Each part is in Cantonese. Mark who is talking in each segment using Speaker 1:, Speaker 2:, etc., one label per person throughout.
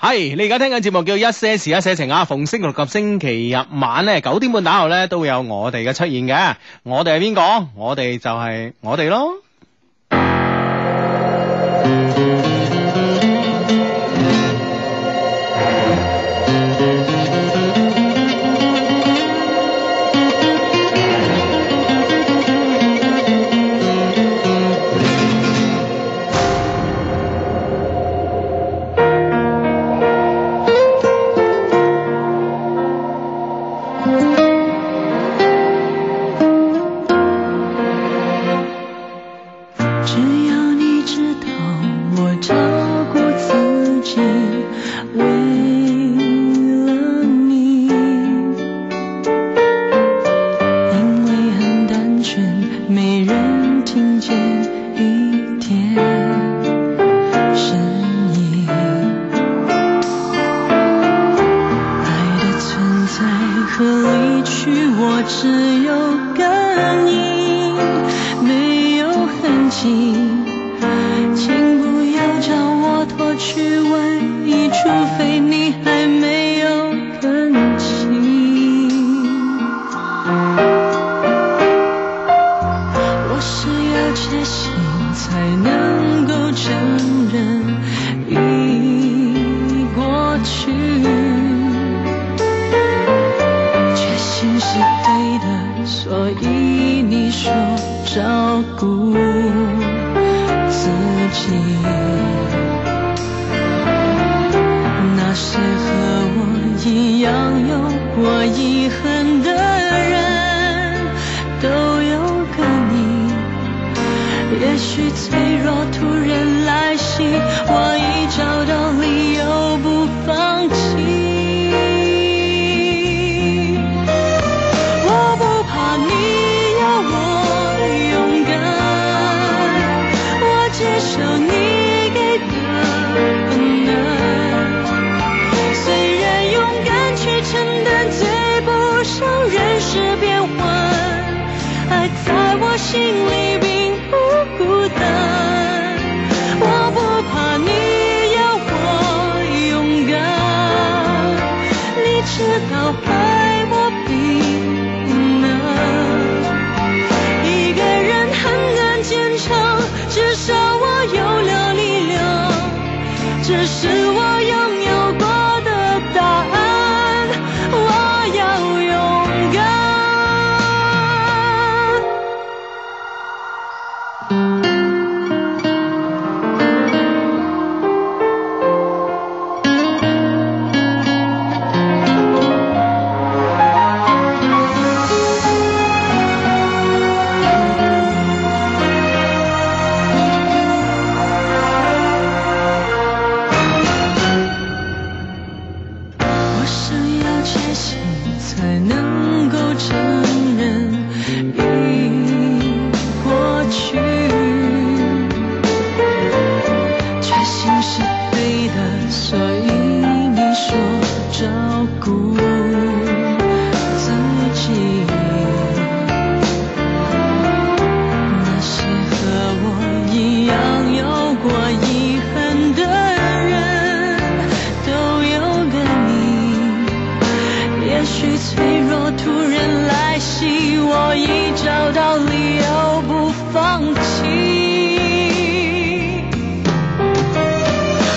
Speaker 1: 系你而家聽緊節目叫一些事一些情啊，逢星期六及星期日晚咧九點半打後咧都會有我哋嘅出現嘅。我哋係邊個？我哋就係我哋咯。
Speaker 2: 只要你知道我照顾自己，为了你，因为很单纯，没人听见一点声音。爱的存在和离去，我只有感应，没有痕迹。请不要叫我脱去外衣，除非你还没有更新。我是要确信才能够承认已过去，确信是对的，所以你说照顾自己。那些和我一样有过遗憾的人，都有个你。也许脆弱突然来袭，我已找到理由不放弃。我不怕你要我勇敢，我接受你给的本能。虽然勇敢去承担最不胜人世变幻，爱在我心里并不孤单。我不怕你要我勇敢，你知道爱我并不难。一个人很难坚强，至少我有了力量。这是我拥有过的答案，我要勇敢。我想要确信，才能够承认已过去。确信是对的，所以你说照顾自己。那些和我一样有过遗憾的人，都有个你。也许脆弱突然来袭，我已找到理由不放弃。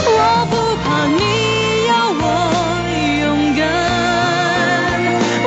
Speaker 2: 我不怕你要我勇敢，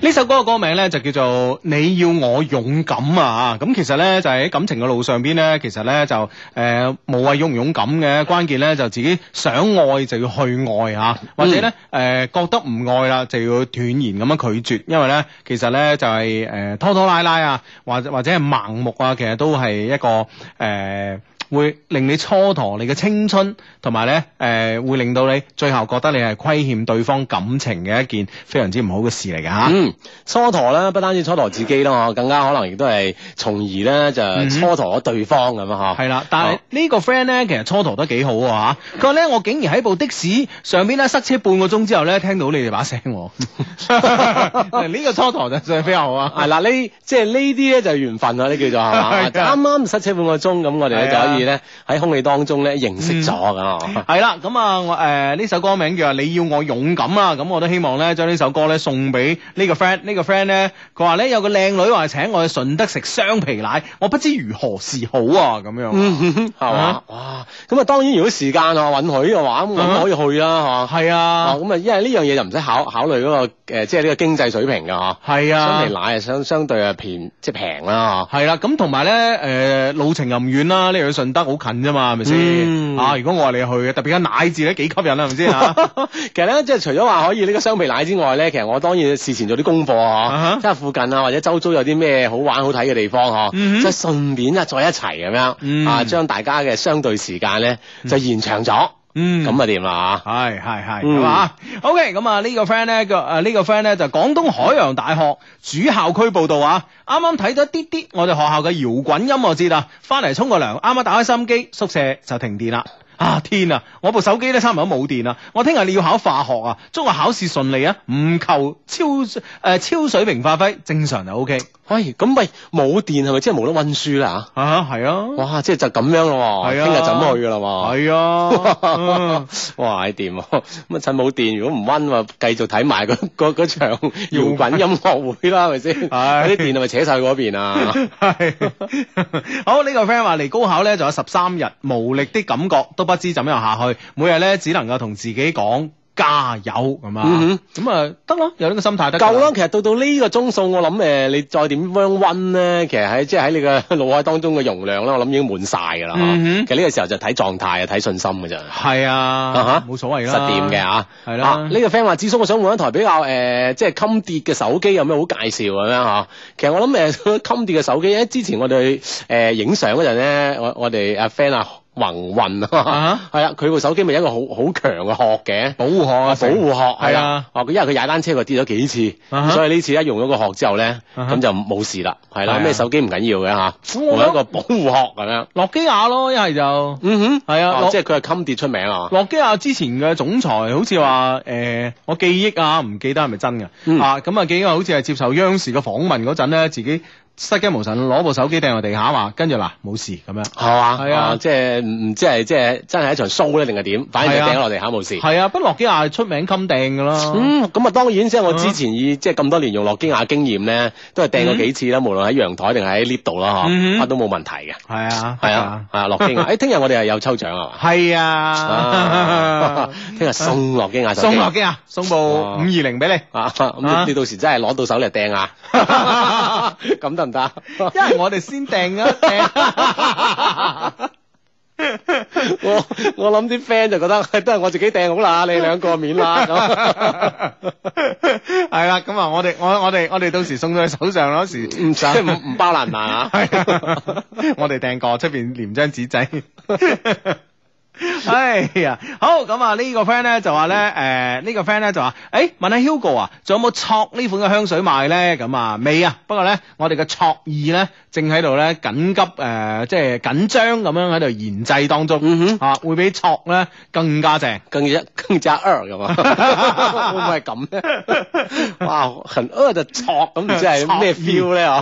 Speaker 1: 呢首歌嘅歌名咧就叫做《你要我勇敢》啊！咁其實咧就喺感情嘅路上邊咧，其實咧就誒、呃、無謂勇唔勇敢嘅，關鍵咧就自己想愛就要去愛啊，或者咧誒、呃、覺得唔愛啦就要斷然咁樣拒絕，因為咧其實咧就係、誒、拖拖拉拉啊，或者或者係盲目啊，其實都係一個誒。呃會令你蹉跎你嘅青春，同埋咧誒會令到你最後覺得你係虧欠對方感情嘅一件非常之唔好嘅事嚟㗎吓。
Speaker 3: 嗯，蹉跎啦，不單止蹉跎自己啦，嗬，更加可能亦都係從而咧就
Speaker 1: 嗯
Speaker 3: 蹉跎咗對方咁啊，嗬。
Speaker 1: 係啦，但係
Speaker 3: 哦
Speaker 1: 呢個 friend 咧，其實初途都幾好啊吓。佢話咧，我竟然喺部的士上邊咧塞車半個鐘之後咧，聽到你哋把聲喎。 呢個初途就最比較好啊。
Speaker 3: 係啦，呢即係呢啲咧就係緣分啦，呢叫做係 嘛，
Speaker 1: 係真係
Speaker 3: 啱啱塞車半個鐘咁，我哋咧
Speaker 1: 係
Speaker 3: 就
Speaker 1: 啊
Speaker 3: 可以咧喺空氣當中咧認識咗咁啊。
Speaker 1: 係啦，咁啊，我誒呢首歌名叫《你要我勇敢》啊，咁我都希望咧將呢首歌咧送俾呢個 friend，呢個 friend 咧佢話咧有個靚女話請我去順德食雙皮奶，我不知如何是好啊，咁樣。
Speaker 3: 嗯，係嘛
Speaker 1: 啊，
Speaker 3: 哇！咁啊，當然如果時間啊允許嘅話，咁我
Speaker 1: 嗯
Speaker 3: 咁可以去啦，係嘛。
Speaker 1: 係
Speaker 3: 啊，
Speaker 1: 啊，
Speaker 3: 咁啊，因為呢樣嘢就唔使考考慮嗰個誒，即係呢個經濟水平嘅嗬。
Speaker 1: 係啊。
Speaker 3: 雙皮奶啊，相相對啊便即係平啦，
Speaker 1: 係啦，咁同埋咧，誒、路程又唔遠啦，你去順德好近啫嘛，係咪先？
Speaker 3: 嗯
Speaker 1: 啊，如果我話你去，特別間奶字咧幾吸引啦，係咪先啊？
Speaker 3: 嗬。其實咧，即係除咗話可以呢個雙皮奶之外咧，其實我當然事前做啲功課
Speaker 1: 啊
Speaker 3: 啊
Speaker 1: 哈
Speaker 3: 嗬，即係附近啊或者周遭有啲咩好玩好睇嘅地方嗬，
Speaker 1: 嗯哼
Speaker 3: 即係順便啊再一齊咁
Speaker 1: 嗯
Speaker 3: 樣啊，將大家嘅相對時間咧就延長咗，
Speaker 1: 嗯
Speaker 3: 咁啊掂啦嚇。
Speaker 1: 係係係，
Speaker 3: 嗯
Speaker 1: 係嘛？OK，咁啊呢個 friend 咧個誒呢個 friend 咧就廣東海洋大學主校區報道啊，啱啱睇咗啲啲我哋學校嘅搖滾音樂節啊，翻嚟沖個涼，啱啱打開收音機，宿舍就停電啦。啊天啊！我部手機咧差唔多冇電啦，我聽日你要考化學啊，祝我考試順利啊，唔求超誒、呃超水平發揮，正常就 O K。
Speaker 3: 喂，咁喂冇電係咪即係冇得温書啦
Speaker 1: 啊，係啊，
Speaker 3: 嚇？哇！即係就咁樣咯喎，
Speaker 1: 係
Speaker 3: 聽
Speaker 1: 啊
Speaker 3: 日就咁去噶啦喎。
Speaker 1: 係啊，
Speaker 3: 哇！掂喎， 咁啊趁冇電，如果唔温啊，繼續睇埋嗰嗰嗰場搖滾音樂會啦，係咪先？
Speaker 1: 唉
Speaker 3: 嗰啲電係咪扯晒去嗰邊啊？
Speaker 1: 係好呢、個 friend 話嚟高考呢，仲有十三日，無力的感覺都不知怎樣下去，每日呢，只能夠同自己講加油咁啊
Speaker 3: 嗯，
Speaker 1: 咁啊得咯，有呢個心態得㗎
Speaker 3: 夠啦，，其實到到呢個鐘數，我諗誒，你再點樣温咧，其實喺即係喺你嘅腦海當中嘅容量咧，我諗已經滿晒㗎啦。
Speaker 1: 嗯哼
Speaker 3: 其實呢個時候就睇狀態啊，睇信心㗎咋。
Speaker 1: 係
Speaker 3: 啊
Speaker 1: 啊
Speaker 3: 哈，
Speaker 1: 冇所謂啦，
Speaker 3: 實掂嘅嚇，
Speaker 1: 係
Speaker 3: 啊
Speaker 1: 啦
Speaker 3: 呢、，個 friend 話：智叔，我想換一台比較誒、呃即係襟跌嘅手機，有咩好介紹咁樣嚇？其實我諗誒、呃襟跌嘅手機，因為之前我哋誒影相嗰陣咧，我我哋阿 friend 啊宏運
Speaker 1: 啊
Speaker 3: 啊，係啊，佢部手機咪有一個好好強嘅殼嘅。
Speaker 1: 保護殼啊，
Speaker 3: 保護殼係
Speaker 1: 係啊
Speaker 3: 啦，哦，因為佢踩單車佢跌咗幾次
Speaker 1: 啊哈，
Speaker 3: 所以呢次咧用咗個殼之後咧，
Speaker 1: 啊哈
Speaker 3: 咁就冇事啦，係
Speaker 1: 係
Speaker 3: 啦
Speaker 1: 啊，
Speaker 3: 咩手機唔緊要嘅嚇，
Speaker 1: 我
Speaker 3: 換一個保護殼咁樣，
Speaker 1: 諾基亞咯，一係就
Speaker 3: 嗯哼，
Speaker 1: 係啊
Speaker 3: 哦
Speaker 1: 我
Speaker 3: 即係佢係襟跌出名啊。
Speaker 1: 諾基亞之前嘅總裁好似話誒，我記憶啊，唔記得係咪真嘅、
Speaker 3: 嗯
Speaker 1: 啊？咁啊，記憶好似係接受央視嘅訪問嗰陣咧，自己失驚無神攞部手機掟落地下話，跟住嗱冇事咁樣。
Speaker 3: 係嘛？
Speaker 1: 係啊
Speaker 3: 即係唔唔知係即係真係一場 show 咧，定係點？反正
Speaker 1: 係啊
Speaker 3: 就掟落地下冇事。
Speaker 1: 係啊，不過諾基亞係出名襟掟㗎啦。
Speaker 3: 嗯，咁啊，當然即係我
Speaker 1: 啊
Speaker 3: 之前以即係咁多年用諾基亞經驗咧，都係掟過幾次啦，無論喺陽台定係喺 lift 度啦，
Speaker 1: 嗯
Speaker 3: 嗬，
Speaker 1: 哼
Speaker 3: 啊都冇問題嘅。
Speaker 1: 係啊，
Speaker 3: 係啊，係啊，諾 基亞。誒，聽日我哋係有抽獎係嘛？
Speaker 1: 係
Speaker 3: 啊
Speaker 1: 啊，
Speaker 3: 聽日送諾基亞手機
Speaker 1: 送諾基亞，送部五
Speaker 3: 哇
Speaker 1: 二零 俾你。
Speaker 3: 啊，
Speaker 1: 啊啊
Speaker 3: 咁你到時真係攞到手嚟掟啊，咁得唔啊得？
Speaker 1: 因為我哋先訂啊，訂
Speaker 3: 我我諗啲 friend 就覺得 都係我自己掟好
Speaker 1: 啊
Speaker 3: 啦，你兩個面啦咁。
Speaker 1: 係啦，咁啊，我哋我我哋我哋到時送到佢手上嗰時，
Speaker 3: 唔使，即係唔唔包難 難啊！
Speaker 1: 係啊，我哋訂過出邊黏張紙 仔。哎呀，好咁啊！呢個 friend 咧就話咧，誒呢個 friend 咧就話，誒問下 Hugo 啊，仲有冇卓呢款嘅香水賣咧？咁啊未啊，不過咧我哋嘅卓二咧正喺度咧緊急誒，即係緊張咁樣喺度研製當中，
Speaker 3: 嗯
Speaker 1: 啊會比卓咧更加 正。
Speaker 3: 更加更加二咁 啊，會唔會係咁咧？哇，很二就錯咁，唔 知係咩 feel 咧？啊！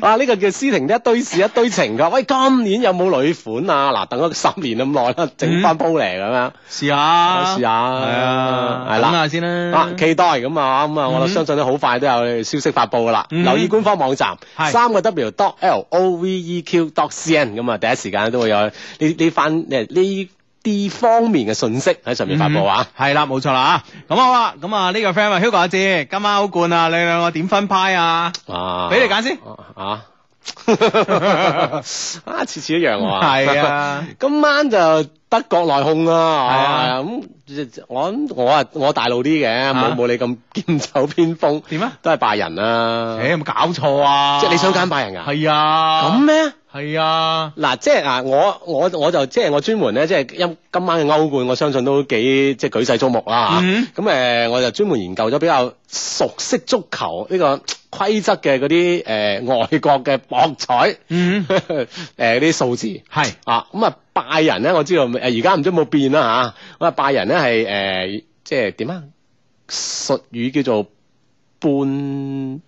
Speaker 3: 啊！呢、個叫思婷的一堆事一堆情㗎。喂，今年有冇女款啊？嗱，等咗十年咁耐啦，整翻煲嚟咁樣。
Speaker 1: 試下，
Speaker 3: 試下
Speaker 1: 嗯係啊，
Speaker 3: 係啦
Speaker 1: 等下先啦。
Speaker 3: 啊，期待咁啊，咁啊，我
Speaker 1: 嗯
Speaker 3: 相信咧好快都有消息發布噶啦。
Speaker 1: 嗯
Speaker 3: 留意官方網站
Speaker 1: 係
Speaker 3: 三個 W dot L O V E Q dot C N 咁啊，第一時間都會有呢呢番誒呢啲方面嘅信息喺上面發布啊。
Speaker 1: 嗯，系啦，冇錯啦咁好啦，咁啊呢個 friend 話 Hugo 阿志，今晚歐冠啊，你兩個點分派啊？
Speaker 3: 啊，
Speaker 1: 俾你揀先
Speaker 3: 啊！ 啊，次次一樣喎。
Speaker 1: 係啊，
Speaker 3: 今晚就德國內控啊，
Speaker 1: 係啊
Speaker 3: 啊咁我諗我啊我大路啲嘅，
Speaker 1: 啊
Speaker 3: 冇冇你咁 劍走偏鋒，
Speaker 1: 點啊？
Speaker 3: 都係拜仁啦。
Speaker 1: 誒有冇搞錯啊？
Speaker 3: 即係你想揀拜仁㗎？
Speaker 1: 係啊，
Speaker 3: 咁咩？
Speaker 1: 係啊，
Speaker 3: 嗱，即係啊，我我我就即係我專門咧，即係因今晚嘅歐冠，我相信都幾即係舉世矚目啦嚇
Speaker 1: 嗯
Speaker 3: 咁誒、呃我就專門研究咗比較熟悉足球呢、個規則嘅嗰啲誒外國嘅博彩
Speaker 1: 嗯，
Speaker 3: 誒啲數字。
Speaker 1: 係
Speaker 3: 啊，咁啊拜仁咧，我知道誒而家唔知有冇變啦嚇。咁啊拜仁咧係誒即係點啊？術語叫做半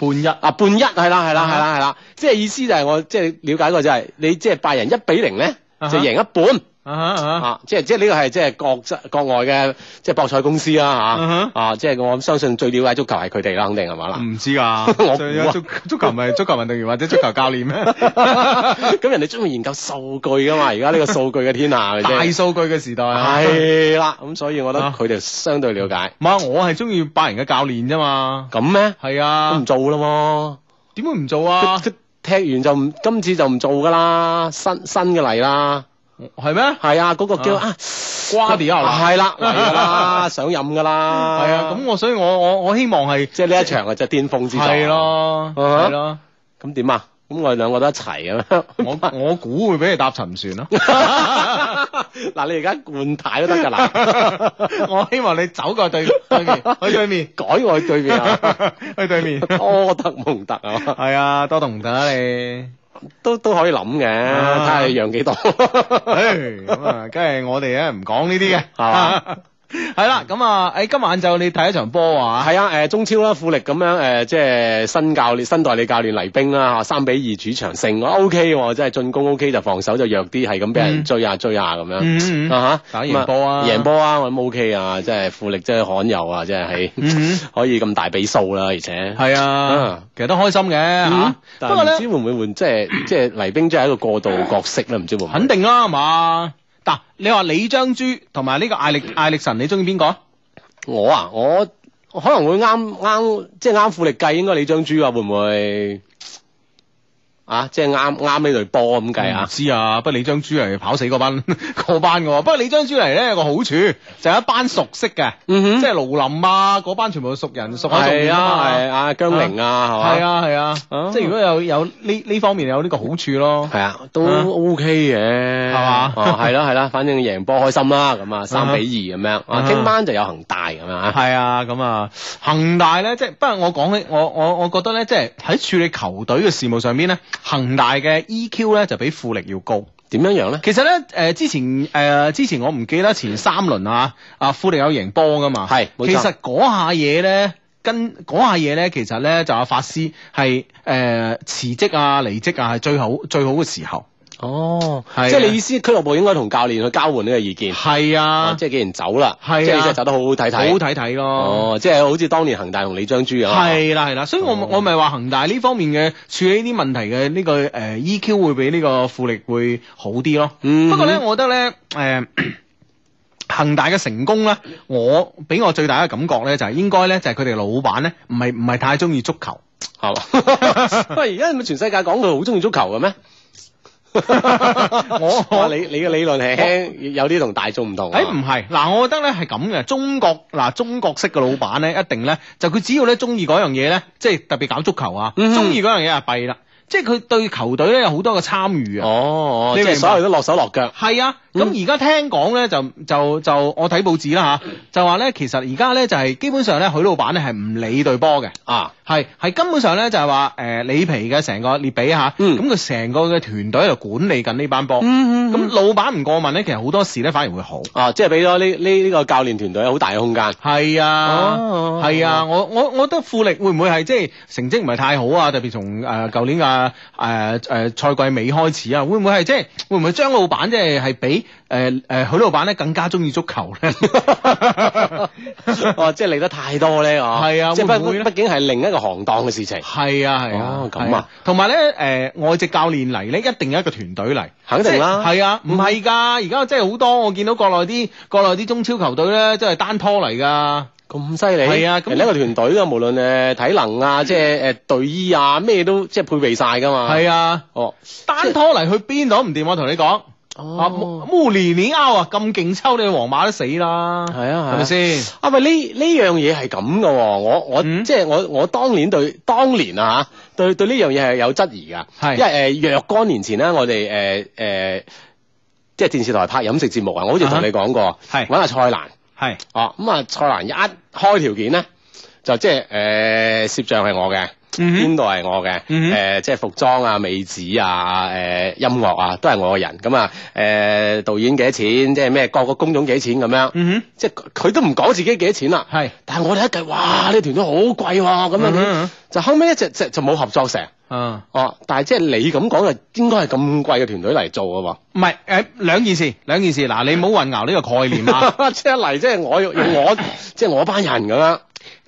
Speaker 1: 半一
Speaker 3: 啊半一係啦係啦係啦係啦，即係意思就係我即係了解過就係你即係拜仁一比零咧
Speaker 1: 啊哈
Speaker 3: 就贏一半
Speaker 1: 啊哈啊哈
Speaker 3: 啊，即係即係呢個係即係國際國外嘅即係博彩公司
Speaker 1: 嗯
Speaker 3: 啦嚇啊，即係我相信最了解足球係佢哋啦，肯定係嘛啦。
Speaker 1: 唔知㗎，
Speaker 3: 啊我
Speaker 1: 最
Speaker 3: 估啊
Speaker 1: 足足球咪足球運動員或者足球教練 咩？
Speaker 3: 咁人哋中意研究數據噶嘛，而家呢個數據嘅天 下係
Speaker 1: 大
Speaker 3: 咪先？
Speaker 1: 數據嘅時代啊，
Speaker 3: 係啦，咁所以我覺得
Speaker 1: 啊
Speaker 3: 佢哋相對了解。
Speaker 1: 唔係啊我係中意拜仁嘅教練啫嘛，
Speaker 3: 咁咩？
Speaker 1: 係
Speaker 3: 都
Speaker 1: 啊
Speaker 3: 唔，做啦
Speaker 1: 點會唔做
Speaker 3: 喎，
Speaker 1: 啊？
Speaker 3: 佢佢踢完就唔今次就唔做噶啦，新新嘅嚟啦。
Speaker 1: 係咩？
Speaker 3: 係啊，嗰個叫
Speaker 1: 啊
Speaker 3: 啊。
Speaker 1: 瓜迪啊啦，
Speaker 3: 系啦，嚟噶啦，上任噶啦，
Speaker 1: 係啊，咁我所以我我我希望係
Speaker 3: 即係呢一場啊，就巔峰之作，
Speaker 1: 係，咯，
Speaker 3: 啊
Speaker 1: 係咯，
Speaker 3: 咁點啊？咁我哋兩個都一齊啊 咁樣，
Speaker 1: 我我估會俾你搭沉船 咯，
Speaker 3: 嗱，你而家換態都得 㗎啦，
Speaker 1: 我希望你走過去對對 面，去對面，
Speaker 3: 改我去對 面啊，
Speaker 1: 去對面，
Speaker 3: 多特蒙特啊，
Speaker 1: 係啊，多同唔得啊 你，
Speaker 3: 都都可以諗嘅，睇
Speaker 1: 啊
Speaker 3: 下你讓幾 多，
Speaker 1: 唉咁啊，梗係我哋咧唔講呢啲嘅，
Speaker 3: 係嘛
Speaker 1: 係啦，咁啊，誒今晚就你睇一場波啊，
Speaker 3: 係啊，誒中超啦，富力咁樣誒，即係新教練、新代理教練黎兵啦，啊三比二主場勝，O K 喎，真係進攻 O K 就防守就弱啲，係咁俾人追下啊追下咁樣。
Speaker 1: 嗯嗯嗯
Speaker 3: 啊吓，
Speaker 1: 打贏波啊
Speaker 3: 咁贏波啊，我諗 O K 啊，真係富力真係罕有啊，真係
Speaker 1: 嗯
Speaker 3: 係 可以咁大比數啦，而且
Speaker 1: 係啊
Speaker 3: 啊，
Speaker 1: 其實都開心嘅
Speaker 3: 嗯
Speaker 1: 嚇，
Speaker 3: 但
Speaker 1: 不過
Speaker 3: 係
Speaker 1: 咧
Speaker 3: 唔。知會唔會換即 係即係黎兵，即係一個過渡角色啦，唔知會唔會
Speaker 1: 肯定啦，係嘛？嗱，你話李章洙同埋呢個艾力艾力神，你中意邊個？
Speaker 3: 我啊，我我可能會啱啱即係啱富力計，應該李章洙啊，會唔會啊？即係啱啱呢隊波咁計
Speaker 1: 唔
Speaker 3: 啊？
Speaker 1: 知啊，不過李章洙嚟跑死嗰班 嗰班嘅喎。不過李章洙嚟咧有個好處，就係一班熟悉嘅，
Speaker 3: 嗯
Speaker 1: 即
Speaker 3: 哼，
Speaker 1: 係盧林啊，嗰班全部熟人熟口熟
Speaker 3: 係
Speaker 1: 面
Speaker 3: 啊，係
Speaker 1: 啊
Speaker 3: 啊，姜玲啊，係
Speaker 1: 嘛。
Speaker 3: 嘛？
Speaker 1: 係，啊係啊，
Speaker 3: 哦
Speaker 1: 即係如果有有呢呢方面有呢個好處咯。
Speaker 3: 係啊，都
Speaker 1: 啊
Speaker 3: OK 嘅，係
Speaker 1: 嘛
Speaker 3: 係啦係啦， 反正贏波開心啦，咁啊三比二咁樣
Speaker 1: 啊
Speaker 3: 啊，聽晚就有恒大咁樣啊，
Speaker 1: 係啊，咁啊，恒大咧，即係不過我講起我我我覺得咧，即係喺處理球隊嘅事務上邊咧，恒大嘅 EQ 咧就比富力要高。
Speaker 3: 點樣樣咧？
Speaker 1: 其實咧，誒、之前誒、之前我唔記得前三輪啊，啊富力有贏波噶嘛，
Speaker 3: 係冇錯
Speaker 1: 其實嗰下嘢咧，跟嗰下嘢咧，其實咧就阿法師係誒、辭職啊、離職啊，係最好最好嘅時候。
Speaker 3: 哦，
Speaker 1: 係啊
Speaker 3: 即係你意思俱樂部應該同教練去交換呢個意見，
Speaker 1: 係
Speaker 3: 啊
Speaker 1: 啊，
Speaker 3: 即係既然走啦，
Speaker 1: 係啊
Speaker 3: 即係你真係走得好好睇
Speaker 1: 好
Speaker 3: 睇，
Speaker 1: 睇睇咯。
Speaker 3: 哦，即係好似當年恒大同李章洙啊，
Speaker 1: 係啦係啦，所以我
Speaker 3: 哦
Speaker 1: 我咪話恒大呢方面嘅處理呢啲問題嘅呢、個誒、EQ 會比呢個富力會好啲咯。
Speaker 3: 嗯
Speaker 1: 不過 咧，我覺得咧，誒、 恒大嘅成功咧，我俾我最大嘅感覺咧，就係、應該咧，就係佢哋老闆咧，唔係唔係太中意足 球。
Speaker 3: 係嘛？喂，而家係咪全世界講佢好中意足球嘅咩？
Speaker 1: 我
Speaker 3: 哇你你嘅理論係有啲同大眾唔同啊。
Speaker 1: 誒哦哎唔係，嗱，我覺得咧係咁嘅，中國嗱中國式嘅老闆咧，一定咧就佢只要咧中意嗰樣嘢咧，即係特別搞足球啊，
Speaker 3: 嗯哼
Speaker 1: 中意嗰樣嘢係弊啦，即係佢對球隊咧有好多嘅參與啊。
Speaker 3: 哦，哦
Speaker 1: 你
Speaker 3: 即
Speaker 1: 明
Speaker 3: 係
Speaker 1: 白
Speaker 3: 所有都落手落腳。
Speaker 1: 係啊，咁
Speaker 3: 嗯
Speaker 1: 而家聽講咧就就就我睇報紙啦嚇，就話咧其實而家咧就係、基本上咧許老闆咧係唔理隊波嘅。
Speaker 3: 啊，
Speaker 1: 係係根本上咧就係話誒里皮嘅成個列比嚇，
Speaker 3: 嗯
Speaker 1: 咁佢成個嘅團隊喺度管理緊呢班波，咁、
Speaker 3: 嗯
Speaker 1: 老闆唔過問咧，其實好多事咧反而會好。
Speaker 3: 啊，即係俾咗呢呢呢個教練團隊好大嘅空間。
Speaker 1: 係啊，
Speaker 3: 哦
Speaker 1: 係啊，我我我覺得富力會唔會係即係成績唔係太好啊？特別從誒舊年嘅啊，誒誒賽季尾開始啊，會唔會係即係會唔會張老闆即係係比誒誒許老闆咧更加中意足球 咧？
Speaker 3: 哦，即係嚟得太多咧，哦，
Speaker 1: 係啊
Speaker 3: 即係
Speaker 1: 會唔會咧
Speaker 3: 畢畢竟係另一個行當嘅事情，
Speaker 1: 係啊係啊
Speaker 3: 哦，咁啊
Speaker 1: 係，同埋咧誒外籍教練嚟咧，一定有一個團隊嚟，
Speaker 3: 肯定啦嗯
Speaker 1: 即係係啊，唔係㗎，而家真係好多我見到國內啲國內啲中超球隊咧，真係單拖嚟㗎。
Speaker 3: 咁犀利，
Speaker 1: 係啊咁
Speaker 3: 人哋一個團隊嘅，無論誒體能啊，即係誒隊醫啊，咩都即係配備晒㗎嘛，
Speaker 1: 係啊，
Speaker 3: 哦，
Speaker 1: 單拖嚟去邊度都唔掂，我同你講。啊，穆
Speaker 3: 哦，
Speaker 1: 穆尼尼奧啊，咁勁抽你皇馬都死啦，
Speaker 3: 係啊，
Speaker 1: 係
Speaker 3: 係
Speaker 1: 咪
Speaker 3: 啊？
Speaker 1: 先？
Speaker 3: 啊，咪呢呢樣嘢係咁噶喎，我我、
Speaker 1: 嗯
Speaker 3: 即係我我當年對當年啊嚇，對對呢樣嘢係有質疑噶，
Speaker 1: 係
Speaker 3: 因為誒、呃若干年前咧，我哋誒誒即係電視台拍飲食節目啊，我好似同你講過，
Speaker 1: 係
Speaker 3: 揾阿蔡瀾，
Speaker 1: 係
Speaker 3: 哦咁啊蔡瀾一開條件咧，就即係誒攝像係我嘅。
Speaker 1: 嗯
Speaker 3: 邊度係我嘅？誒、
Speaker 1: 嗯哼
Speaker 3: 即係服裝啊、美指啊、誒、音樂啊，都係我嘅人。咁啊，誒、導演幾多錢？即係咩各個工種幾多錢咁樣？
Speaker 1: 嗯
Speaker 3: 即係佢佢都唔講自己幾多錢啦。
Speaker 1: 哼，係
Speaker 3: 但係我哋一計，哇！呢團隊好貴喎，咁樣、
Speaker 1: 嗯哼
Speaker 3: 就後尾一隻隻就冇合作成。
Speaker 1: 啊，
Speaker 3: 哦，但係即係你咁講就應該係咁貴嘅團隊嚟做嘅
Speaker 1: 唔係誒兩件事，兩件事嗱，你唔好混淆呢個概念 啊，
Speaker 3: 喎， 即係嚟即係我用用我即係我班人咁樣，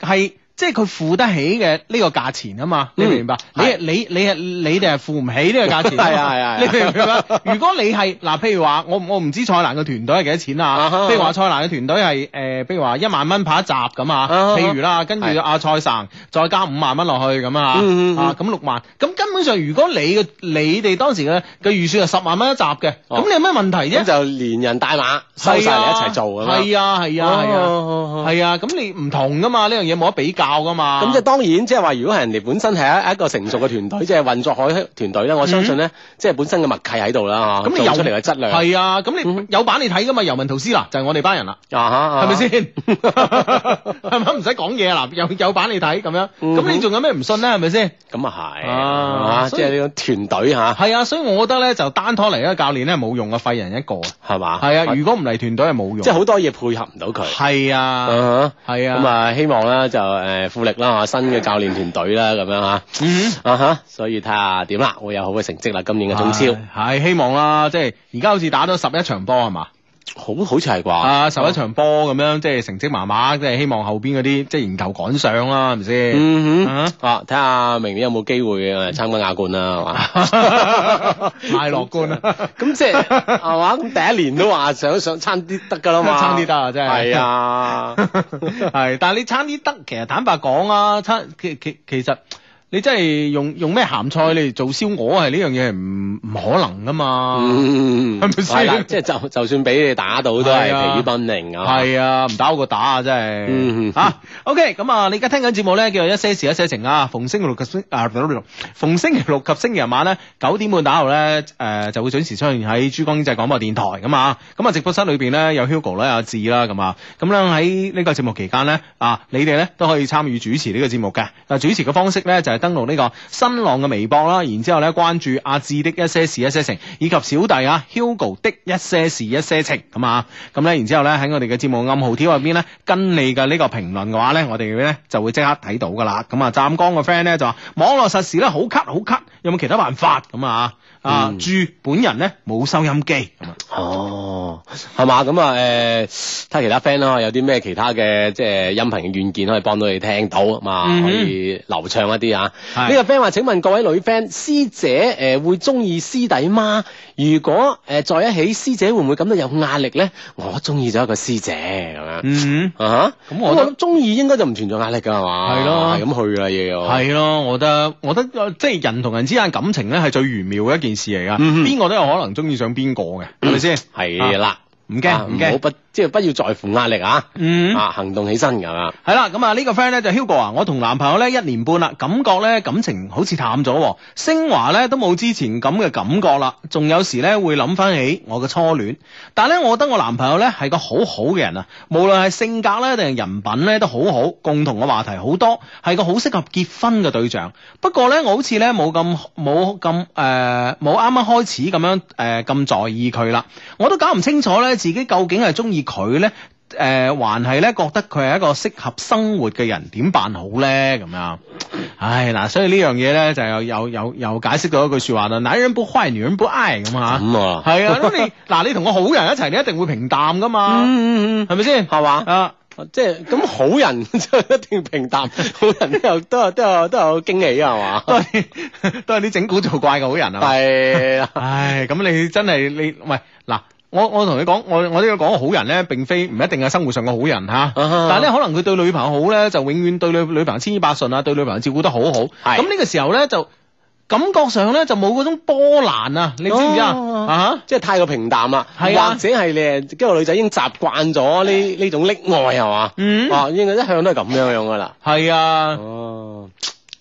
Speaker 1: 係。即係佢付得起嘅呢個價錢啊嘛，你明唔明白？
Speaker 3: 嗯
Speaker 1: 你你你係你哋係付唔起呢個價錢嘛，
Speaker 3: 係啊係啊係啊
Speaker 1: 你明唔明白？如果你係嗱，譬如話我我唔知蔡瀾嘅團隊係幾多錢
Speaker 3: 啊
Speaker 1: 啊
Speaker 3: 哈？
Speaker 1: 譬如話蔡瀾嘅團隊係誒，譬如話一萬蚊拍一集咁啊，
Speaker 3: 哈
Speaker 1: 譬如啦，跟住
Speaker 3: 係
Speaker 1: 阿蔡神再加五萬蚊落去咁啊，
Speaker 3: 嗯嗯嗯
Speaker 1: 啊咁六萬，咁根本上如果你嘅你哋當時嘅嘅預算係十萬蚊一集嘅，
Speaker 3: 哦
Speaker 1: 咁你有咩問題
Speaker 3: 咁
Speaker 1: 啫？
Speaker 3: 就連人帶馬收晒嚟一齊做咁樣。
Speaker 1: 係啊係啊係啊
Speaker 3: 哦
Speaker 1: 係啊，咁你唔同噶嘛，呢樣嘢冇得比較噶嘛。
Speaker 3: 咁即係當然，即係話如果係人哋本身係一一個成熟嘅團隊，即係運作海團隊咧，我相信咧，即係本身嘅默契喺度啦，嚇
Speaker 1: 嗯啊咁你
Speaker 3: 做
Speaker 1: 又
Speaker 3: 出嚟嘅質量
Speaker 1: 係啊，咁你
Speaker 3: 嗯
Speaker 1: 有版你睇噶嘛？尤文圖斯啦，就係我哋班人啦，
Speaker 3: 啊
Speaker 1: 係咪
Speaker 3: 嚇？
Speaker 1: 先？係咪唔使講嘢啦？有有版你睇咁樣，
Speaker 3: 嗯
Speaker 1: 咁你仲有咩唔信咧？係咪先？
Speaker 3: 咁啊係，
Speaker 1: 啊
Speaker 3: 啊
Speaker 1: 所
Speaker 3: 即
Speaker 1: 以
Speaker 3: 係呢種團隊嚇，
Speaker 1: 係啊，所以我覺得咧就單拖嚟一個教練咧冇用啊，廢人一個啊。
Speaker 3: 係嘛？
Speaker 1: 係啊，如果唔嚟團隊係冇用。
Speaker 3: 即係好多嘢配合唔到佢。
Speaker 1: 係啊，
Speaker 3: 啊
Speaker 1: 係
Speaker 3: 哈
Speaker 1: 啊。
Speaker 3: 咁，啊，希望啦就誒富力啦嚇，新嘅教練團隊啦咁樣嚇，
Speaker 1: 嗯。
Speaker 3: 啊哈，所以睇下點啦，會有好嘅成績啦，今年嘅中超，
Speaker 1: 唉係希望啦，即係而家好似打咗十一場波係嘛？
Speaker 3: 好好似係啩？
Speaker 1: 啊，十一場波咁樣，即係成績麻麻，即係希望後邊嗰啲即係迎頭趕上啦，係咪先？
Speaker 3: 嗯哼，
Speaker 1: 啊
Speaker 3: 啊，睇下明年有冇機會誒參加亞冠啦，係嘛？
Speaker 1: 太樂觀啦！
Speaker 3: 咁即係係嘛？咁第一年都話想想 差啲得㗎啦嘛，
Speaker 1: 差啲得啊真係
Speaker 3: 係啊，
Speaker 1: 係，但係你差啲得，其實坦白講啊，差其其其實你真係用用咩鹹菜嚟做燒鵝係呢樣嘢係唔唔可能噶嘛？
Speaker 3: 嗯，
Speaker 1: 係咪先
Speaker 3: 係啦即係就就算俾你打到都係
Speaker 1: 係啊
Speaker 3: 疲於奔命啊，
Speaker 1: 係啊，唔打好過打啊，真係
Speaker 3: 嗯
Speaker 1: 吓。OK，咁啊，你而家聽緊節目咧，叫做一些事一些情啊。逢星期六及星啊，逢星期六及星期日晚咧，九點半打後咧，誒就會準時出現喺珠江經濟廣播電台咁啊。咁啊，直播室裏邊咧有 Hugo 啦，有阿志啦，咁啊。咁咧喺呢個節目期間咧，啊，你哋咧都可以參與主持呢個節目嘅。啊，主持嘅方式咧就係登錄呢個新浪嘅微博啦，然之後咧關注阿志的一些事一些情，以及小弟啊 Hugo 的一些事一些情咁啊。咁咧，然之後咧喺我哋嘅節目暗號條入邊咧，跟你嘅呢個評論嘅話咧，我哋咧就會即刻睇到噶啦。咁啊，湛江嘅 friend 咧就話網絡實時咧好咳好咳，有冇其他辦法咁啊？啊，
Speaker 3: 嗯
Speaker 1: 住本人咧冇收音機咁啊。
Speaker 3: 哦，係嘛？咁啊誒，睇下其他 friend 啦，有啲咩其他嘅即係音頻嘅軟件可以幫到你聽到啊嘛，
Speaker 1: 嗯哼
Speaker 3: 可以流暢一啲啊。
Speaker 1: 係
Speaker 3: 呢個 friend 話：請問各位女 friend，師姐誒會中意師弟嗎？如果誒在一起，師姐會唔會感到有壓力咧？我中意咗一個師姐咁樣
Speaker 1: 嗯，
Speaker 3: 啊
Speaker 1: 咁
Speaker 3: 嚇，
Speaker 1: 我覺
Speaker 3: 咁我
Speaker 1: 得
Speaker 3: 諗中意應該就唔存在壓力㗎係嘛？
Speaker 1: 係咯
Speaker 3: 係咁去啦要。
Speaker 1: 係咯，我覺得，我覺得呃即係人同人之間感情咧係最玄妙嘅一件事嚟噶，
Speaker 3: 嗯
Speaker 1: 邊個都有可能中意上邊個嘅，係咪先？
Speaker 3: 係啦，
Speaker 1: 唔驚
Speaker 3: 啊
Speaker 1: 唔
Speaker 3: 好
Speaker 1: 驚，
Speaker 3: 不即係不要在乎壓力啊！
Speaker 1: 嗯。
Speaker 3: 啊，行動起身㗎啦。
Speaker 1: 係啦，咁啊呢個 friend 咧就 Hugo 啊，我同男朋友咧一年半啦，感覺咧感情好似淡咗喎，升華咧都冇之前咁嘅感覺啦，仲有時咧會諗翻起我嘅初戀，但係咧我覺得我男朋友咧係個好好嘅人啊，無論係性格咧定係人品咧都好好，共同嘅話題好多，係個好適合結婚嘅對象。不過咧我好似咧冇咁冇咁誒冇啱啱開始咁樣誒咁、在意佢啦，我都搞唔清楚咧自己究竟係中意佢咧。诶還係咧覺得佢係一個適合生活嘅人，點辦好咧？咁樣，唉嗱，所以呢樣嘢咧就有有有有解釋到一句说話啦，男人不壞，女人不愛咁啊。
Speaker 3: 咁啊，
Speaker 1: 係 啊，咁你嗱，你同個好人一齊，你一定會平淡噶嘛，
Speaker 3: 嗯嗯
Speaker 1: 係咪先？
Speaker 3: 係嘛
Speaker 1: 啊，
Speaker 3: 嗯，即係咁好人 就一定平 淡，好人都有都有都有都有驚喜啊，係嘛？
Speaker 1: 都係都 係啲整蠱做怪嘅好人啊。
Speaker 3: 係啦，
Speaker 1: 唉，咁你真係你喂嗱，我我同你講，我我呢個講嘅好人咧，並非唔一定係生活上嘅好人吓，
Speaker 3: 啊
Speaker 1: 但係咧可能佢對女朋友好咧，就永遠對女女朋友千依百順啊，對女朋友照顧得好好。
Speaker 3: 係
Speaker 1: 咁呢個時候咧就感覺上咧就冇嗰種波瀾啊，你知唔知啊？
Speaker 3: 哦
Speaker 1: 啊
Speaker 3: 即係太過平淡啦，
Speaker 1: 係啊
Speaker 3: 或者係你係跟個女仔已經習慣咗呢呢種溺愛係嘛？
Speaker 1: 嗯
Speaker 3: 哦，應該一向都係咁樣樣噶啦。
Speaker 1: 係啊，
Speaker 3: 哦，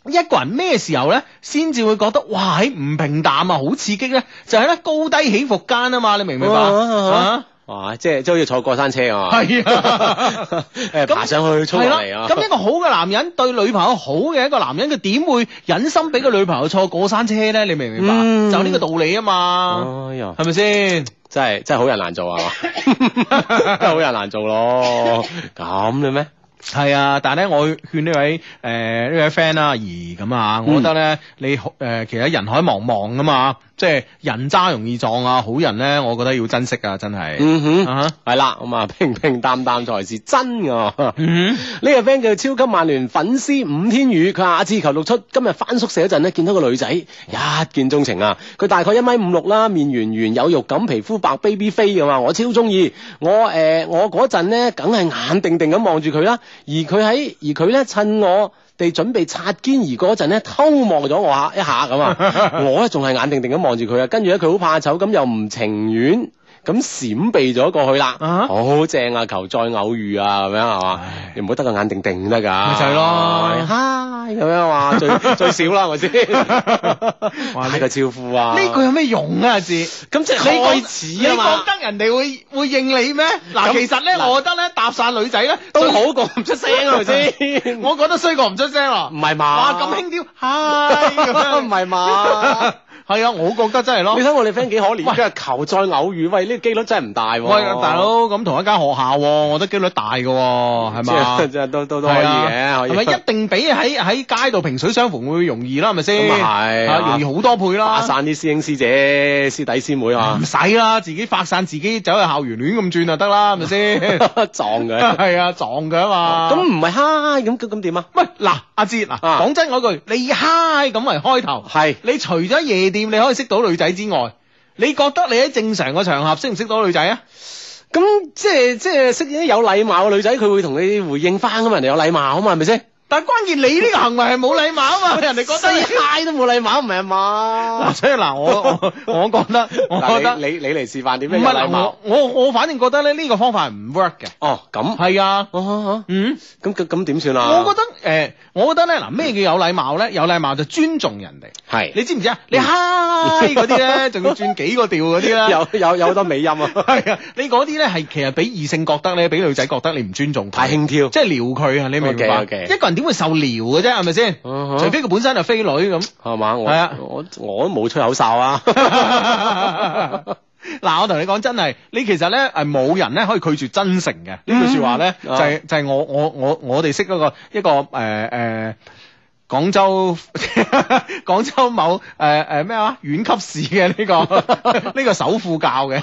Speaker 1: 一個人咩時候咧，先至會覺得哇，喺唔平淡啊，好刺激咧，就係咧高低起伏間啊嘛，你明唔明白
Speaker 3: 哦
Speaker 1: 啊？
Speaker 3: 哇，即係即係好似坐過山車啊嘛，
Speaker 1: 係啊。
Speaker 3: 誒爬上去衝
Speaker 1: 係
Speaker 3: 落
Speaker 1: 啦
Speaker 3: 嚟啊，
Speaker 1: 咁一個好嘅男人對女朋友好嘅一個男人，佢點會忍心俾個女朋友坐過山車咧？你明唔明白？
Speaker 3: 嗯
Speaker 1: 就呢個道理啊嘛，
Speaker 3: 哎呀，
Speaker 1: 係咪先？
Speaker 3: 真係真係好人難做啊嘛， 真係好人難做咯，咁嘅咩？
Speaker 1: 係啊，但係咧，我勸呢位誒呢位 friend 啦，怡咁啊，
Speaker 3: 嗯
Speaker 1: 我覺得咧，你好誒其實人海茫茫噶嘛，即係人渣容易撞啊，好人咧，我覺得要珍惜啊，真係。
Speaker 3: 嗯哼，
Speaker 1: 啊哈
Speaker 3: 係啦，咁啊平平淡淡才是真噶。
Speaker 1: 嗯
Speaker 3: 呢個 friend 叫超級曼聯粉絲伍天宇，佢話阿志求六出，今日翻宿舍嗰陣咧，見到個女仔，一見鍾情啊！佢大概一米五六啦，面圓圓，有肉感，皮膚白，baby 飛咁嘛，我超中意。我誒、呃我嗰陣咧，梗係眼定定咁望住佢啦，而佢喺而佢咧趁我。哋準備擦肩而嗰陣咧，偷望咗我下一下咁啊！我咧仲係眼定定咁望住佢啊，跟住咧佢好怕醜咁，又唔情願咁閃避咗過去啦。
Speaker 1: 啊
Speaker 3: 好正啊！求再偶遇啊，咁樣係嘛
Speaker 1: 唉？
Speaker 3: 你唔好得個眼定定得㗎。咪
Speaker 1: 就係咯
Speaker 3: 嗨咁樣話 最最少啦，係咪先？
Speaker 1: 哇
Speaker 3: 哇！
Speaker 1: 呢
Speaker 3: 呢個招呼啊，
Speaker 1: 呢句有咩用啊？字
Speaker 3: 咁即
Speaker 1: 你
Speaker 3: 係
Speaker 1: 覺
Speaker 3: 開始啊嘛，
Speaker 1: 你覺得人哋會會應你咩？嗱，
Speaker 3: 咁
Speaker 1: 其實咧，
Speaker 3: 嗱
Speaker 1: 我覺得咧，搭訕女仔咧
Speaker 3: 都好過唔出聲啊，係咪 先？
Speaker 1: 我覺得衰過唔出聲咯
Speaker 3: 唔。係嘛？
Speaker 1: 哇，咁輕佻，嗨咁樣
Speaker 3: 啊唔係嘛？
Speaker 1: 係啊，我覺得真係咯
Speaker 3: 你。睇我哋 friend 幾可憐，跟住求再偶遇，喂呢個機率真係唔大喎。
Speaker 1: 喂，大佬，咁同一間學校喎，我覺得機率大嘅喎，係
Speaker 3: 即
Speaker 1: 嘛
Speaker 3: 係，？即係都都都可以嘅，可以。
Speaker 1: 係咪 一定比喺喺街度萍水相逢會容易啦？係咪先？
Speaker 3: 咁啊係
Speaker 1: 啊容易好多倍
Speaker 3: 打
Speaker 1: 啦。
Speaker 3: 散啲師兄師姐、師弟師妹 啊
Speaker 1: 唔，使啦，自己發散，自己走去校園亂咁轉就得啦，係咪先？
Speaker 3: 撞佢。
Speaker 1: 係啊，撞佢啊嘛。
Speaker 3: 咁唔係嗨咁咁咁點啊？
Speaker 1: 喂，嗱，阿哲，嗱，
Speaker 3: 啊
Speaker 1: 講真嗰句，你嗨咁為開頭，
Speaker 3: 係
Speaker 1: 你除咗夜店你可以識到女仔之外，你覺得你喺正常嘅場合識唔識到女仔啊？
Speaker 3: 咁即係即係識啲有禮貌嘅女仔，佢會同你回應翻噶嘛？人哋有禮貌啊嘛，係咪先？
Speaker 1: 但關鍵你呢個行為係冇禮貌啊 嘛，人哋覺得你
Speaker 3: say hi 都冇禮貌，唔係啊嘛
Speaker 1: 嗱，？所以嗱，我我我覺得，我覺
Speaker 3: 嗱
Speaker 1: 得
Speaker 3: 你你你嚟示範點
Speaker 1: 唔
Speaker 3: 樣有
Speaker 1: 係
Speaker 3: 禮
Speaker 1: 嗱，我
Speaker 3: 貌？
Speaker 1: 我我反正覺得咧呢個方法係唔 work 嘅，
Speaker 3: 哦，咁
Speaker 1: 係啊，
Speaker 3: 哦哦
Speaker 1: 嗯，
Speaker 3: 咁咁咁點算啊？
Speaker 1: 我覺得誒，我覺得咧嗱，咩叫有禮貌咧？有禮貌就尊重人哋，
Speaker 3: 係
Speaker 1: 你知唔知啊？你嗨嗰啲咧，仲要轉幾個調嗰啲啦。
Speaker 3: 嗯 有有有好多美 音啊，
Speaker 1: 係啊，你嗰啲咧係其實俾異性覺得咧，俾女仔覺得你唔尊重
Speaker 3: 太
Speaker 1: 佢，
Speaker 3: 輕佻。
Speaker 1: 即係撩佢啊！你明唔明白
Speaker 3: OK，OK
Speaker 1: 一個人點會受撩嘅啫？係咪先？
Speaker 3: 嗯哼
Speaker 1: 除非佢本身就飛女咁。
Speaker 3: 係嘛？我
Speaker 1: 係啊
Speaker 3: 我我都冇吹口哨 啊！
Speaker 1: 嗱，我同你講真係，你其實咧係冇人咧可以拒絕真誠嘅呢句説話咧，就
Speaker 3: 啊
Speaker 1: 係就係我我我我哋識嗰個一個誒誒。廣州 廣州某誒誒咩話縣級市嘅呢個 呢個首富教嘅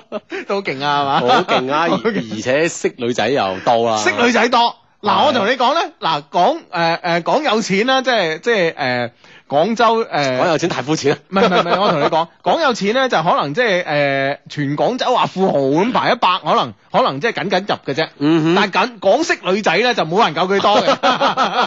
Speaker 1: 都勁啊係嘛，
Speaker 3: 好勁啊！而
Speaker 1: 好勁
Speaker 3: 而且識女仔又多啦，
Speaker 1: 識女仔多。嗱，
Speaker 3: 係
Speaker 1: 我同你講咧，嗱講誒誒講有錢啦，即係即係誒廣州誒。
Speaker 3: 講有錢太膚淺啦。
Speaker 1: 唔係唔係唔係，我同你 講，講有錢咧就可能即係誒全廣州話富豪咁排一百，可能可能即係緊緊入嘅啫。
Speaker 3: 嗯哼，
Speaker 1: 但係緊港式女仔咧就冇人夠佢多嘅，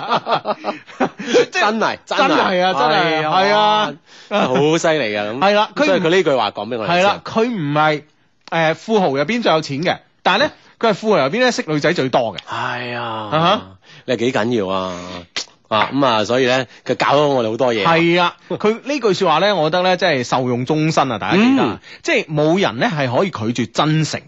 Speaker 1: 即係
Speaker 3: 真係
Speaker 1: 真係啊真係啊係 啊，
Speaker 3: 哎呀哇好犀利啊！咁
Speaker 1: 係啦佢
Speaker 3: 所以
Speaker 1: 唔
Speaker 3: 佢呢句話講俾我哋
Speaker 1: 係
Speaker 3: 知
Speaker 1: 啦
Speaker 3: 啊。，
Speaker 1: 佢唔係誒富豪入邊最有錢嘅，但係咧佢係富豪入邊咧識女仔最多嘅。
Speaker 3: 哎呀
Speaker 1: 啊哈，
Speaker 3: 你係幾緊要啊！啊咁啊，所以咧佢教咗我哋好多嘢。
Speaker 1: 係啊，佢呢句説話咧，我覺得咧真係受用終身啊！大家記得啊，
Speaker 3: 嗯
Speaker 1: 即係冇人咧係可以拒絕真誠嘅。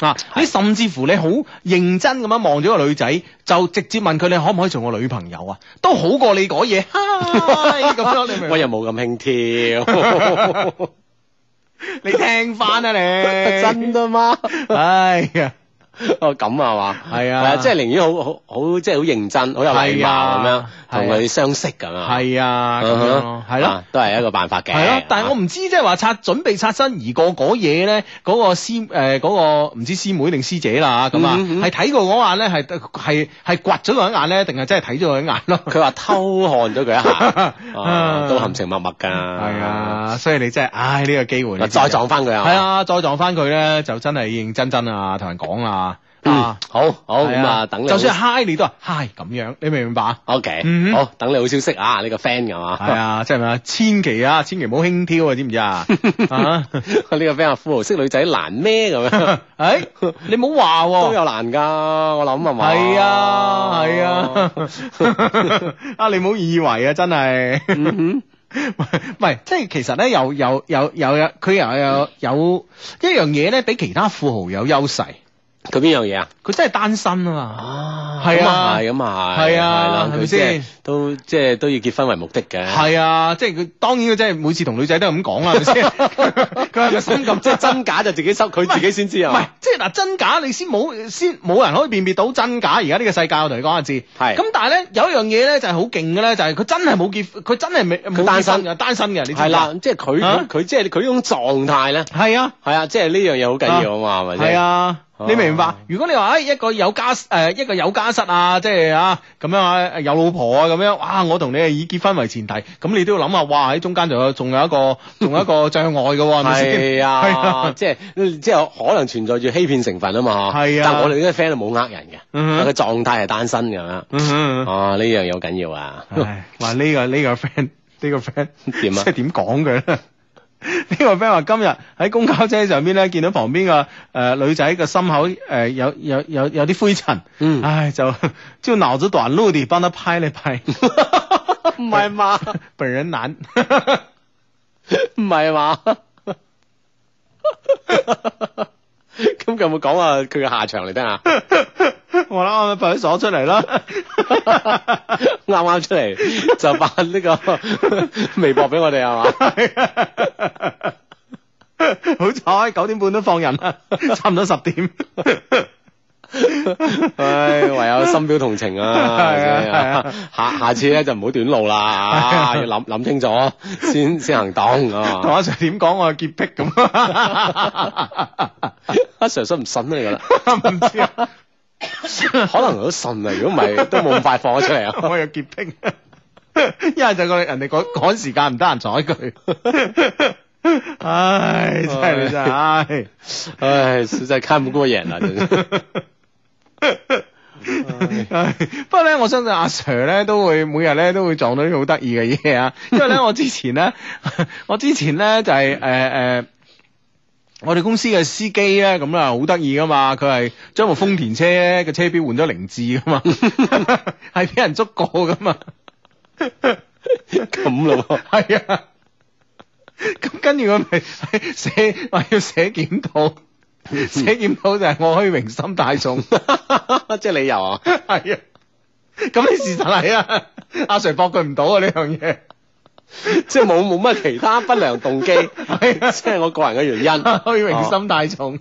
Speaker 1: 啊！你甚至乎你好認真咁樣望咗個女仔，就直接問佢你可唔可以做我女朋友啊？都好過你講嘢， 嗨咁樣你明唔
Speaker 3: 我
Speaker 1: 明？
Speaker 3: 又冇咁輕佻，
Speaker 1: 你聽翻啊你！ 哎
Speaker 3: 真啊嘛！
Speaker 1: 唉呀，
Speaker 3: 哦咁啊嘛，
Speaker 1: 係啊
Speaker 3: 係即係寧願好好好，即係好認真，好有禮
Speaker 1: 係啊
Speaker 3: 貌咁樣同
Speaker 1: 係啊
Speaker 3: 佢相識咁樣，嗯
Speaker 1: 係啊，咁樣咯，係咯
Speaker 3: 啊。，都係一個辦法嘅。啊
Speaker 1: 係咯，但係我唔知即係話擦準備擦身而過嗰嘢咧，嗰、個師誒嗰、個唔知師妹定師姐啦咁啊，
Speaker 3: 嗯嗯
Speaker 1: 係睇、過嗰眼咧，係係係掘咗佢一眼咧，定係真係睇咗佢一眼咯？，
Speaker 3: 佢話偷看咗佢一下 啊都含情脈脈㗎。
Speaker 1: 係，啊，所以你真係，唉呢、個機會你
Speaker 3: 再撞翻佢啊！
Speaker 1: 係，啊，再撞翻佢咧，就真係認真真啊，同人講啊，
Speaker 3: 嗯
Speaker 1: 啊，，
Speaker 3: 好好
Speaker 1: 係
Speaker 3: 咁啊，等你
Speaker 1: 就
Speaker 3: 好。
Speaker 1: 算係 hi 你都係 hi 咁樣，你明唔明白？
Speaker 3: O K，
Speaker 1: 嗯
Speaker 3: 好，等你好消息啊！呢個 friend 㗎嘛，
Speaker 1: 係啊，即係咪啊？千祈啊，千祈唔好輕佻啊，知唔知啊？啊，
Speaker 3: 呢個 friend 話富豪識女仔難咩咁樣？
Speaker 1: 誒，你唔好話喎
Speaker 3: 都。有難㗎，我諗係嘛？
Speaker 1: 系啊，系啊， 啊你唔好以為啊，真係，
Speaker 3: 嗯
Speaker 1: 唔係，即係其實咧，有有有有有，佢又有有一樣嘢咧，比其他富豪有優勢，
Speaker 3: 哼，佢邊樣嘢啊？
Speaker 1: 佢真係單身啊嘛。
Speaker 3: 啊
Speaker 1: 係
Speaker 3: 係
Speaker 1: 啊
Speaker 3: 啊，係咁啊，
Speaker 1: 係啊
Speaker 3: 係
Speaker 1: 係
Speaker 3: 啦
Speaker 1: 咪
Speaker 3: 佢即
Speaker 1: 先
Speaker 3: 係都即係都要結婚為目的嘅，
Speaker 1: 係啊，即係佢當然佢真係每次同女仔都係咁講啦，係咪 先？佢係咪心咁
Speaker 3: 咁即 係真假就自己收，佢自己先知
Speaker 1: 唔係
Speaker 3: 啊，，
Speaker 1: 即係嗱，真假你先冇先冇人可以辨別到真假。而家呢個世界，我同你講下知。
Speaker 3: 係
Speaker 1: 咁，但係咧有一樣嘢咧就係好勁嘅咧，就係佢真係冇結，佢真係未冇
Speaker 3: 佢單身
Speaker 1: 結婚嘅，單身嘅，你知唔知啊
Speaker 3: 係啦，即係佢
Speaker 1: 啊
Speaker 3: 佢佢即係佢呢種狀態咧，
Speaker 1: 係啊。
Speaker 3: 係啊，即係呢樣嘢好緊要啊嘛，係咪
Speaker 1: 係
Speaker 3: 先？
Speaker 1: 啊，
Speaker 3: 哦
Speaker 1: 你明唔明白？如果你話哎誒一個有家誒、一個有家室啊，即係啊咁樣啊有老婆啊咁樣，哇！我同你係以結婚為前提，咁你都要諗下，哇！喺中間仲有仲有一個仲有一 個障礙嘅喎，係咪先？
Speaker 3: 係
Speaker 1: 係啊
Speaker 3: 啊，即係即係可能存在住欺騙成分啊嘛，
Speaker 1: 係啊
Speaker 3: 但我哋呢啲 friend 係冇呃人嘅，
Speaker 1: 嗯
Speaker 3: 但
Speaker 1: 哼
Speaker 3: 佢狀態係單身咁樣，
Speaker 1: 嗯哼
Speaker 3: 哦，呢樣嘢好緊要啊，
Speaker 1: 唉，話呢、個呢、個 friend 呢個 friend
Speaker 3: 點啊
Speaker 1: 即係點講佢咧？呢個 friend 話今日喺公交車上邊咧，見到旁邊個誒女仔個心口誒、呃有有有有啲灰塵，
Speaker 3: 嗯
Speaker 1: 唉就就腦子短路地幫他拍了拍，
Speaker 3: 唔係嘛，
Speaker 1: 本人難，
Speaker 3: 唔係嘛。 咁佢有冇講話佢嘅下場嚟聽下？
Speaker 1: 我啦我咪派出所出嚟啦，
Speaker 3: 啱啱出嚟就發呢個 微博俾我哋係嘛？
Speaker 1: 好彩九點半都放人啦， 差唔多十點。
Speaker 3: 唉，唯有深表同情啊！
Speaker 1: 係啊係啊
Speaker 3: 下下次咧就唔好短路 啦，啊要諗諗清楚先先行 動
Speaker 1: 同
Speaker 3: 啊！
Speaker 1: 阿 Sir 點講我係潔癖咁，
Speaker 3: 阿 Sir 信唔信啊？你覺得？
Speaker 1: 唔知啊，
Speaker 3: 可能都信啊！如果唔係，都冇咁快放咗出嚟啊！
Speaker 1: 我有潔癖， 一係就個人哋趕趕時間唔得閒睬佢， 唉，真係你真係，唉，
Speaker 3: 唉，實在看不過眼啦，真係。
Speaker 1: 唉不過咧，我相信阿 Sir 咧都會每日咧都會撞到啲好得意嘅嘢 啊，因為咧我之前咧， 我之前咧就係誒誒。呃我哋公司嘅司機咧，咁啊好得意噶嘛，佢係將部豐田車咧嘅車標換咗凌志 噶嘛，係俾人捉過噶嘛，
Speaker 3: 咁咯喎。
Speaker 1: 係啊，咁跟住佢咪 寫話要寫檢 討，寫檢討就係我虛榮心太 重。
Speaker 3: 即係理由啊！
Speaker 1: 系啊，咁你事實係啊，阿 Sir 駁佢唔到啊呢樣嘢，
Speaker 3: 即係冇冇乜其他不良動機，
Speaker 1: 係啊
Speaker 3: 即係我個人嘅原因。
Speaker 1: 虛榮心太 重。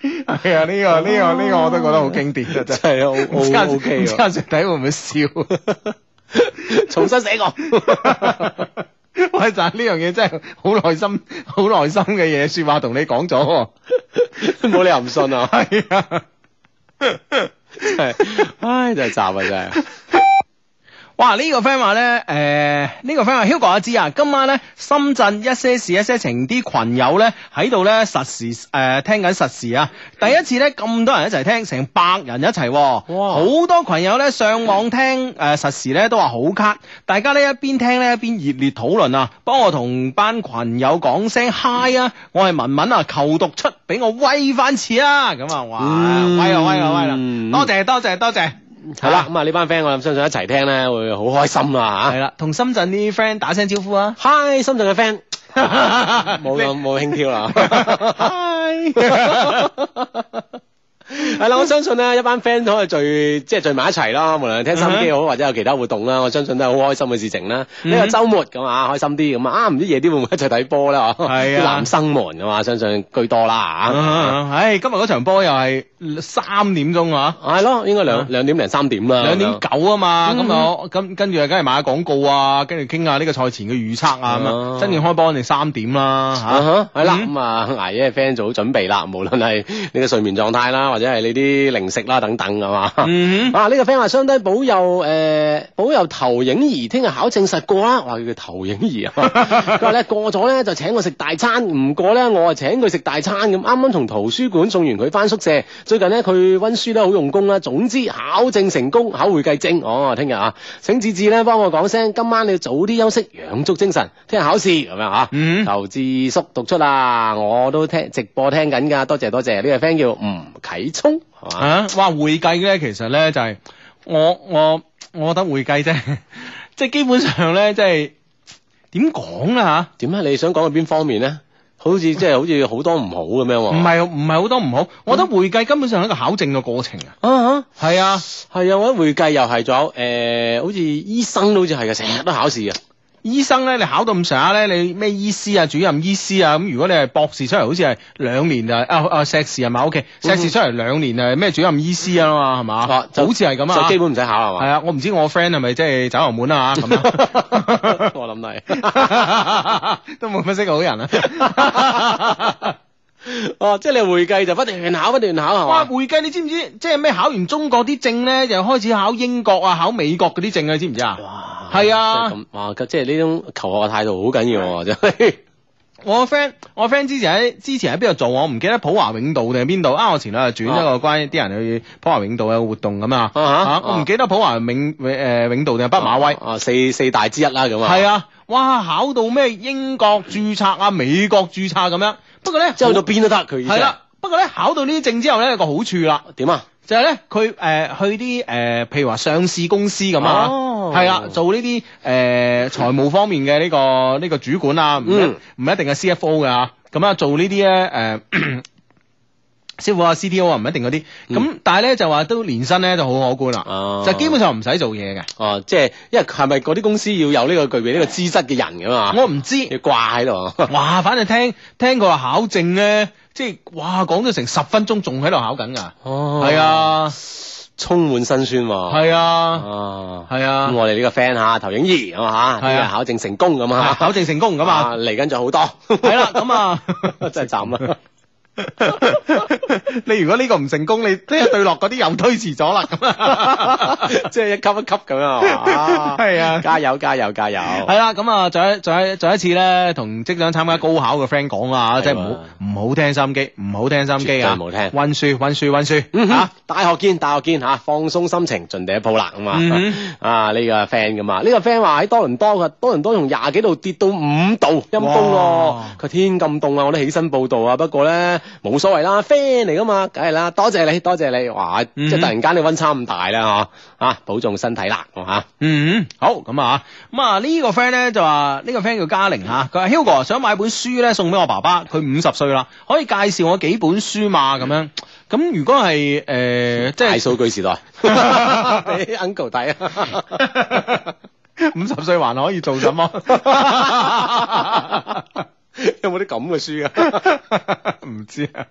Speaker 1: 係啊，呢、個呢、個呢、個我都覺得好經典啊，真
Speaker 3: 哦真
Speaker 1: 係。
Speaker 3: 係好啊
Speaker 1: 唔知阿
Speaker 3: O
Speaker 1: 唔
Speaker 3: K
Speaker 1: 知
Speaker 3: 喎，
Speaker 1: 阿 Sir 睇會唔會笑？
Speaker 3: 重新寫過。
Speaker 1: 喂，但係呢樣嘢真係好耐心、 好耐心嘅嘢，説話同你講咗喎。
Speaker 3: 冇理由唔信啊！
Speaker 1: 係啊。
Speaker 3: 真係，唉，真係雜啊！ 真係，
Speaker 1: 哇！呢、個 friend 話咧，誒、呢、個 friend 話 Hugo 阿芝啊，今晚咧深圳一些事一些情啲群友咧喺度咧實時誒、聽緊實時啊！第一次咧咁多人一齊聽，成百人一齊喎、
Speaker 3: 哇
Speaker 1: 好多群友咧上網聽誒、實時咧都話好卡，大家呢一邊聽咧一邊熱烈討論啊！幫我同班群友講聲 hi 啊！我係文文啊，求讀出俾我威翻次啊！咁啊，哇！
Speaker 3: 嗯
Speaker 1: 威啦威啦威啦！多謝多謝多謝，
Speaker 3: 係啦，咁啊呢班 friend 我諗相信一齊聽咧會好開心啦
Speaker 1: 係啦，同深圳啲 friend 打聲招呼啊！
Speaker 3: 嚇。嗨，深圳嘅 friend，冇咁冇輕佻啦。
Speaker 1: 嗨，
Speaker 3: 係啦，我相信咧一班 friend 都可以聚，即係聚埋一齊啦。無論聽收音機好，或者有其他活動啦，我相信都係好開心嘅事情啦。呢個
Speaker 1: 嗯
Speaker 3: 週末咁啊，開心啲咁啊，啊唔知夜啲會唔會一齊睇波啦？嗬
Speaker 1: 係啊
Speaker 3: 啲 男生們咁啊，相信居多啦嚇。
Speaker 1: 啊唉，今日嗰場波又係三點鐘啊。
Speaker 3: 係咯，應該
Speaker 1: 啊
Speaker 3: 兩兩點零三點啦。
Speaker 1: 兩點
Speaker 3: 咁樣
Speaker 1: 九啊嘛，咁我咁跟住啊，梗係買下廣告啊，跟住傾下呢個賽前嘅預測啊咁啊，
Speaker 3: 啊
Speaker 1: 真正開波我哋三點啦嚇。
Speaker 3: 啊哈，係啦，
Speaker 1: 嗯
Speaker 3: 咁啊，捱夜嘅 friend 做好準備啦，無論係你嘅睡眠狀態啦，或者係你啲零食啦等等，係嘛？
Speaker 1: 嗯哼
Speaker 3: 啊！呢、個 friend 話相低保佑誒、呃保佑投影儀聽日考證實過啦，話佢叫投影儀啊。佢話咧過咗咧就請我食大餐，唔過咧我啊請佢食大餐咁。啱啱從圖書館送完佢翻宿舍，最近咧佢温書咧好用功啦。啊總之考證成功，考會計證。哦，聽日啊，請志志咧幫我講聲，今晚你要早啲休息，養足精神，聽日考試咁樣啊。
Speaker 1: 嗯
Speaker 3: 求智叔讀出啊，我都聽直播聽緊㗎，多謝多謝。呢、個 friend 叫吳啟聰係嘛？
Speaker 1: 啊，哇！會計咧，其實咧就係、我我我覺得會計啫， 即係基本上咧，即係點講啦
Speaker 3: 點啊？你想講嘅邊方面咧？好似即係好似好多唔好咁樣
Speaker 1: 吓，
Speaker 3: 喎。
Speaker 1: 唔係唔係好多唔好，我覺得會計根本上係一個考證嘅過程啊。
Speaker 3: 啊啊，
Speaker 1: 係啊，
Speaker 3: 係啊，我覺得會計又係，仲有誒，好似醫生都好似係嘅，成日都考試嘅。
Speaker 1: 醫生咧，你考到咁上下咧，你咩醫師啊、主任醫師啊，咁如果你係博士出嚟，好似係兩年就啊啊碩士係咪？O K，碩士出嚟兩年誒咩主任醫師啊嘛，係嘛？
Speaker 3: 啊就
Speaker 1: 好似係咁啊
Speaker 3: 就。基本唔使考
Speaker 1: 係
Speaker 3: 係 嘛？
Speaker 1: 啊，我唔知我 friend 係咪即係走油門 啊 咁樣。
Speaker 3: 我諗係。
Speaker 1: 都冇乜識好人啊！
Speaker 3: 哦，即係你會計就不斷考，不斷考
Speaker 1: 哇，
Speaker 3: 係嘛？
Speaker 1: 會計你知唔知？即係咩考完中國啲證咧，就開始考英國啊、考美國嗰啲證啊，知唔知啊？
Speaker 3: 哇
Speaker 1: 係啊
Speaker 3: 即係咁哇！即係呢種求學嘅態度好緊要喎，真係。
Speaker 1: 我 friend 我 friend 之前喺之前喺邊度做，我唔記得普華永道定係邊度啊！我前兩日轉一個關於啲人去普華永道有個活動咁啊，
Speaker 3: 啊
Speaker 1: 啊我唔記得普華永永誒永道定係北馬威，
Speaker 3: 啊，四四大之一啦咁啊。
Speaker 1: 係啊！哇，考到咩英國註冊啊、美國註冊咁樣，不過咧
Speaker 3: 即係去到邊都得佢意思
Speaker 1: 係啦，不過咧考到呢啲證之後咧有個好處啦。
Speaker 3: 點啊？
Speaker 1: 就係咧，佢誒、呃去啲誒、呃譬如話上市公司咁啊，
Speaker 3: 哦
Speaker 1: 係啦、做呢啲誒財務方面嘅呢、個呢、個主管啊，唔一
Speaker 3: 嗯
Speaker 1: 唔一定係 CFO 㗎啊，咁啊做呢啲咧誒。 呃師傅啊，CTO 啊，唔一定嗰啲，咁、但係咧就話都年薪咧就好可觀啦，
Speaker 3: 嗯哦
Speaker 1: 就基本上唔使做嘢嘅。
Speaker 3: 哦，即係因為係咪嗰啲公司要有呢個具備呢個資質嘅人㗎嘛？
Speaker 1: 我唔知，
Speaker 3: 要掛喺度。
Speaker 1: 哇！反正聽聽佢話考證咧，即係哇講咗成十分鐘，仲喺度考緊㗎，
Speaker 3: 哦
Speaker 1: 係、，啊，
Speaker 3: 充滿辛酸喎。
Speaker 1: 係啊，
Speaker 3: 啊，
Speaker 1: 係啊
Speaker 3: 咁，我哋呢個 friend 吓投影儀咁啊吓，
Speaker 1: 係啊
Speaker 3: 聽日考證成功咁啊，
Speaker 1: 考證成功咁
Speaker 3: 咁
Speaker 1: 啊
Speaker 3: 啊，嚟緊仲有好多，
Speaker 1: 係啦，咁啊。
Speaker 3: 真係慘啊啦。
Speaker 1: 你如果呢個唔成功，你聽日對落嗰啲又推遲咗啦。咁啊，
Speaker 3: 即係一級一級咁樣啊，
Speaker 1: 係啊
Speaker 3: 加油加油加油！
Speaker 1: 係啦，咁啊，再一再一再一次咧，同即將參加高考嘅 friend 講啊，
Speaker 3: 係喎
Speaker 1: 即係唔好唔好聽心機，唔好聽心機啊，
Speaker 3: 絕對唔好聽
Speaker 1: 温書温書温書啊
Speaker 3: 嗯
Speaker 1: 嚇
Speaker 3: 哼，，大學見，大學見嚇，放鬆心情，盡地一鋪啦咁啊
Speaker 1: 嗯！
Speaker 3: 啊呢個 friend 咁啊，呢個 friend 話喺多倫多嘅，多倫多從廿幾度跌到五度，陰公咯
Speaker 1: 哇！
Speaker 3: 佢天咁凍啊，我都起身報道啊，不過咧冇所謂啦，friend 嚟噶嘛，梗係啦，多謝你，多謝你，哇！
Speaker 1: 嗯
Speaker 3: 即係突然間你温差咁大啦嚇，啊保重身體啦，咁啊嚇，
Speaker 1: 嗯，好咁啊，咁啊呢個 friend 咧就話呢個 friend 叫嘉玲啊吓，佢話 Hugo 想買本書咧送俾我爸爸，佢五十歲啦，可以介紹我幾本書嘛咁樣。咁如果係誒、呃即
Speaker 3: 大
Speaker 1: 係
Speaker 3: 數據時代， 俾 uncle 睇啊！
Speaker 1: 五十歲還可以做什麼？
Speaker 3: 有冇啲咁嘅書啊？
Speaker 1: 唔知啊，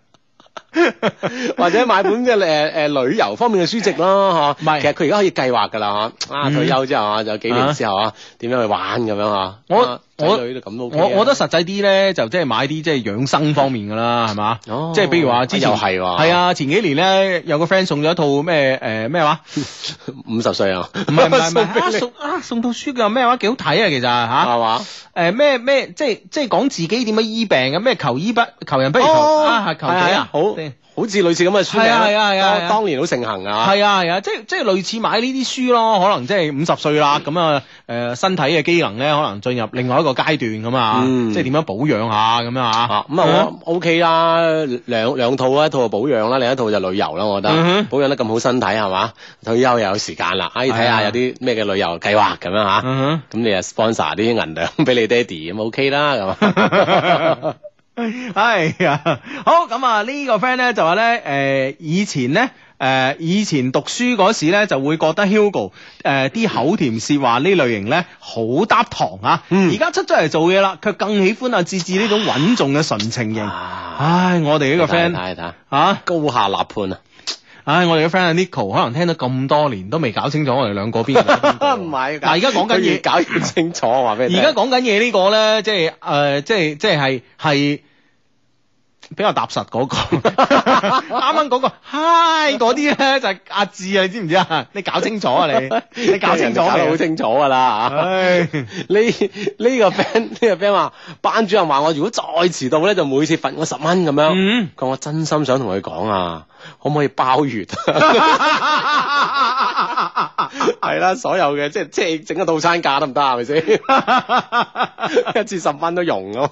Speaker 3: 或者買本嘅誒誒旅遊方面嘅書籍啦，嚇。
Speaker 1: 唔係
Speaker 3: 其實佢而家可以計劃㗎啦，嚇。啊，
Speaker 1: 嗯
Speaker 3: 退休之後啊，就幾年之後啊，點樣去玩咁樣嚇。
Speaker 1: 我
Speaker 3: 啊
Speaker 1: 我
Speaker 3: 仔女都咁都 OK 啊
Speaker 1: 我我覺得實際啲咧，就即係買啲即係養生方面噶啦，係嘛？
Speaker 3: 哦
Speaker 1: 即係比如話之前
Speaker 3: 又係喎
Speaker 1: 係啊，前幾年咧有個 friend 送咗一套咩誒咩話？
Speaker 3: 五十歲啊，
Speaker 1: 唔係唔 係唔
Speaker 3: 送俾
Speaker 1: 係啊
Speaker 3: 你
Speaker 1: 送啊送套書嘅咩話幾好睇啊，其實嚇
Speaker 3: 係嘛？
Speaker 1: 誒咩咩即係即係講自己點樣醫病嘅咩求醫不求人不如求
Speaker 3: 哦
Speaker 1: 啊係求己
Speaker 3: 係
Speaker 1: 啊
Speaker 3: 好
Speaker 1: 定
Speaker 3: 好似類似咁嘅書
Speaker 1: 係
Speaker 3: 名
Speaker 1: 啊係啊係啊係啊
Speaker 3: 當當年好盛行啊。
Speaker 1: 係啊係啊，即係即係類似買呢啲書咯，可能即係五十歲啦，
Speaker 3: 嗯
Speaker 1: 咁啊誒身體嘅機能咧，可能進入另外一個階段咁啊，
Speaker 3: 嗯
Speaker 1: 即係點樣保養下咁樣啊
Speaker 3: 啊，。咁啊，我 OK 啦，兩兩套啊，一套就保養啦，另一套就旅遊啦，我覺
Speaker 1: 嗯
Speaker 3: 得
Speaker 1: 哼
Speaker 3: 保養得咁好身體係嘛，退休又有時間啦，哎，睇
Speaker 1: 係啊
Speaker 3: 下有啲咩嘅旅遊計劃咁樣啊嚇。
Speaker 1: 嗯
Speaker 3: 咁你啊 sponsor 啲銀兩俾你爹哋咁 OK 啦，咁啊
Speaker 1: 哼系啊，好咁啊！呢個 friend 咧就話咧，诶、以前咧。诶、以前讀書嗰時咧，就會覺得 Hugo 诶啲口甜舌滑呢類型咧好搭糖啊！
Speaker 3: 嗯
Speaker 1: 而家、出咗嚟做嘢啦，卻更喜歡啊志志呢種穩重嘅純情型。
Speaker 3: 啊，
Speaker 1: 唉，我哋嗯呢個 friend
Speaker 3: 睇睇睇，
Speaker 1: 啊，
Speaker 3: 高下立判啊！
Speaker 1: 唉，我哋嘅 friend 啊 Nico 可能聽咗咁多年都未搞清楚我哋兩個邊個啊係邊個
Speaker 3: 唔係，
Speaker 1: 嗱而家講緊嘢
Speaker 3: 佢越搞越清楚，我話俾你
Speaker 1: 而
Speaker 3: 聽。
Speaker 1: 家講緊嘢呢個咧，即係誒、呃即係即係係係比較踏實嗰、個。 啱啱嗰個嗨嗰啲咧就係阿志啊，你知唔知啊？你搞清楚啊 你，你搞清楚
Speaker 3: 搞得好
Speaker 1: 未？啊
Speaker 3: 清楚噶啦嚇
Speaker 1: 唉，
Speaker 3: 呢呢個 friend 呢個 friend 話，班主任話我如果再遲到咧，就每次罰我十蚊咁樣。
Speaker 1: 嗯，
Speaker 3: 佢話我真心想同佢講啊，可唔可以包月？啊係啦，所有嘅即係即係整個套餐價得唔得啊？係咪先？一次十蚊都用啊！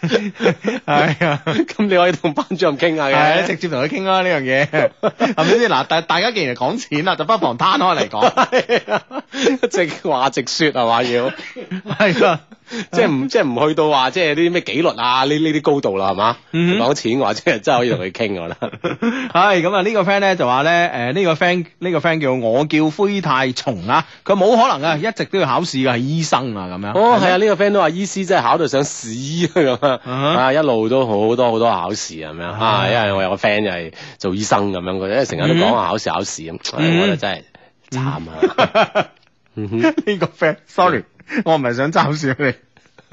Speaker 1: 係啊。
Speaker 3: 咁你可以同班主任傾下
Speaker 1: 系，哎直
Speaker 3: 嘅。
Speaker 1: 接同佢傾啦呢樣 嘢，係咪先？嗱，大大家既然係講錢啦，就不妨攤開嚟講，
Speaker 3: 直話直说係嘛要，
Speaker 1: 係
Speaker 3: 啊
Speaker 1: 啦。
Speaker 3: 即係唔即係唔去到話即係呢啲咩紀律啊呢呢啲高度啦係嘛？
Speaker 1: 嗯
Speaker 3: 講錢嘅話，即係真係可以同佢傾㗎啦。
Speaker 1: 系咁啊！呢個 friend 咧就話咧，诶呢個 friend 呢個 friend 叫我叫灰太蟲啊，佢冇可能啊，一直都要考試嘅，係醫生啊咁樣。
Speaker 3: 哦，係啊，呢個 friend 都話醫師真係考到想試醫咁樣
Speaker 1: 嗯
Speaker 3: 啊，一路都好多好多考試咁樣
Speaker 1: 啊
Speaker 3: 啊，因為我有個 friend 就係做醫生咁樣，佢因為成日都講話考試考試咁，唉我覺得真係慘啊！嗯哼
Speaker 1: 呢個 friend，sorry，我唔係想嘲笑你。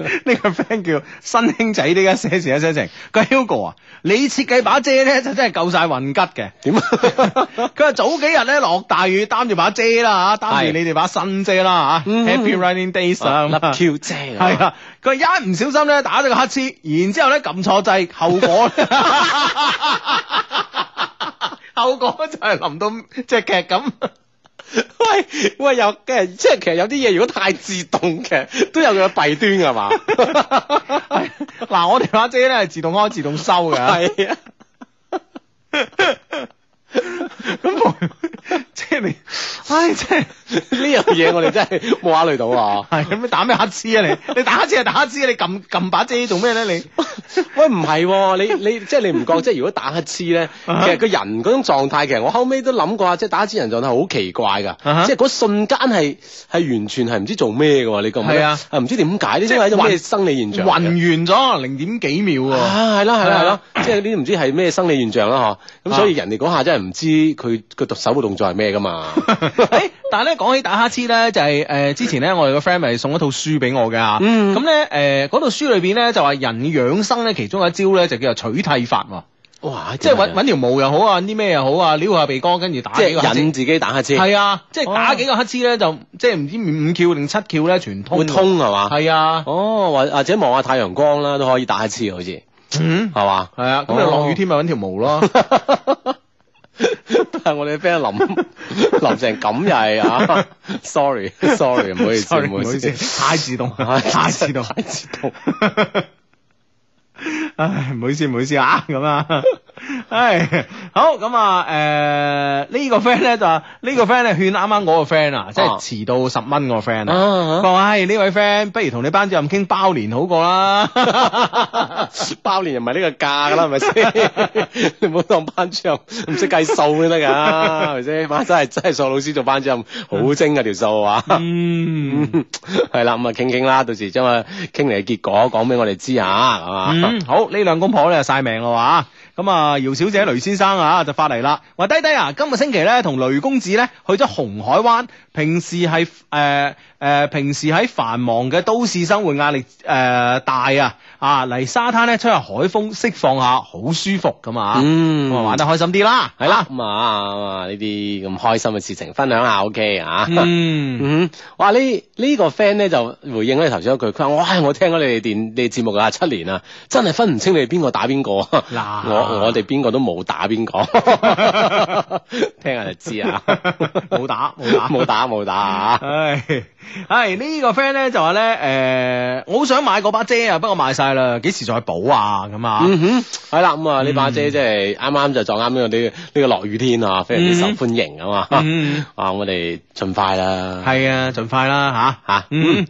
Speaker 1: 呢個 friend 叫新興仔，呢家寫事一寫情。佢話 Hugo 啊，你設計把遮咧就真係夠晒運吉嘅。
Speaker 3: 點啊？
Speaker 1: 佢話早幾日咧落大雨，擔住把遮啦嚇，擔住
Speaker 3: 係
Speaker 1: 你哋把新遮啦嚇
Speaker 3: 嗯
Speaker 1: ，Happy Running Days 啊咁啊
Speaker 3: 粒 Q 姐係
Speaker 1: 係啊，佢一唔小心咧打咗個乞嗤，然之後咧撳錯掣，後果 後果就係淋到只劇咁。
Speaker 3: 喂喂，有嘅，即係其實有啲嘢如果太自動嘅，都有佢嘅弊端㗎嘛。
Speaker 1: 嗱，我哋把遮咧係自動開自動收㗎，
Speaker 3: 係啊，
Speaker 1: 咁即係你，唉，即係
Speaker 3: 呢樣嘢我哋真係冇考慮到啊！
Speaker 1: 係咁你打咩乞嗤啊你？你打乞嗤係打乞嗤，你撳撳把遮做咩咧你？
Speaker 3: 喂，唔係喎，你你即係你唔 覺，即係如果打乞嗤咧，其
Speaker 1: 啊哈
Speaker 3: 實個人嗰種狀態，其實我後尾都諗過啊，即係打乞嗤人狀態好奇怪㗎
Speaker 1: 啊哈，
Speaker 3: 即係嗰瞬間係係完全係唔知做咩嘅喎，你覺唔覺
Speaker 1: 係
Speaker 3: 得？
Speaker 1: 啊，
Speaker 3: 唔知點解呢
Speaker 1: 即係
Speaker 3: 啲係一種
Speaker 1: 暈
Speaker 3: 咩生理現象
Speaker 1: 暈
Speaker 3: 嚟嘅？
Speaker 1: 完咗可能零點幾秒喎。
Speaker 3: 啊，係啦，係啦，係
Speaker 1: 係
Speaker 3: 啦
Speaker 1: 啊，
Speaker 3: 即係呢啲唔知係咩生理現象啦，嗬。咁所以人哋嗰下真係唔知佢個手部動作係咩 㗎嘛。
Speaker 1: 诶，但系咧講起打乞嗤咧，就係呃之前咧，我哋個 friend 咪送一套書俾我嘅吓，
Speaker 3: 嗯
Speaker 1: 咁咧诶嗰套書裏边咧就話人養生咧，其中一招咧就叫做取替法
Speaker 3: 嗯
Speaker 1: 喎，
Speaker 3: 哇！
Speaker 1: 即係揾揾條毛又好啊，啲咩又好啊，撩下鼻哥，跟住打
Speaker 3: 即
Speaker 1: 幾個
Speaker 3: 係
Speaker 1: 乞
Speaker 3: 引自己打乞
Speaker 1: 嗤，
Speaker 3: 嗤，
Speaker 1: 係啊，即係打
Speaker 3: 哦
Speaker 1: 幾個乞嗤咧就即係唔知五五竅定七竅咧全通，
Speaker 3: 會，通係嘛？
Speaker 1: 係啊，
Speaker 3: 哦，或或者望下太陽光啦，都可以打乞嗤，好似
Speaker 1: 嗯，
Speaker 3: 係嘛？
Speaker 1: 係啊，咁你落雨天咪揾條毛咯，
Speaker 3: 但係我哋 friend 林林成咁又係啊，sorry sorry，唔好意 思
Speaker 1: Sorry，
Speaker 3: 唔好意思，
Speaker 1: 太自 動，太自動，
Speaker 3: 太自動，
Speaker 1: 唉，唔好意思，唔好意思啊，咁啊，唉，好咁啊，诶、呢、個 friend 咧就話呢、個 friend 咧勸啱啱我個 friend 啊，即
Speaker 3: 啊
Speaker 1: 係遲到十蚊個 friend 啊，佢
Speaker 3: 啊
Speaker 1: 話：唉，呢位 friend，不如同你班主任傾包年好過啦。
Speaker 3: 包年又唔係呢個價㗎啦，係咪先？ 你唔好當班主任唔識計數都得㗎，係咪先？哇！真係真係數老師做班主任好精㗎條數啊！
Speaker 1: 嗯。
Speaker 3: 係啦，咁啊傾傾啦，到時將佢傾嚟嘅結果講俾我哋知下，係嘛？
Speaker 1: 嗯，好，呢兩公婆咧就晒命啦吓。咁啊，姚小姐、雷先生啊就發嚟啦，話低低啊，今個星期咧同雷公子咧去咗紅海灣，平時係誒誒，平時喺繁忙嘅都市生活壓力誒、呃大啊，啊嚟沙灘咧吹下海風，釋放下，好舒服咁啊，
Speaker 3: 嗯
Speaker 1: 咁啊玩得開心啲啦，係啦，
Speaker 3: 咁啊咁啊呢啲咁開心嘅事情分享下 OK 啊。
Speaker 1: 嗯，
Speaker 3: 嗯，哇！呢呢、個 friend 咧就回應咧頭先一句，佢話：，哇！我聽咗你哋電你哋節目廿七年啦，真係分唔清你哋邊個打邊個。
Speaker 1: 嗱
Speaker 3: 我我哋邊個都冇打 邊個，聽下就知啊，
Speaker 1: 冇打冇打
Speaker 3: 冇打冇打啊！
Speaker 1: 唉，唉，呢個 friend 咧就話咧，诶，我好想買嗰把遮啊，不過賣晒啦，幾時再補啊？咁啊，
Speaker 3: 嗯哼，係啦，咁啊呢把遮即係啱啱就撞啱呢個呢個呢個落雨天啊，非常之受歡迎啊嘛。
Speaker 1: 嗯，
Speaker 3: 啊，我哋盡快啦，
Speaker 1: 係啊，盡快啦吓
Speaker 3: 吓，
Speaker 1: 嗯，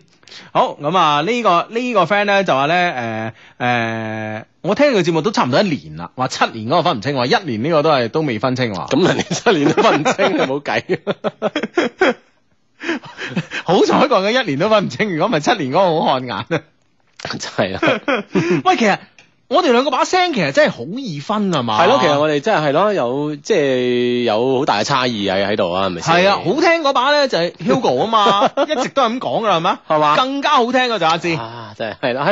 Speaker 1: 好咁啊，呢個呢個 friend 咧就話咧誒誒，我聽佢節目都差唔多一年啦，話七年嗰個分唔清，話一年呢個都係都未分清話。
Speaker 3: 咁人哋七年都分唔清，你冇計。
Speaker 1: 好彩講緊一年都分唔清，如果唔係七年嗰個好汗眼 啊！
Speaker 3: 真係啊，
Speaker 1: 喂，其實我哋兩個把聲其實真係好易分啊嘛。
Speaker 3: 係咯，其實我哋真係係咯，有即係有好大嘅差異喺喺度啊，係咪先？
Speaker 1: 係啊，好聽嗰把咧就係 Hugo 啊嘛， 一直都係咁講噶啦，係咪？
Speaker 3: 係嘛
Speaker 1: 更加好聽嘅就阿志，
Speaker 3: 啊，真係係啦，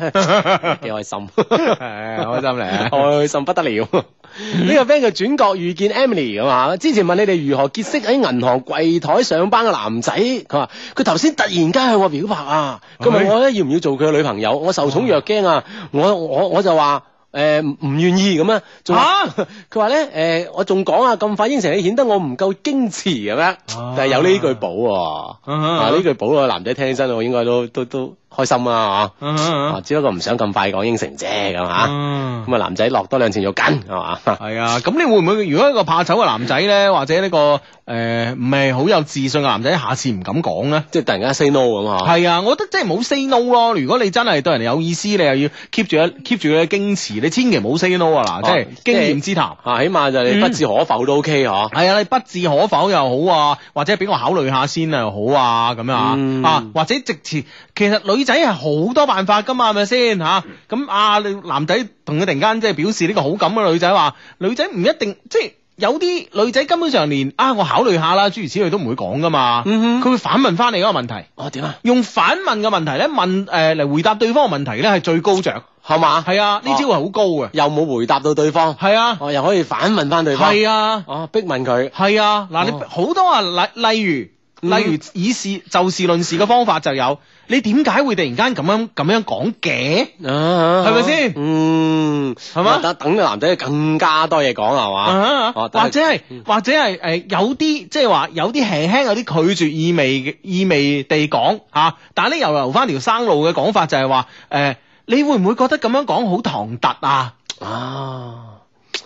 Speaker 3: 係 啦，幾開心，
Speaker 1: 係開心嚟 啊
Speaker 3: 開心不得了。呢個 friend 叫轉角遇見 Emily 咁啊，之前問你哋如何結識喺銀行櫃台上班嘅男仔，佢話佢頭先突然間向我表白啊，佢問我咧要唔要做佢嘅女朋友，我受寵若驚啊，我我我就話。誒唔唔願意咁啊！仲話 佢話咧誒，我仲講啊，咁快應承你，顯得我唔夠矜持咁樣。但係有呢句補喎，
Speaker 1: 啊哈
Speaker 3: 啊啊呢句補個男仔聽起身，我應該都都都開心啊！嚇。
Speaker 1: 嗯嗯
Speaker 3: 啊，只不過唔想咁快講應承啫，咁吓。
Speaker 1: 嗯
Speaker 3: 咁啊，男仔落多兩錢肉緊，係嘛？
Speaker 1: 係啊，咁你會唔會如果一個怕醜嘅男仔咧，或者呢、個誒唔係好有自信嘅男仔，下次唔敢講咧？
Speaker 3: 即係突然間 say no 咁啊。
Speaker 1: 係啊，我覺得真係冇 say no 咯。如果你真係對人哋有意思，你又要 keep 住 keep 住佢嘅矜持，你千祈唔好 say no 啊！嗱，
Speaker 3: 哦
Speaker 1: 即係經驗之談。
Speaker 3: 啊，起碼就你不置可否都 OK 嗬。
Speaker 1: 係啊，你不置可否又好啊，或者俾我考慮下先啊又好啊，咁樣啊，
Speaker 3: 嗯
Speaker 1: 啊或者直前，其實女仔係好多辦法噶嘛，係咪先吓？咁啊，你男仔同佢突然間即係表示呢個好感嘅女仔話，女仔唔一定即係。有啲女仔根本上連啊，我考慮下啦，諸如此類都唔會講噶嘛，佢、
Speaker 3: 嗯哼
Speaker 1: 會反問翻你嗰個問題，
Speaker 3: 哦，點啊？
Speaker 1: 用反問嘅問題咧問誒嚟、回答對方嘅問題咧係最高着，
Speaker 3: 係嘛？
Speaker 1: 係啊，呢招係好高嘅，
Speaker 3: 又冇回答到對方，
Speaker 1: 係啊，
Speaker 3: 哦，又可以反問翻對方。
Speaker 1: 係啊。
Speaker 3: 哦，逼問佢。
Speaker 1: 係啊，嗱，你
Speaker 3: 哦
Speaker 1: 好多啊，例例如
Speaker 3: 嗯
Speaker 1: 例如以事就事論事嘅方法就有，你點解會突然間咁樣咁樣講嘅？
Speaker 3: 係
Speaker 1: 係咪先
Speaker 3: 嗯，係
Speaker 1: 嘛
Speaker 3: 等等個男仔更加多嘢講係嘛？
Speaker 1: 啊
Speaker 3: 哦
Speaker 1: 或者係
Speaker 3: 嗯
Speaker 1: 或者係誒有啲即係話有啲輕輕有啲拒絕意味嘅意味地講嚇、啊但係咧又留翻條生路嘅講法就係話誒，你會唔會覺得咁樣講好唐突啊？
Speaker 3: 啊，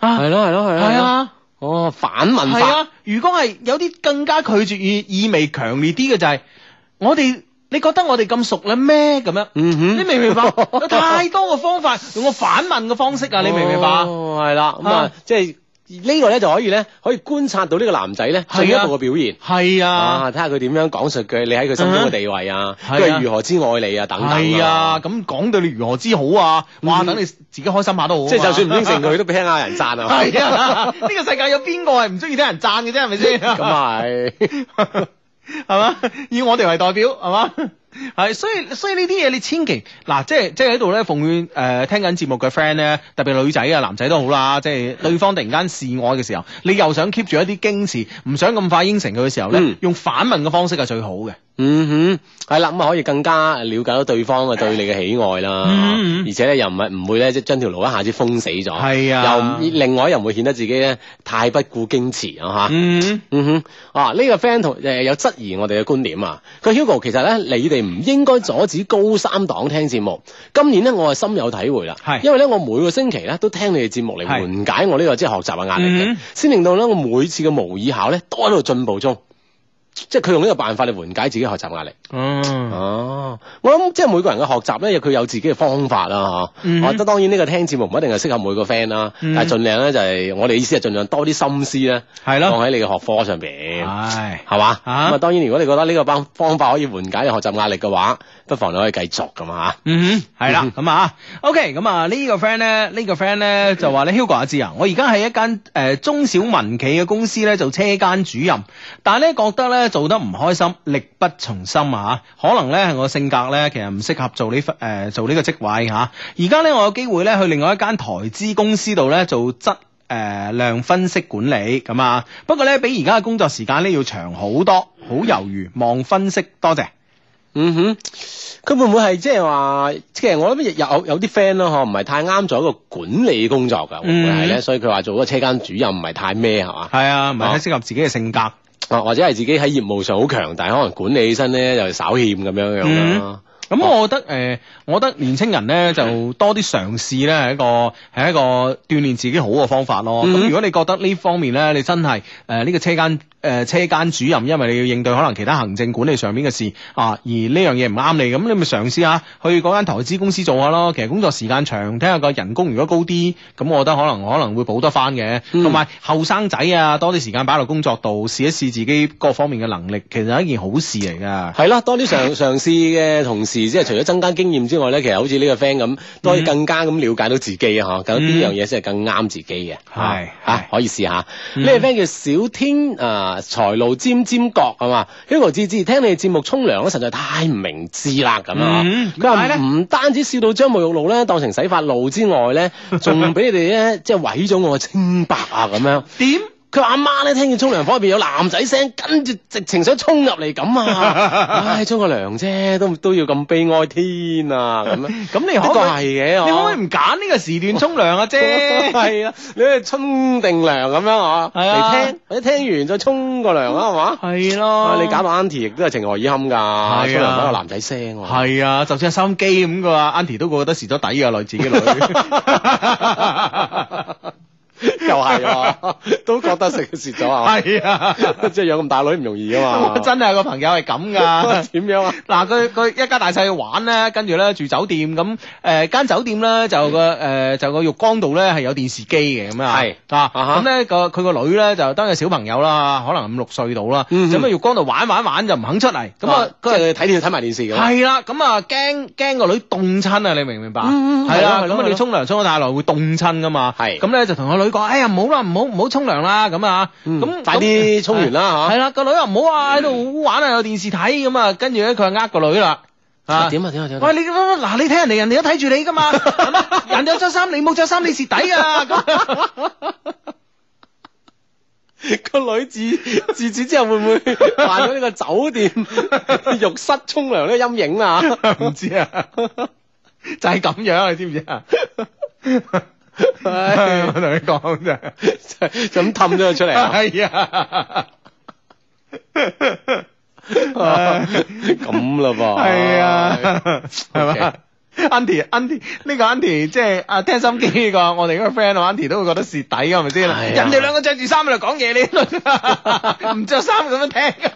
Speaker 1: 啊，
Speaker 3: 係咯係咯係咯。
Speaker 1: 係。啊。
Speaker 3: 哦，反問
Speaker 1: 係
Speaker 3: 法。
Speaker 1: 啊，如果係有啲更加拒絕意意味強烈啲嘅就係、我哋，你覺得我哋咁熟啦咩？咁樣，
Speaker 3: 嗯哼
Speaker 1: 你明唔明白？ 有太多嘅方法用我反問嘅方式啊，你明唔明白？
Speaker 3: 哦，係啦，咁
Speaker 1: 啊
Speaker 3: 啊，即係呢個咧就可以咧，可以觀察到呢個男仔咧
Speaker 1: 係啊
Speaker 3: 進一步嘅表現。
Speaker 1: 係啊，
Speaker 3: 啊！睇下佢點樣講述佢，你喺佢心中嘅地位啊，
Speaker 1: 嗯
Speaker 3: 佢
Speaker 1: 係啊
Speaker 3: 係如何之愛你啊，等等
Speaker 1: 係啊，，咁講到你如何之好啊？哇，
Speaker 3: 嗯
Speaker 1: 等你自己開心下都好啊嘛。
Speaker 3: 即係就算唔應承佢，都俾聽下人讚 啊。
Speaker 1: 係啊，呢個世界有邊個係唔中意聽人讚嘅啫？係咪先？
Speaker 3: 咁啊係
Speaker 1: 係嘛？以我哋為代表，係嘛？ 係，所以所以呢啲嘢你千祈嗱，即係即係喺度咧奉勸誒、呃、聽緊節目嘅 friend 咧，特別女仔啊、男仔都好啦，即係對方突然間示愛嘅時候，你又想 keep 住一啲矜持，唔想咁快應承佢嘅時候咧，
Speaker 3: 嗯
Speaker 1: 用反問嘅方式係最好嘅。
Speaker 3: 嗯哼，係啦，咁啊可以更加了解到對方嘅對你嘅喜愛
Speaker 1: 嗯
Speaker 3: 啦，而且咧又唔係唔會咧即係將條路一下子封死咗，
Speaker 1: 係啊
Speaker 3: 又唔另外又唔會顯得自己咧太不顧矜持啊嚇。
Speaker 1: 嗯，
Speaker 3: 嗯哼，啊呢、個 friend 同誒有質疑我哋嘅觀點啊，佢 Hugo 其實咧，你哋唔應該阻止高三黨聽節目。今年咧，我係深有體會啦，
Speaker 1: 係
Speaker 3: 因為咧，我每個星期咧都聽你哋節目嚟
Speaker 1: 係
Speaker 3: 緩解我呢、個即係學習嘅壓力嘅，
Speaker 1: 嗯
Speaker 3: 先令到咧我每次嘅模擬考咧都喺度進步中。即係佢用呢個辦法嚟緩解自己學習壓力。
Speaker 1: 嗯，
Speaker 3: 哦，我諗即係每個人嘅學習咧，有佢有自己嘅方法啦，嚇、
Speaker 1: 嗯
Speaker 3: 我覺得當然呢個聽節目唔一定係適合每個 friend 啦，
Speaker 1: 嗯
Speaker 3: 但係盡量咧就係、我哋意思係盡量多啲心思咧，
Speaker 1: 係
Speaker 3: 放
Speaker 1: 咯，
Speaker 3: 喺你嘅學科上邊。
Speaker 1: 唉，
Speaker 3: 係嘛？咁
Speaker 1: 啊
Speaker 3: 啊，當然，如果你覺得呢個方方法可以緩解你學習壓力嘅話，不妨你可以繼續咁啊
Speaker 1: 嗯哼，係啦，咁啊，OK，咁啊呢個 friend 咧，呢個 friend 咧就話咧，Hugo 阿志啊，我而家喺一間誒中小民企嘅公司咧做車間主任，但係咧覺得咧做得唔開心，力不從心啊，可能咧係我性格咧其實唔適合做呢份誒做呢個職位嚇。而家咧我有機會咧去另外一間台資公司度咧做質。誒、量分析管理咁啊，不過咧比而家嘅工作時間咧要長好多，好猶豫，望分析，多謝。
Speaker 3: 嗯哼，佢會唔會係即係話，即係我諗有有啲 friend 咯，嗬，唔係太啱做一個管理工作㗎，會唔會係咧？
Speaker 1: 嗯
Speaker 3: 所以佢話做嗰個車間主任唔係太咩係嘛？
Speaker 1: 係啊，唔係太適合自己嘅性格。
Speaker 3: 啊，或者係自己喺業務上好強，但係可能管理起身咧又稍欠咁樣樣啦。
Speaker 1: 咁我覺得誒、呃我覺得年青人咧就多啲嘗試咧係一個係一個鍛鍊自己好嘅方法咯。咁、如
Speaker 3: 嗯
Speaker 1: 果你覺得呢方面咧，你真係誒呢個車間誒、呃、車間主任，因為你要應對可能其他行政管理上面嘅事啊，而呢樣嘢唔啱你，咁你咪嘗試下去嗰間投資公司做下
Speaker 3: 嗯
Speaker 1: 咯。其實工作時間長，睇下個人工如果高啲，咁我覺得可能可能會補得翻嘅。
Speaker 3: 嗯
Speaker 1: 同埋後生仔啊，多啲時間擺落工作度，試一試自己各方面嘅能力，其實係一件好事嚟㗎。
Speaker 3: 係啦，多啲嘗 嘗試嘅同時，即係除咗增加經驗之外咧，其實好似呢個 friend 咁，多啲更加咁了解到自己啊，嚇，咁
Speaker 1: 嗯
Speaker 3: 邊樣嘢先係更啱自己嘅，
Speaker 1: 係係
Speaker 3: 嚇，可以試下。
Speaker 1: 嗯
Speaker 3: 呢個 friend 叫小天啊，財路尖尖角係嘛，Hugo 志志，聽你哋節目沖涼咧，實在太唔明智啦咁啊
Speaker 1: 嗯！
Speaker 3: 佢
Speaker 1: 點解
Speaker 3: 話
Speaker 1: 咧
Speaker 3: 唔單止笑到張沐浴露咧當成洗髮露之外咧，仲俾你哋咧即係毀咗我嘅清白啊咁樣。
Speaker 1: 點？
Speaker 3: 佢阿媽咧聽見沖涼房入邊有男仔聲，跟住直情想衝入嚟咁啊！ 唉，沖個涼啫，都都要咁悲哀天啊！咁樣
Speaker 1: 咁你
Speaker 3: 的
Speaker 1: 可唔
Speaker 3: 確
Speaker 1: 可
Speaker 3: 係
Speaker 1: 以？
Speaker 3: 嘅，
Speaker 1: 你可唔 可以唔揀呢個時段沖涼啊？啫，
Speaker 3: 係啦，你去沖定涼咁樣啊，
Speaker 1: 係啊
Speaker 3: 嚟聽或者聽完再沖個涼啊，係 嘛？
Speaker 1: 係
Speaker 3: 啊
Speaker 1: 咯
Speaker 3: 你搞到 Auntie 亦都係情何以堪
Speaker 1: 啊
Speaker 3: 㗎，沖涼房有男仔聲喎。
Speaker 1: 係啊，就算係收音機咁嘅話，Auntie 都覺得蝕咗底啊，女自己 女。
Speaker 3: 又係喎，都覺得食蝕咗啊！
Speaker 1: 係啊，
Speaker 3: 即係養咁大女唔容易啊
Speaker 1: 我
Speaker 3: 嘛。
Speaker 1: 真係有個朋友係咁 噶。
Speaker 3: 點樣啊？
Speaker 1: 嗱，佢佢一家大細去玩咧，跟住咧住酒店咁，誒間酒店咧就個誒就個浴缸度咧係有電視機嘅咁啊，
Speaker 3: 嗯係
Speaker 1: 啊
Speaker 3: 啊哈
Speaker 1: 咁咧個佢個女咧就當係小朋友啦，可能五六歲到啦，
Speaker 3: 嗯
Speaker 1: 咁喺浴缸度玩玩玩就唔肯出嚟，咁
Speaker 3: 咁
Speaker 1: 啊
Speaker 3: 啊，即係睇電視睇埋電視咁。
Speaker 1: 係啦，咁啊驚驚個女凍親啊，你明唔明白？
Speaker 3: 嗯嗯
Speaker 1: 係啦，
Speaker 3: 係
Speaker 1: 咁啊
Speaker 3: 咯係咯
Speaker 1: 你沖涼沖得太耐會凍親噶嘛。
Speaker 3: 係
Speaker 1: 咁咧就同個女講：哎呀，唔好啦，唔好唔好沖涼啦，咁啊，
Speaker 3: 嗯
Speaker 1: 咁
Speaker 3: 快啲沖完啦
Speaker 1: 係啦，個女話唔好啊，喺度玩啊，有電視睇咁啊，跟住咧佢就呃個女啦。
Speaker 3: 嚇。點啊點啊點啊！
Speaker 1: 喂，你嗱，你睇人哋，人哋都睇住你噶 嘛，係咪人哋有着衫，你冇着衫，你蝕底啊！咁
Speaker 3: 個女自 自此之後會唔 會患咗呢個酒店 浴室沖涼呢個陰影 啊？
Speaker 1: 唔知啊，就係咁樣，你知唔知 啊？唉我同你講啫。
Speaker 3: 就就咁氹咗佢出嚟啊！
Speaker 1: 系啊。
Speaker 3: 咁啦噃，
Speaker 1: 啊係啊，係嘛
Speaker 3: OK
Speaker 1: ？Andy Andy 呢個 Andy 即係啊聽心機呢個，我哋嗰個 friend 啊 Andy 都會覺得蝕底㗎，係咪先？
Speaker 3: 係啊
Speaker 1: 人哋兩個着住衫喺度講嘢， 你唔着衫咁樣聽，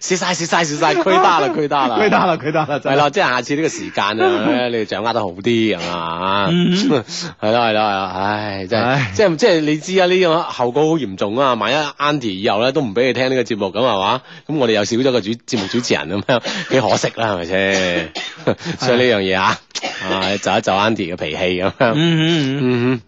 Speaker 3: 蝕晒蝕晒蝕晒，虧打 啦虧打啦，
Speaker 1: 佢得啦，佢得啦，
Speaker 3: 係啦，即係下次呢個時間 啊，你哋掌握得好啲係嘛？
Speaker 1: 嗯
Speaker 3: 係啦 係啦係啦，唉，真
Speaker 1: 唉
Speaker 3: 係即係即係你知啊，呢個後果好嚴重啊！萬一 Auntie 以後咧都唔俾你聽呢個節目咁係嘛？咁我哋又少咗個主節目主持人咁樣， 幾可惜啦係咪先？ 所以呢樣嘢啊，啊就一就 Auntie 嘅脾氣咁樣。
Speaker 1: 嗯嗯。
Speaker 3: 嗯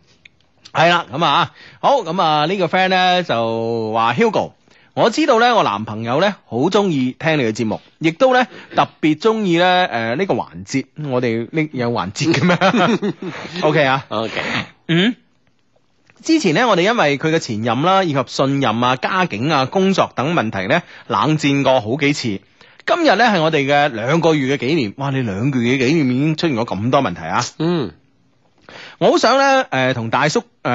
Speaker 1: 系啦，咁啊，好，咁啊呢個 friend 咧就話 Hugo，我知道咧我男朋友咧好中意聽你嘅節目，亦都咧特別中意咧誒呢個環節，我哋呢有環節嘅咩？OK 啊，
Speaker 3: 哼，OK，
Speaker 1: 嗯。之前咧，我哋因為佢嘅前任啦，以及信任啊、家境啊、工作等問題咧，冷戰過好幾次。今日咧係我哋嘅兩個月嘅紀念，哇！你兩個月嘅紀念已經出現咗咁多問題啊！
Speaker 3: 嗯
Speaker 1: 我好想咧，誒、同大叔誒、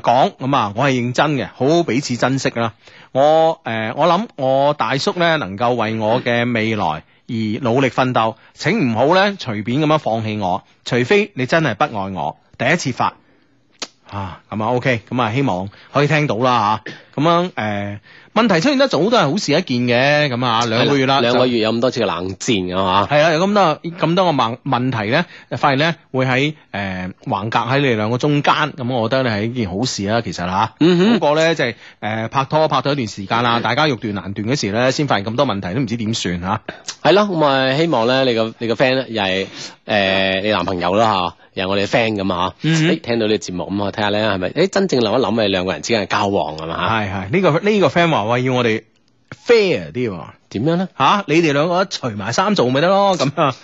Speaker 1: 講咁啊，我係認真嘅，好好彼此珍惜啦。我誒、呃我諗我大叔咧能夠為我嘅未來而努力奮鬥，請唔好咧隨便咁樣放棄我，除非你真係不愛我。第一次發啊，咁啊 OK，咁啊希望可以聽到啦嚇。咁樣誒、呃問題出現得早都係好事一件嘅，咁啊兩個月啦，
Speaker 3: 兩個
Speaker 1: 就
Speaker 3: 月有咁多次嘅冷戰啊
Speaker 1: 係啊，有咁多咁多個問問題咧，發現咧會喺誒橫隔喺你哋兩個中間，咁我覺得咧係一件好事啊啦，其實嚇。
Speaker 3: 嗯哼
Speaker 1: 不過咧就係、誒拍拖拍咗一段時間啦，大家欲斷難斷嗰時咧，先發現咁多問題都唔知點算嚇。
Speaker 3: 係咯，咁啊希望咧你個你個 friend 咧又係啊誒你男朋友啦嚇，又係我哋嘅 friend 咁啊嚇，
Speaker 1: 嗯哼
Speaker 3: 誒聽到呢個節目咁我睇下咧係咪誒真正諗一諗你兩個人之間嘅交往係嘛嚇，
Speaker 1: 係係呢個呢、個 friend 話喂要我哋 fair 啲喎。
Speaker 3: 點樣咧？
Speaker 1: 吓、你哋兩個一除埋衫做咪得咯，咁啊，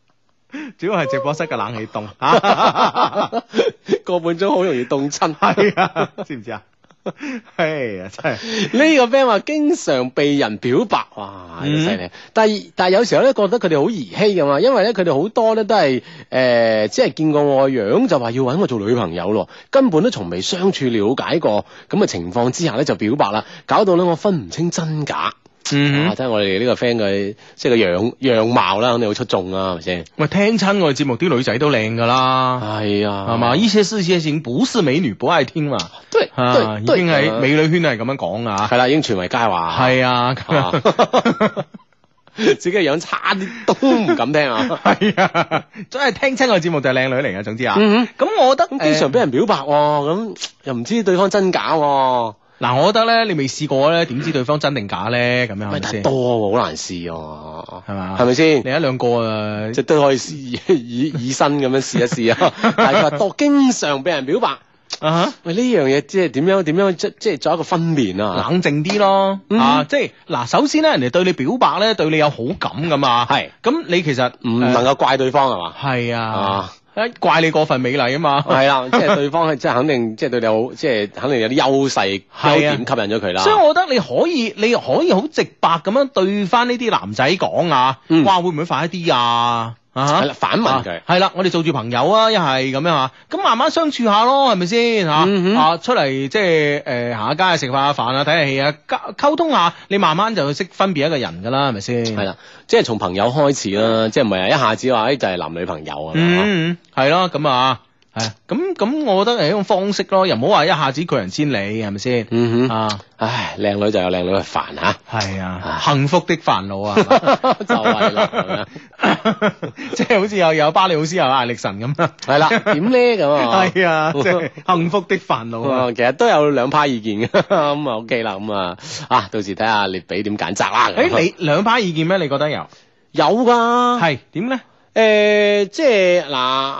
Speaker 1: 主要係直播室嘅冷氣凍 嚇。
Speaker 3: 個半鐘好容易凍親。
Speaker 1: 系啊，知唔知啊？係啊，真係
Speaker 3: 呢個 friend 話經常被人表白，哇，真係犀利！但係但係有時候咧覺得佢哋好兒戲㗎嘛，因為咧佢哋好多咧都係誒、呃只係見過我個樣就話要揾我做女朋友咯，根本都從未相處了解過，咁嘅情況之下咧就表白啦，搞到咧我分唔清真假。
Speaker 1: 嗯
Speaker 3: 啊，
Speaker 1: 哼
Speaker 3: 真係我哋呢個 friend 嘅即係個樣樣貌啦，肯定好出眾啊啦，係咪先？
Speaker 1: 喂，聽親我哋節目啲女仔都靚噶啦，
Speaker 3: 係啊，
Speaker 1: 係嘛？？呢些事些情不是美女不愛聽嘛，
Speaker 3: 對
Speaker 1: 啊，
Speaker 3: 對
Speaker 1: 已
Speaker 3: 對，呃
Speaker 1: 經喺美女圈都係咁樣講啊，
Speaker 3: 係啦，已經傳為佳話。
Speaker 1: 係啊，咁
Speaker 3: 啊
Speaker 1: 啊
Speaker 3: 自己嘅樣差啲都唔敢 聽啊！
Speaker 1: 係啊，真係聽親我哋節目就係靚女嚟嘅，總之啊，
Speaker 3: 嗯
Speaker 1: 咁我覺得呃
Speaker 3: 咁經常俾人表白喎，咁又唔知對方真假喎，
Speaker 1: 嗱，我覺得咧，你未試過咧，點知對方真定假咧？咁樣係
Speaker 3: 咪
Speaker 1: 咪
Speaker 3: 但係
Speaker 1: 先？
Speaker 3: 多喎，好難試喎，
Speaker 1: 係嘛
Speaker 3: 係咪先
Speaker 1: 你？一兩個啊，
Speaker 3: 即係都可以試以以身咁樣試一 試啊！但係佢話多經常俾人表白，
Speaker 1: 啊哈
Speaker 3: 喂呢樣嘢即係點樣點樣即即係做一個分辨啊！
Speaker 1: 冷靜啲咯，
Speaker 3: 嗯
Speaker 1: 啊，即係嗱，首先咧，人哋對你表白咧，對你有好感噶嘛，
Speaker 3: 係
Speaker 1: 咁你其實呃
Speaker 3: 唔能夠怪對方係嘛？
Speaker 1: 係啊，
Speaker 3: 啊，
Speaker 1: 誒怪你過分美麗啊嘛，
Speaker 3: 係 啦，即係對方係即係肯定即係對你好，即係肯定有啲優勢
Speaker 1: 係啊
Speaker 3: 優點吸引咗佢啦。
Speaker 1: 所以我覺得你可以，你可以好直白咁樣對翻呢啲男仔講啊，
Speaker 3: 嗯
Speaker 1: 哇，會唔會快啲啊？啊哈
Speaker 3: 係啦，反問佢
Speaker 1: 啊。係啦，我哋做住朋友啊，一係咁樣啊，咁慢慢相處下咯，係咪先吓？
Speaker 3: 嗯哼
Speaker 1: 啊，出嚟即係誒行下街食下飯啊，睇下戲啊，溝溝通下，你慢慢就識分別一個人㗎啦，係咪先？
Speaker 3: 係啦，即係從朋友開始啦，即係唔係一下子話哎誒就係男女朋友啊？
Speaker 1: 嗯，係咯，咁啊，係咁咁，我覺得係一種方式咯，又唔好話一下子拒人千里，係咪先？
Speaker 3: 嗯哼，
Speaker 1: 啊，
Speaker 3: 唉，靚女就有靚女嘅煩 吓，
Speaker 1: 係啊
Speaker 3: 啊，
Speaker 1: 幸福的煩惱 啊，係嘛
Speaker 3: 就係啦咁樣，
Speaker 1: 即係好似又有巴里奧斯又有艾力神咁啊，
Speaker 3: 係啦，點咧咁啊？
Speaker 1: 係啊，即係幸福的煩惱啊
Speaker 3: 啊，。其實都有兩派意見嘅， 咁啊 OK 啦，咁啊啊，到時睇下你俾點揀擇啦。咁啊
Speaker 1: 誒，你兩派意見咩？你覺得有
Speaker 3: 有㗎？
Speaker 1: 係點咧？
Speaker 3: 誒，呃即係嗱。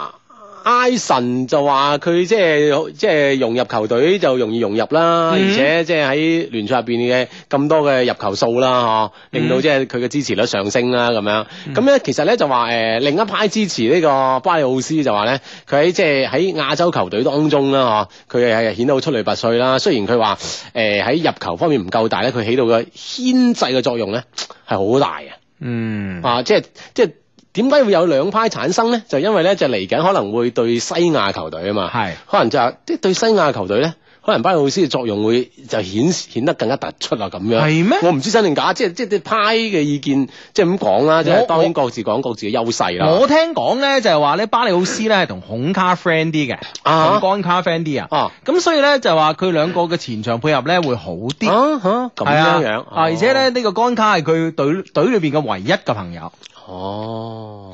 Speaker 3: 埃神就話佢即係即係融入球隊就容易融入
Speaker 1: 嗯
Speaker 3: 啦，而且即係喺聯賽入邊嘅咁多嘅入球數啦，嗬，令到
Speaker 1: 嗯
Speaker 3: 即係佢嘅支持率上升啦，咁樣。咁咧其實咧就話誒、呃另一派支持呢個巴里奧斯就話咧，佢喺即係喺亞洲球隊當中啦，嗬，佢係顯得好出類拔萃啦。雖然佢話誒喺入球方面唔夠大咧，佢起到嘅牽制嘅作用咧係好大嘅。
Speaker 1: 嗯
Speaker 3: 啊，即係即係點解會有兩派產生咧？就因為咧就嚟緊可能會對西亞球隊啊嘛，
Speaker 1: 係
Speaker 3: 可能就係即係對西亞球隊咧，可能巴里奧斯嘅作用會就顯顯得更加突出啊咁樣。
Speaker 1: 係咩
Speaker 3: 我唔知真定假，即係即係啲派嘅意見即係咁講啦，即
Speaker 1: 我
Speaker 3: 係當
Speaker 1: 我
Speaker 3: 然各自講各自嘅優勢啦。
Speaker 1: 我聽講咧就係話咧，巴里奧斯咧係同孔卡 friend 啲嘅，
Speaker 3: 啊
Speaker 1: 同干卡 friend 啲啊，
Speaker 3: 啊
Speaker 1: 咁所以咧就話佢兩個嘅前場配合咧會好啲。
Speaker 3: 啊嚇咁
Speaker 1: 係啊
Speaker 3: 樣哦樣
Speaker 1: 啊！而且咧，，呢個干卡係佢隊隊裏邊嘅唯一嘅朋友。
Speaker 3: 哦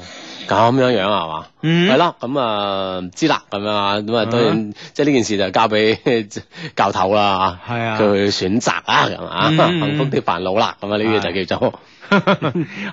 Speaker 3: 咁樣樣啊係嘛？
Speaker 1: 嗯
Speaker 3: 係啦，咁啊唔知啦，咁樣啊，咁啊當然即係呢件事就交俾 教頭啦嚇
Speaker 1: 係啊
Speaker 3: 佢選擇啊咁啊，
Speaker 1: 嗯
Speaker 3: 幸福的煩惱啦，咁啊呢啲就叫做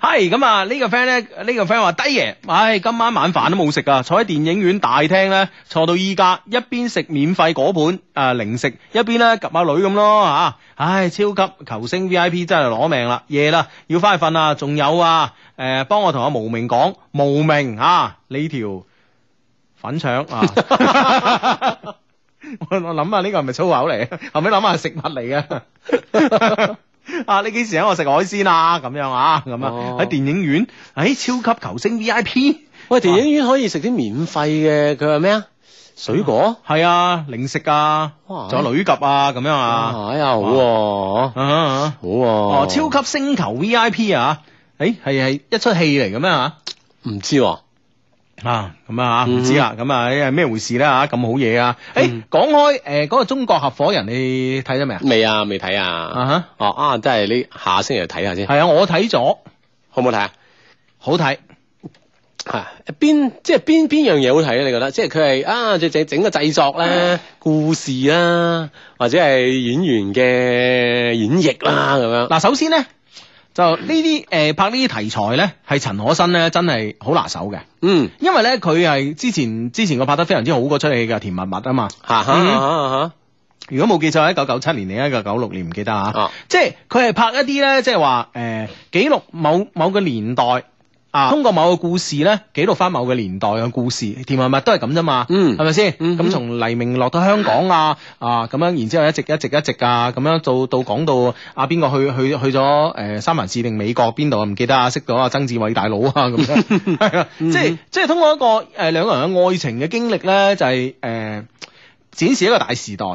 Speaker 1: 係咁啊！呢個 friend 咧，呢個 friend 話低爺，唉，今晚晚飯都冇食啊！坐喺電影院大廳咧，坐到依家，一邊食免費嗰盤啊零食，一邊咧及下女咁咯吓。唉，超級球星 V I P 真係攞命啦！夜啦，要翻去瞓啦。仲有啊，誒、幫我同阿無名講，無名啊，你條粉腸啊！ 我我諗下呢個係咪粗口嚟？後尾諗下係食物嚟嘅。啊！你幾時請我食海鮮啊？咁樣啊，咁啊
Speaker 3: 哦
Speaker 1: 喺電影院，喺超級球星 V I P，
Speaker 3: 喂電影院可以食啲免費嘅，佢話咩啊？水果
Speaker 1: 係啊，零食啊，
Speaker 3: 哇
Speaker 1: 仲有女及啊，咁樣啊，
Speaker 3: 哎呀好喎，
Speaker 1: 啊啊
Speaker 3: 好喎，
Speaker 1: 哦，超級星球 V I P 啊，誒係係一出戲嚟嘅咩啊？
Speaker 3: 唔知喎，
Speaker 1: 啊，咁啊，唔
Speaker 3: 嗯
Speaker 1: 知啦，咁啊，係咩回事啦？嚇咁好嘢啊！誒
Speaker 3: 嗯，
Speaker 1: 講開誒嗰個中國合夥人，你睇咗未啊？
Speaker 3: 未啊未睇
Speaker 1: 啊
Speaker 3: 啊，
Speaker 1: 哈，
Speaker 3: 哦啊真係呢下星期去睇下先，
Speaker 1: 係啊，我睇咗，
Speaker 3: 好唔好睇啊？
Speaker 1: 好睇。
Speaker 3: 係邊即係邊邊樣嘢好睇咧？你覺得即係佢係啊，整整整個製作咧、故事啦，或者係演員嘅演繹啦咁樣。
Speaker 1: 嗱，首先咧就呢啲誒拍呢啲題材咧，係陳可辛咧真係好拿手嘅，
Speaker 3: 嗯，
Speaker 1: 因為咧佢係之前之前佢拍得非常之好嗰出戲嘅《甜蜜蜜》啊嘛。
Speaker 3: 嚇嚇
Speaker 1: 嗯
Speaker 3: 嚇
Speaker 1: 如果冇記錯，一九九七年定一九九六年唔記得啊。
Speaker 3: 啊
Speaker 1: 即係佢係拍一啲咧，即係話誒記錄某某個年代啊，通過某個故事咧記錄翻某個年代嘅故事，甜蜜蜜都係咁啫嘛，
Speaker 3: 嗯
Speaker 1: 係咪先？
Speaker 3: 嗯
Speaker 1: 咁從黎明落到香港啊啊咁樣，然之後一直一直一直啊咁樣到到講到啊邊個去去去咗誒、呃三藩市定美國邊度啊唔記得啊，識到啊曾志偉大佬啊咁 樣，係啊，即係即係通過一個誒兩個人嘅愛情嘅經歷咧，就係、誒、展示一個大時代。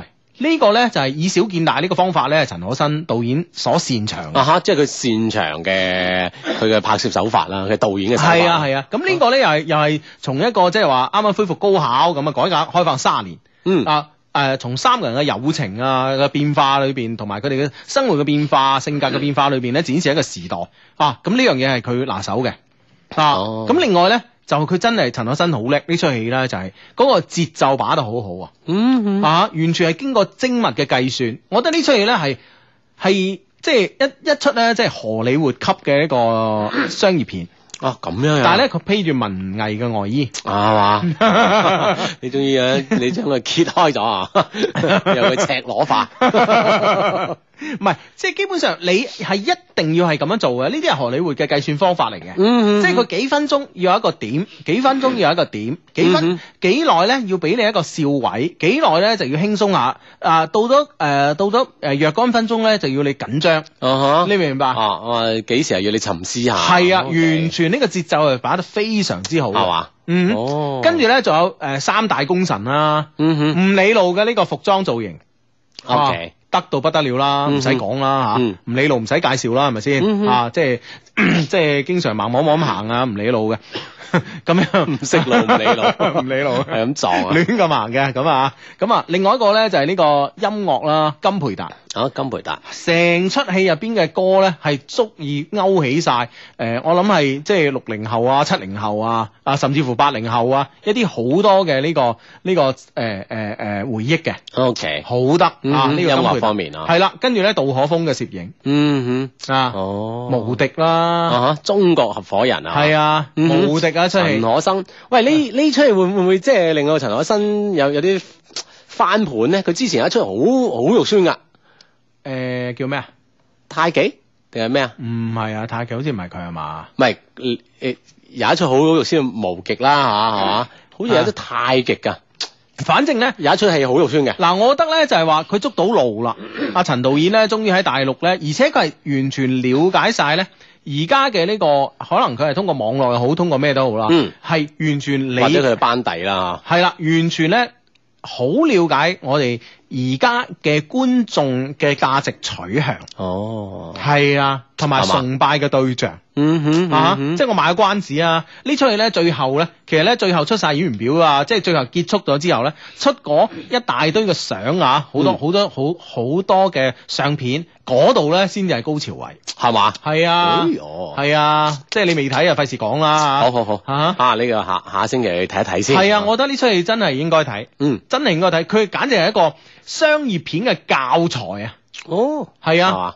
Speaker 1: 呢個咧就係以小見大呢個方法咧，陳可辛導演所擅長嘅
Speaker 3: 啊。哈，即係佢擅長嘅佢嘅拍攝手法啦，佢導演嘅手法。
Speaker 1: 係啊係啊，咁呢個咧又係又係從一個即係話啱啱恢復高考咁啊，改革開放三年。
Speaker 3: 嗯，
Speaker 1: 啊誒，從三個人嘅友情啊嘅變化裏邊，同埋佢哋嘅生活嘅變化、性格嘅變化裏邊咧，展示一個時代啊！咁呢樣嘢係佢拿手嘅啊！
Speaker 3: 哦
Speaker 1: 咁、另外咧，就佢真係陳可辛好叻呢出戲咧，就係、嗰個節奏把得好好啊！
Speaker 3: 嗯，
Speaker 1: 啊，完全係經過精密嘅計算。我覺得呢出戲咧係係即係一一出咧，即係荷里活級嘅一個 商業片，
Speaker 3: 啊咁樣樣。
Speaker 1: 但係咧佢披住文藝嘅外衣。
Speaker 3: 啊嘛，你終於啊，你將佢揭開 咗啊，有個赤裸化。
Speaker 1: 唔係，即係基本上你係一定要係咁樣做嘅，呢啲係荷里活嘅計算方法嚟嘅。
Speaker 3: 嗯
Speaker 1: 即係佢幾分鐘要有一個點，幾分鐘要有一個點，幾分、
Speaker 3: 嗯哼
Speaker 1: 幾耐咧要俾你一個笑位，幾耐咧就要輕鬆下。啊，到咗誒、呃到咗誒若干分鐘咧就要你緊張，
Speaker 3: 啊
Speaker 1: 你明唔明白？
Speaker 3: 哈，啊啊，幾時又要你沉思下？哦
Speaker 1: 係啊，
Speaker 3: OK
Speaker 1: 完全呢個節奏係擺得非常之好。
Speaker 3: 係嘛？
Speaker 1: 嗯，
Speaker 3: 哦，
Speaker 1: 跟住咧仲有誒、呃三大功臣啦、
Speaker 3: 嗯哼
Speaker 1: 唔理路嘅呢個服裝造型。
Speaker 3: ，OK，
Speaker 1: 啊得到不得了啦，
Speaker 3: 嗯哼
Speaker 1: 唔使講啦嚇，
Speaker 3: 嗯
Speaker 1: 唔理路唔使介紹啦，係咪
Speaker 3: 嗯哼
Speaker 1: 先？啊，即係 即係經常盲摸摸咁行啊，唔理路嘅， 咁樣
Speaker 3: 唔識路唔理路
Speaker 1: 唔理路，
Speaker 3: 係咁撞啊！
Speaker 1: 亂咁行嘅，咁啊，咁啊，另外一個咧就係呢個音樂啦，金培達，
Speaker 3: 啊，金培達，
Speaker 1: 成出戲入邊嘅歌咧係足以勾起晒誒、我諗係即係六零後啊、七零後啊，啊甚至乎八零後啊，一啲好多嘅呢、個呢、個誒誒誒呃回憶嘅，
Speaker 3: OK，
Speaker 1: 好得
Speaker 3: 嗯
Speaker 1: 啊！呢、個
Speaker 3: 音
Speaker 1: 金
Speaker 3: 樂
Speaker 1: 培達
Speaker 3: 方面啊，
Speaker 1: 係啦，跟住咧杜可風嘅攝影
Speaker 3: 嗯哼，
Speaker 1: 啊，
Speaker 3: 哦，
Speaker 1: 無敵啦，
Speaker 3: 啊哈，中國合夥人啊，
Speaker 1: 係啊，
Speaker 3: 嗯哼
Speaker 1: 無敵啊，出
Speaker 3: 陳
Speaker 1: 戲
Speaker 3: 可辛，喂
Speaker 1: 啊
Speaker 3: 呢呢出戲會會唔會即係令到陳可辛有有啲翻盤咧？佢之前有一出好好肉酸噶，
Speaker 1: 誒叫咩啊？
Speaker 3: 太極定係咩啊？
Speaker 1: 唔係啊，太極好似唔係佢係嘛？
Speaker 3: 唔係誒有一出好好肉酸嘅無極啦嚇係
Speaker 1: 嗯
Speaker 3: 嘛？好似有啲太極噶，
Speaker 1: 反正咧。
Speaker 3: 有一出戲好肉酸嘅，
Speaker 1: 嗱，我覺得咧就係話佢捉到路 啦，阿陳導演咧終於喺大陸咧，而且佢係完全了解晒咧而家嘅呢個，可能佢係通過網絡又好，通過咩都好啦，
Speaker 3: 嗯
Speaker 1: 係完全理
Speaker 3: 或者佢嘅班底啦
Speaker 1: 係啦，完全咧好了解我哋而家嘅觀眾嘅價值取向，
Speaker 3: 嚇。哦，
Speaker 1: 係啊，同埋
Speaker 3: 係嘛
Speaker 1: 崇拜嘅對象。
Speaker 3: 嗯哼，
Speaker 1: 啊！
Speaker 3: 嗯哼
Speaker 1: 即係我賣個關子啊！呢出戲咧，最後咧，其實咧，最後出晒演員表啊，即係最後結束咗之後咧，出嗰一大堆嘅相啊，好多
Speaker 3: 嗯
Speaker 1: 好、多好好多嘅相片，嗰度咧先至係高潮位。
Speaker 3: 係嘛？
Speaker 1: 係啊
Speaker 3: 哎，呦
Speaker 1: 係啊，即係你未睇啊，費事講啦。
Speaker 3: 好好好
Speaker 1: 啊
Speaker 3: 啊！呢個下下星期去睇一睇先。
Speaker 1: 係啊，我覺得呢出戲真係應該睇，
Speaker 3: 嗯
Speaker 1: 真係應該睇。佢簡直係一個商業片嘅教材啊！
Speaker 3: 哦
Speaker 1: 係啊
Speaker 3: 係。嘛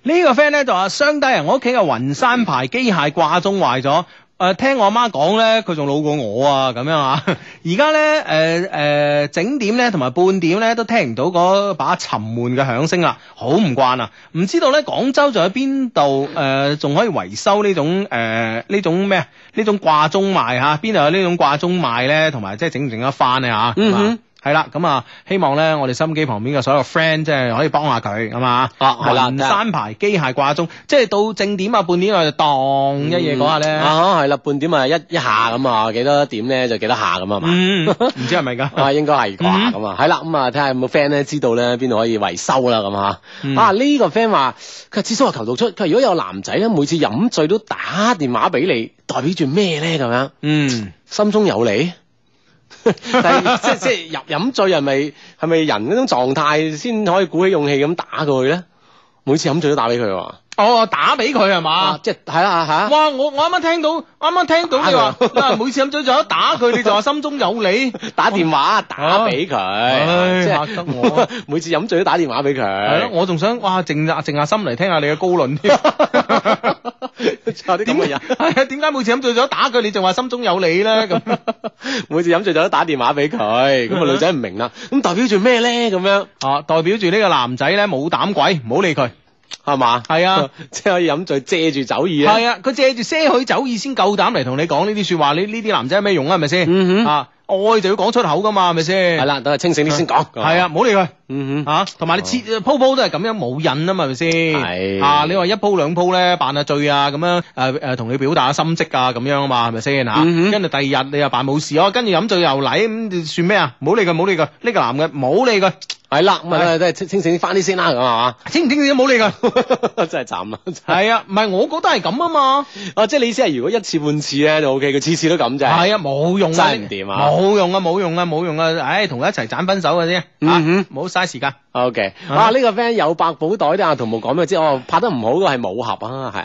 Speaker 1: 呢個 friend 咧就話，相低人我屋企嘅雲山牌機械掛鐘壞咗。誒、聽我阿媽講咧，佢仲老過我啊，咁樣啊。 而家咧誒誒整點咧同埋半點咧都聽唔到嗰把沉悶嘅響聲啦，好唔慣啊！唔知道咧廣州仲有邊度誒仲可以維修呢種誒呢、種咩啊呢種掛鐘賣嚇？邊度有呢種掛鐘賣咧？同埋即係整唔整得翻咧嚇？
Speaker 3: 嗯哼
Speaker 1: 啊係啦，咁啊，希望咧，我哋心機旁邊嘅所有 friend 即係可以幫下佢，咁啊，
Speaker 3: 啊係啦
Speaker 1: 雲山牌機械掛鐘，即係到正點啊半點我就當一夜嗰下咧，
Speaker 3: 啊，係啦，半點啊，一一下咁啊，幾多點咧就幾多下咁啊嘛。
Speaker 1: 嗯，唔 知係咪㗎？
Speaker 3: 啊，應該係
Speaker 1: 嗯
Speaker 3: 啩咁啊，係啦，咁啊，睇下有冇 friend 咧知道咧邊度可以維修啦咁啊。
Speaker 1: 嗯
Speaker 3: 啊，呢個 friend 話佢至少話求讀出，佢話如果有男仔咧，每次飲醉都打電話俾你，代表住咩咧咁樣？
Speaker 1: 嗯，
Speaker 3: 心中有你。 但係即即係入飲醉係咪係咪人嗰種狀態先可以鼓起勇氣咁打過去咧？每次飲醉都打俾佢喎，
Speaker 1: 哦，打俾佢係嘛
Speaker 3: 啊，？即係係啦嚇，
Speaker 1: 哇！我我啱啱聽到，啱啱聽到你話，
Speaker 3: 打
Speaker 1: 嗱每次飲醉酒一打佢，你就話心中有 你，
Speaker 3: 打電話打俾佢，
Speaker 1: 啊唉
Speaker 3: 即
Speaker 1: 嚇得我
Speaker 3: 係 每次飲醉都打電話俾佢，
Speaker 1: 係咯，我仲想哇靜下靜下心嚟聽下你嘅高論添。
Speaker 3: 有啲咁嘅人，
Speaker 1: 係啊？ 點解每次飲醉酒打佢，你就話心中有你咧？ 咁
Speaker 3: 每次飲醉酒都打電話俾佢，咁啊女仔唔明啦，咁代表住咩咧？咁樣
Speaker 1: 啊，代表住呢個男仔咧冇膽鬼，唔好理佢。
Speaker 3: 係嘛？
Speaker 1: 係 啊，
Speaker 3: 即係可以飲醉遮住酒意啊！
Speaker 1: 係啊，佢借住些許酒意先夠膽嚟同你講呢啲説話，你呢啲男仔有咩用啊？係咪先？
Speaker 3: 嗯哼
Speaker 1: 啊愛就要講出口噶嘛，係咪先？
Speaker 3: 係啦，等佢清醒啲先講。哦
Speaker 1: 係啊，，唔好理佢。
Speaker 3: 嗯哼，
Speaker 1: 啊，同埋你切鋪鋪都係咁樣冇癮啊嘛，係咪先？
Speaker 3: 係
Speaker 1: 啊，你話一鋪兩鋪咧扮下醉啊，咁樣誒誒同你表達下心跡啊，咁樣啊嘛，係咪先嚇？
Speaker 3: 嗯哼
Speaker 1: 跟住第二日你又扮冇事哦，跟住飲醉又嚟，咁你算咩啊？唔好理佢，唔好理佢，呢個男嘅唔好理佢，
Speaker 3: 係啦，咁啊都係清清醒翻啲先啦，咁啊
Speaker 1: 清唔清醒唔好理佢。
Speaker 3: 嘛， 真係慘啊！真係
Speaker 1: 係啊，唔係我覺得係咁啊嘛，
Speaker 3: 哦，即係你意思係如果一次半次咧就 O K，佢次次都咁啫。
Speaker 1: 係啊，冇用啊，
Speaker 3: 真係唔掂啊
Speaker 1: 冇用啊，冇用啊，冇用啊，唉，同佢一齊斬分手嘅啫，啊
Speaker 3: 嗯哼
Speaker 1: 唔好嘥時間。
Speaker 3: O K，
Speaker 1: 啊
Speaker 3: 啊呢個 friend 有百寶袋啲阿同冇講咩知，哦拍得唔好嘅係武俠啊，係係係。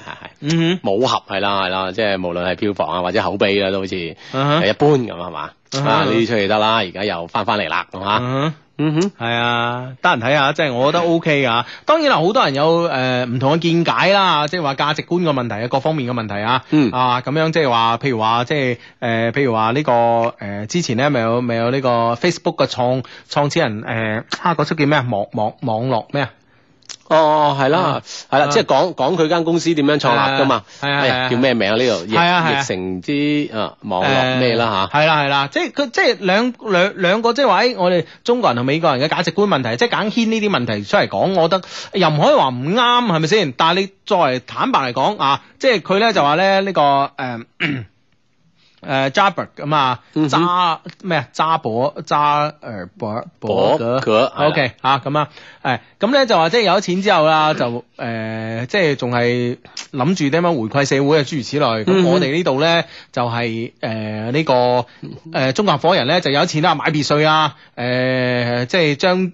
Speaker 1: 嗯
Speaker 3: 武俠係啦係啦，即係無論係票房啊或者口碑啦，都好似
Speaker 1: 嗯哼
Speaker 3: 係一般咁係嘛？
Speaker 1: 嗯
Speaker 3: 啊呢啲出戲得啦，而家又翻翻嚟啦咁
Speaker 1: 哼，
Speaker 3: 嚇。
Speaker 1: 嗯哼。
Speaker 3: 嗯哼，
Speaker 1: 係啊，得閒睇下，即係我覺得 O K 噶。當然啦，好多人有誒唔、同嘅見解啦，即係話價值觀嘅問題啊，各方面嘅問題啊，
Speaker 3: 嗯
Speaker 1: 啊咁樣即係話，譬如話即係誒、呃譬如話呢、個誒、呃之前咧咪有咪有呢個 Facebook 嘅創創始人誒、呃啊嗰出叫咩啊？網網網絡咩啊？
Speaker 3: 哦係啦係啦，
Speaker 1: 啊
Speaker 3: 即係講講佢間公司點樣創立噶嘛？
Speaker 1: 係啊係啊
Speaker 3: 哎呀
Speaker 1: 係啊
Speaker 3: 叫咩名啊？呢度譯
Speaker 1: 係啊係啊
Speaker 3: 譯成啲啊網絡咩啦
Speaker 1: 嚇？係啦係啦，即係佢即係兩兩兩個即係話，誒我哋中國人同美國人嘅價值觀問題，即係揀牽呢啲問題出嚟講，我覺得又唔可以話唔啱，係咪先？但係你作為坦白嚟講啊，即係佢咧就話咧呢個誒。誒扎伯咁啊，
Speaker 3: 嗯哼
Speaker 1: 扎咩啊？扎伯扎誒伯
Speaker 3: 伯
Speaker 1: 格
Speaker 3: 格係啦
Speaker 1: ，OK 啊咁啊，誒咁咧就話即係有咗錢之後啦，就誒即係仲係諗住點樣回饋社會啊諸如此類。咁
Speaker 3: 嗯
Speaker 1: 我哋呢度咧就係誒呢個誒中合伙人咧就有咗錢啦，買別墅啊，誒即係將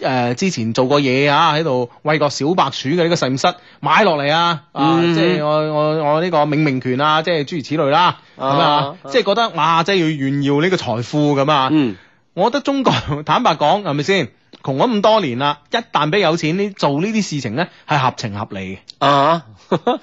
Speaker 1: 誒之前做過嘢啊喺度喂個小白鼠嘅呢個實驗室買落嚟啊，啊
Speaker 3: 嗯
Speaker 1: 即係我我我呢個命名權啊，即係諸如此類啦。咁啊
Speaker 3: 啊，
Speaker 1: 即係覺得哇，即係要炫耀呢個財富咁
Speaker 3: 嚇。
Speaker 1: 啊！
Speaker 3: 嗯，
Speaker 1: 我覺得中國 坦白講係咪先窮咗咁多年啦，一旦俾有錢呢做呢啲事情咧係合情合理嘅，
Speaker 3: 啊。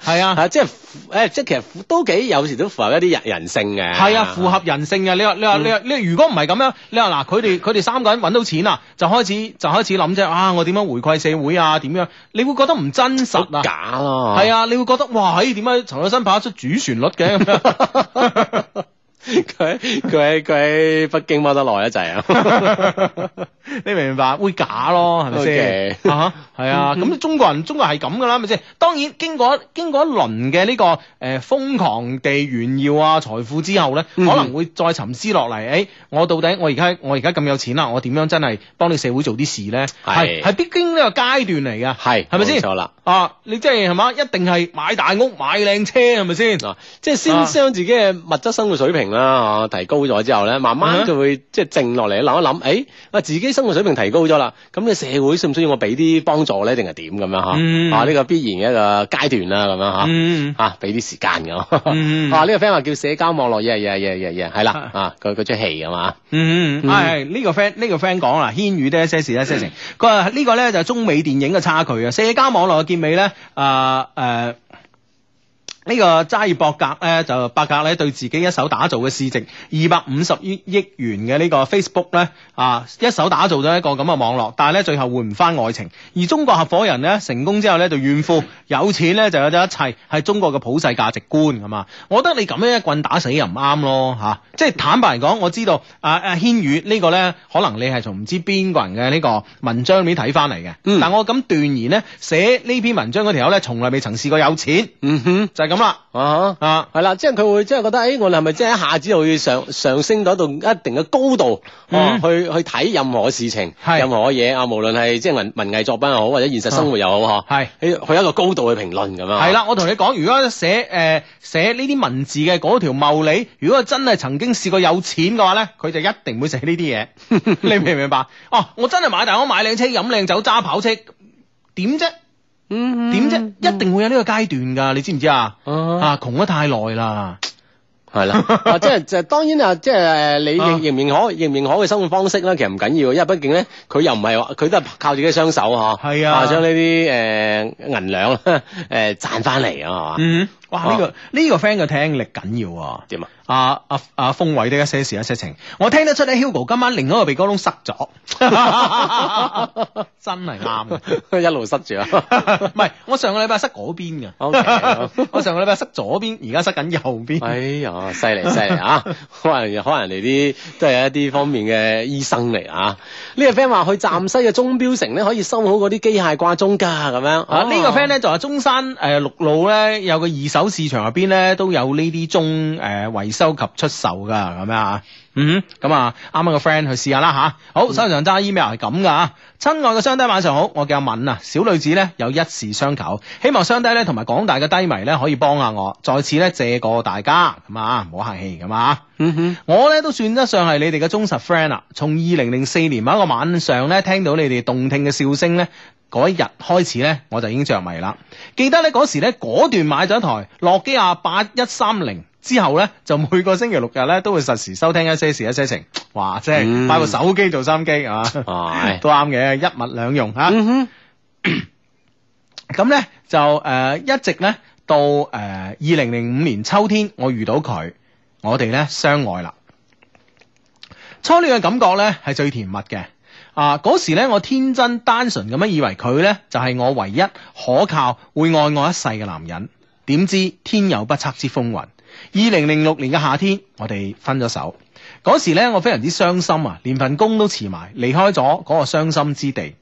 Speaker 1: 係啊。
Speaker 3: 啊，即係誒，即係其實都幾有時都符合一啲人人性嘅。
Speaker 1: 係啊，符合人性嘅。你話你話你話你如果唔係咁樣，你話嗱，佢哋佢哋三個人揾到錢啊，就開始就開始諗啫。啊，我點樣回饋社會啊？點樣？你會覺得唔真實
Speaker 3: 好
Speaker 1: 啊？
Speaker 3: 假咯。
Speaker 1: 係啊，你會覺得哇，嘿，點解陳可辛拍得出主旋律嘅咁樣？
Speaker 3: 佢佢喺佢喺北京踎得耐一滯啊！
Speaker 1: 你明唔明白？會假咯，係咪先？
Speaker 3: OK
Speaker 1: 啊，係啊，咁中國人中國係咁噶啦，係咪先？當然經過經過一輪嘅呢個誒、呃、瘋狂地炫耀啊財富之後咧，可
Speaker 3: 嗯
Speaker 1: 能會再沉思落嚟，誒、我到底我而家我而家咁有錢啦，啊我點樣真係幫你社會做啲事咧？係
Speaker 3: 係
Speaker 1: 係必經呢個階段嚟噶，
Speaker 3: 係
Speaker 1: 係咪先
Speaker 3: 冇錯啦，
Speaker 1: 啊，你即係係嘛？一定係買大屋、買靚車，係咪先？
Speaker 3: 啊，即係
Speaker 1: 啊
Speaker 3: 先將自己嘅物質生活水平啦，啊，提高咗之後咧，慢
Speaker 1: 嗯哼
Speaker 3: 慢就會即係靜落嚟諗一諗，誒，啊，自己生活水平提高咗啦，咁你社會需唔需要我俾啲幫助咧，定係點咁樣
Speaker 1: 嗯
Speaker 3: 嚇？啊，呢個必然嘅一個階段啦，咁樣嚇。
Speaker 1: 嗯
Speaker 3: 啊，俾啲時間咁。
Speaker 1: 嗯
Speaker 3: 啊，呢個 friend 話叫社交網絡，嘢嘢嘢嘢嘢，係啦
Speaker 1: 啊，
Speaker 3: 啊，佢佢出戲啊嘛。
Speaker 1: 嗯，
Speaker 3: 嗯
Speaker 1: 係呢個 friend 呢個 friend 講啦，牽語的一些事一些情，佢話呢個咧就係中美電影嘅差距啊，社交網絡嘅結尾咧，啊誒。呢個揸爾伯格咧就伯格咧對自己一手打造嘅市值二百五十億億元嘅呢個 Facebook 咧啊一手打造咗一個咁嘅網絡，但係咧最後換唔翻愛情。而中國合伙人咧成功之後咧就怨婦，有錢咧就有咗一切，係中國嘅普世價值觀咁啊！我覺得你咁樣一棍打死又唔啱咯嚇、即係坦白嚟講，我知道啊啊軒宇呢個咧可能你係從唔知邊個人嘅呢個文章裏面睇翻嚟嘅，
Speaker 3: 嗯
Speaker 1: 但我咁斷言咧寫呢篇文章嗰條友咧從來未曾試過有錢，
Speaker 3: 嗯哼，
Speaker 1: 就係咁啦。
Speaker 3: 啊。
Speaker 1: 啊，
Speaker 3: 係啦，即係佢會即係覺得，誒、哎我哋係咪即係一下子就要上上升到一定嘅高度，哦
Speaker 1: 嗯，
Speaker 3: 去去睇任何事情，
Speaker 1: 係
Speaker 3: 任何嘢啊，無論係即係文文藝作品又好，或者現實生活又好，嗬，
Speaker 1: 係
Speaker 3: 去去一個高度去評論咁樣。
Speaker 1: 係，啦，我同你講，如果寫誒寫呢啲文字嘅嗰條茂利，如果真係曾經試過有錢嘅話咧，佢就一定唔會寫呢啲嘢。 你明唔明白？哦，我真係買大屋、買靚車、飲靚酒、揸跑車，點啫？
Speaker 3: 嗯
Speaker 1: 點啫？一定會有呢個階段㗎，你知唔知啊？
Speaker 3: 啊，
Speaker 1: 啊，窮得太耐啦。
Speaker 3: 係啦，啊即係就當然啊，即係你
Speaker 1: 啊
Speaker 3: 認認唔認可認唔認可嘅生活方式啦，其實唔緊要，因為畢竟咧，佢又唔係話佢都係靠自己雙手嗬，
Speaker 1: 係啊
Speaker 3: 呃 將呢啲誒銀兩誒賺翻嚟啊，係嘛。
Speaker 1: 嗯，哇！呢、個呢、個 friend 嘅聽力緊要啊！
Speaker 3: 點啊？
Speaker 1: 阿阿阿峰偉的一些事一些情，我聽得出咧，Hugo 今晚另一個鼻哥窿塞 咗，真係啱啊嘅。
Speaker 3: 一路 塞住啊！
Speaker 1: 唔係，我上個禮拜塞嗰邊嘅
Speaker 3: OK
Speaker 1: 我上個禮拜塞左邊，而家塞緊右 邊。
Speaker 3: 哎呀，犀利犀利啊！ 可能可能你啲都係一啲方面嘅醫生嚟啊！呢、個 friend 話去站西嘅鐘錶城咧，可以收好嗰啲機械掛鐘㗎咁樣。哦
Speaker 1: 啊！呢個 friend 咧就話中山誒六路咧有個二手市場入邊咧都有呢啲鐘誒維修及出售噶咁樣啊。嗯，咁啊，啱啱個 friend 去試下啦吓。好，手上揸 email 係咁噶啊。親愛嘅雙低晚上好，我叫阿敏啊，小女子咧有一事相求，希望雙低咧同埋廣大嘅低迷咧可以幫下我，在此咧借過大家咁啊，唔好客氣咁啊。
Speaker 3: 嗯 哼，
Speaker 1: 我咧都算得上係你哋嘅忠實 friend 啦。從二零零四年某一個晚上咧，聽到你哋動聽嘅笑聲咧，嗰一日開始咧，我就已經着迷啦。記得咧嗰時咧，果斷買咗台諾基亞八一三零。之後咧就每個星期六日咧都會實時收聽一些事一些情，哇！即係
Speaker 3: 嗯哦
Speaker 1: 買部手機做收音機啊，
Speaker 3: 係
Speaker 1: 都啱嘅，一物兩用嚇。啊
Speaker 3: 嗯哼，
Speaker 1: 咁咧就誒、呃一直咧到誒二零零五年秋天，我遇到佢，我哋咧相愛啦。初戀嘅感覺咧係最甜蜜嘅。啊！嗰時咧，我天真單純咁樣以為佢咧就係、我唯一可靠會愛我一世嘅男人。點知天有不測之風雲。二零零六年嘅夏天，我哋分咗手。嗰時咧，我非常之傷心啊，連份工都辭埋，離開咗嗰個傷心之地。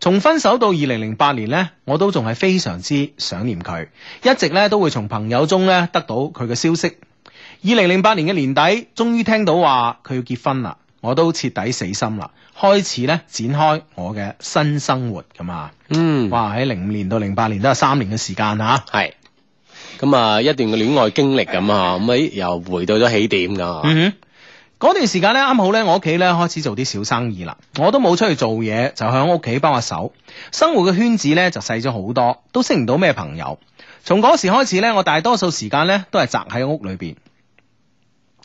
Speaker 1: 從分手到二零零八年呢，我都仲係非常之想念佢，一直咧都會從朋友中咧得到佢嘅消息。二零零八年嘅年底，終於聽到話佢要結婚啦，我都徹底死心啦，開始咧展開我嘅新生活咁啊！
Speaker 3: 嗯，
Speaker 1: 哇，喺零五年到零八年都有三年嘅時間啊！
Speaker 3: 係。咁啊，一段嘅戀愛經歷咁啊，咁誒又回到咗起點㗎。
Speaker 1: 嗯哼嗰段時間咧，啱好咧，我屋企咧開始做啲小生意啦，我都冇出去做嘢，就喺屋企幫下手。生活嘅圈子咧就細咗好多，都識唔到咩朋友。從嗰時開始咧，我大多數時間咧都係宅喺屋裏邊。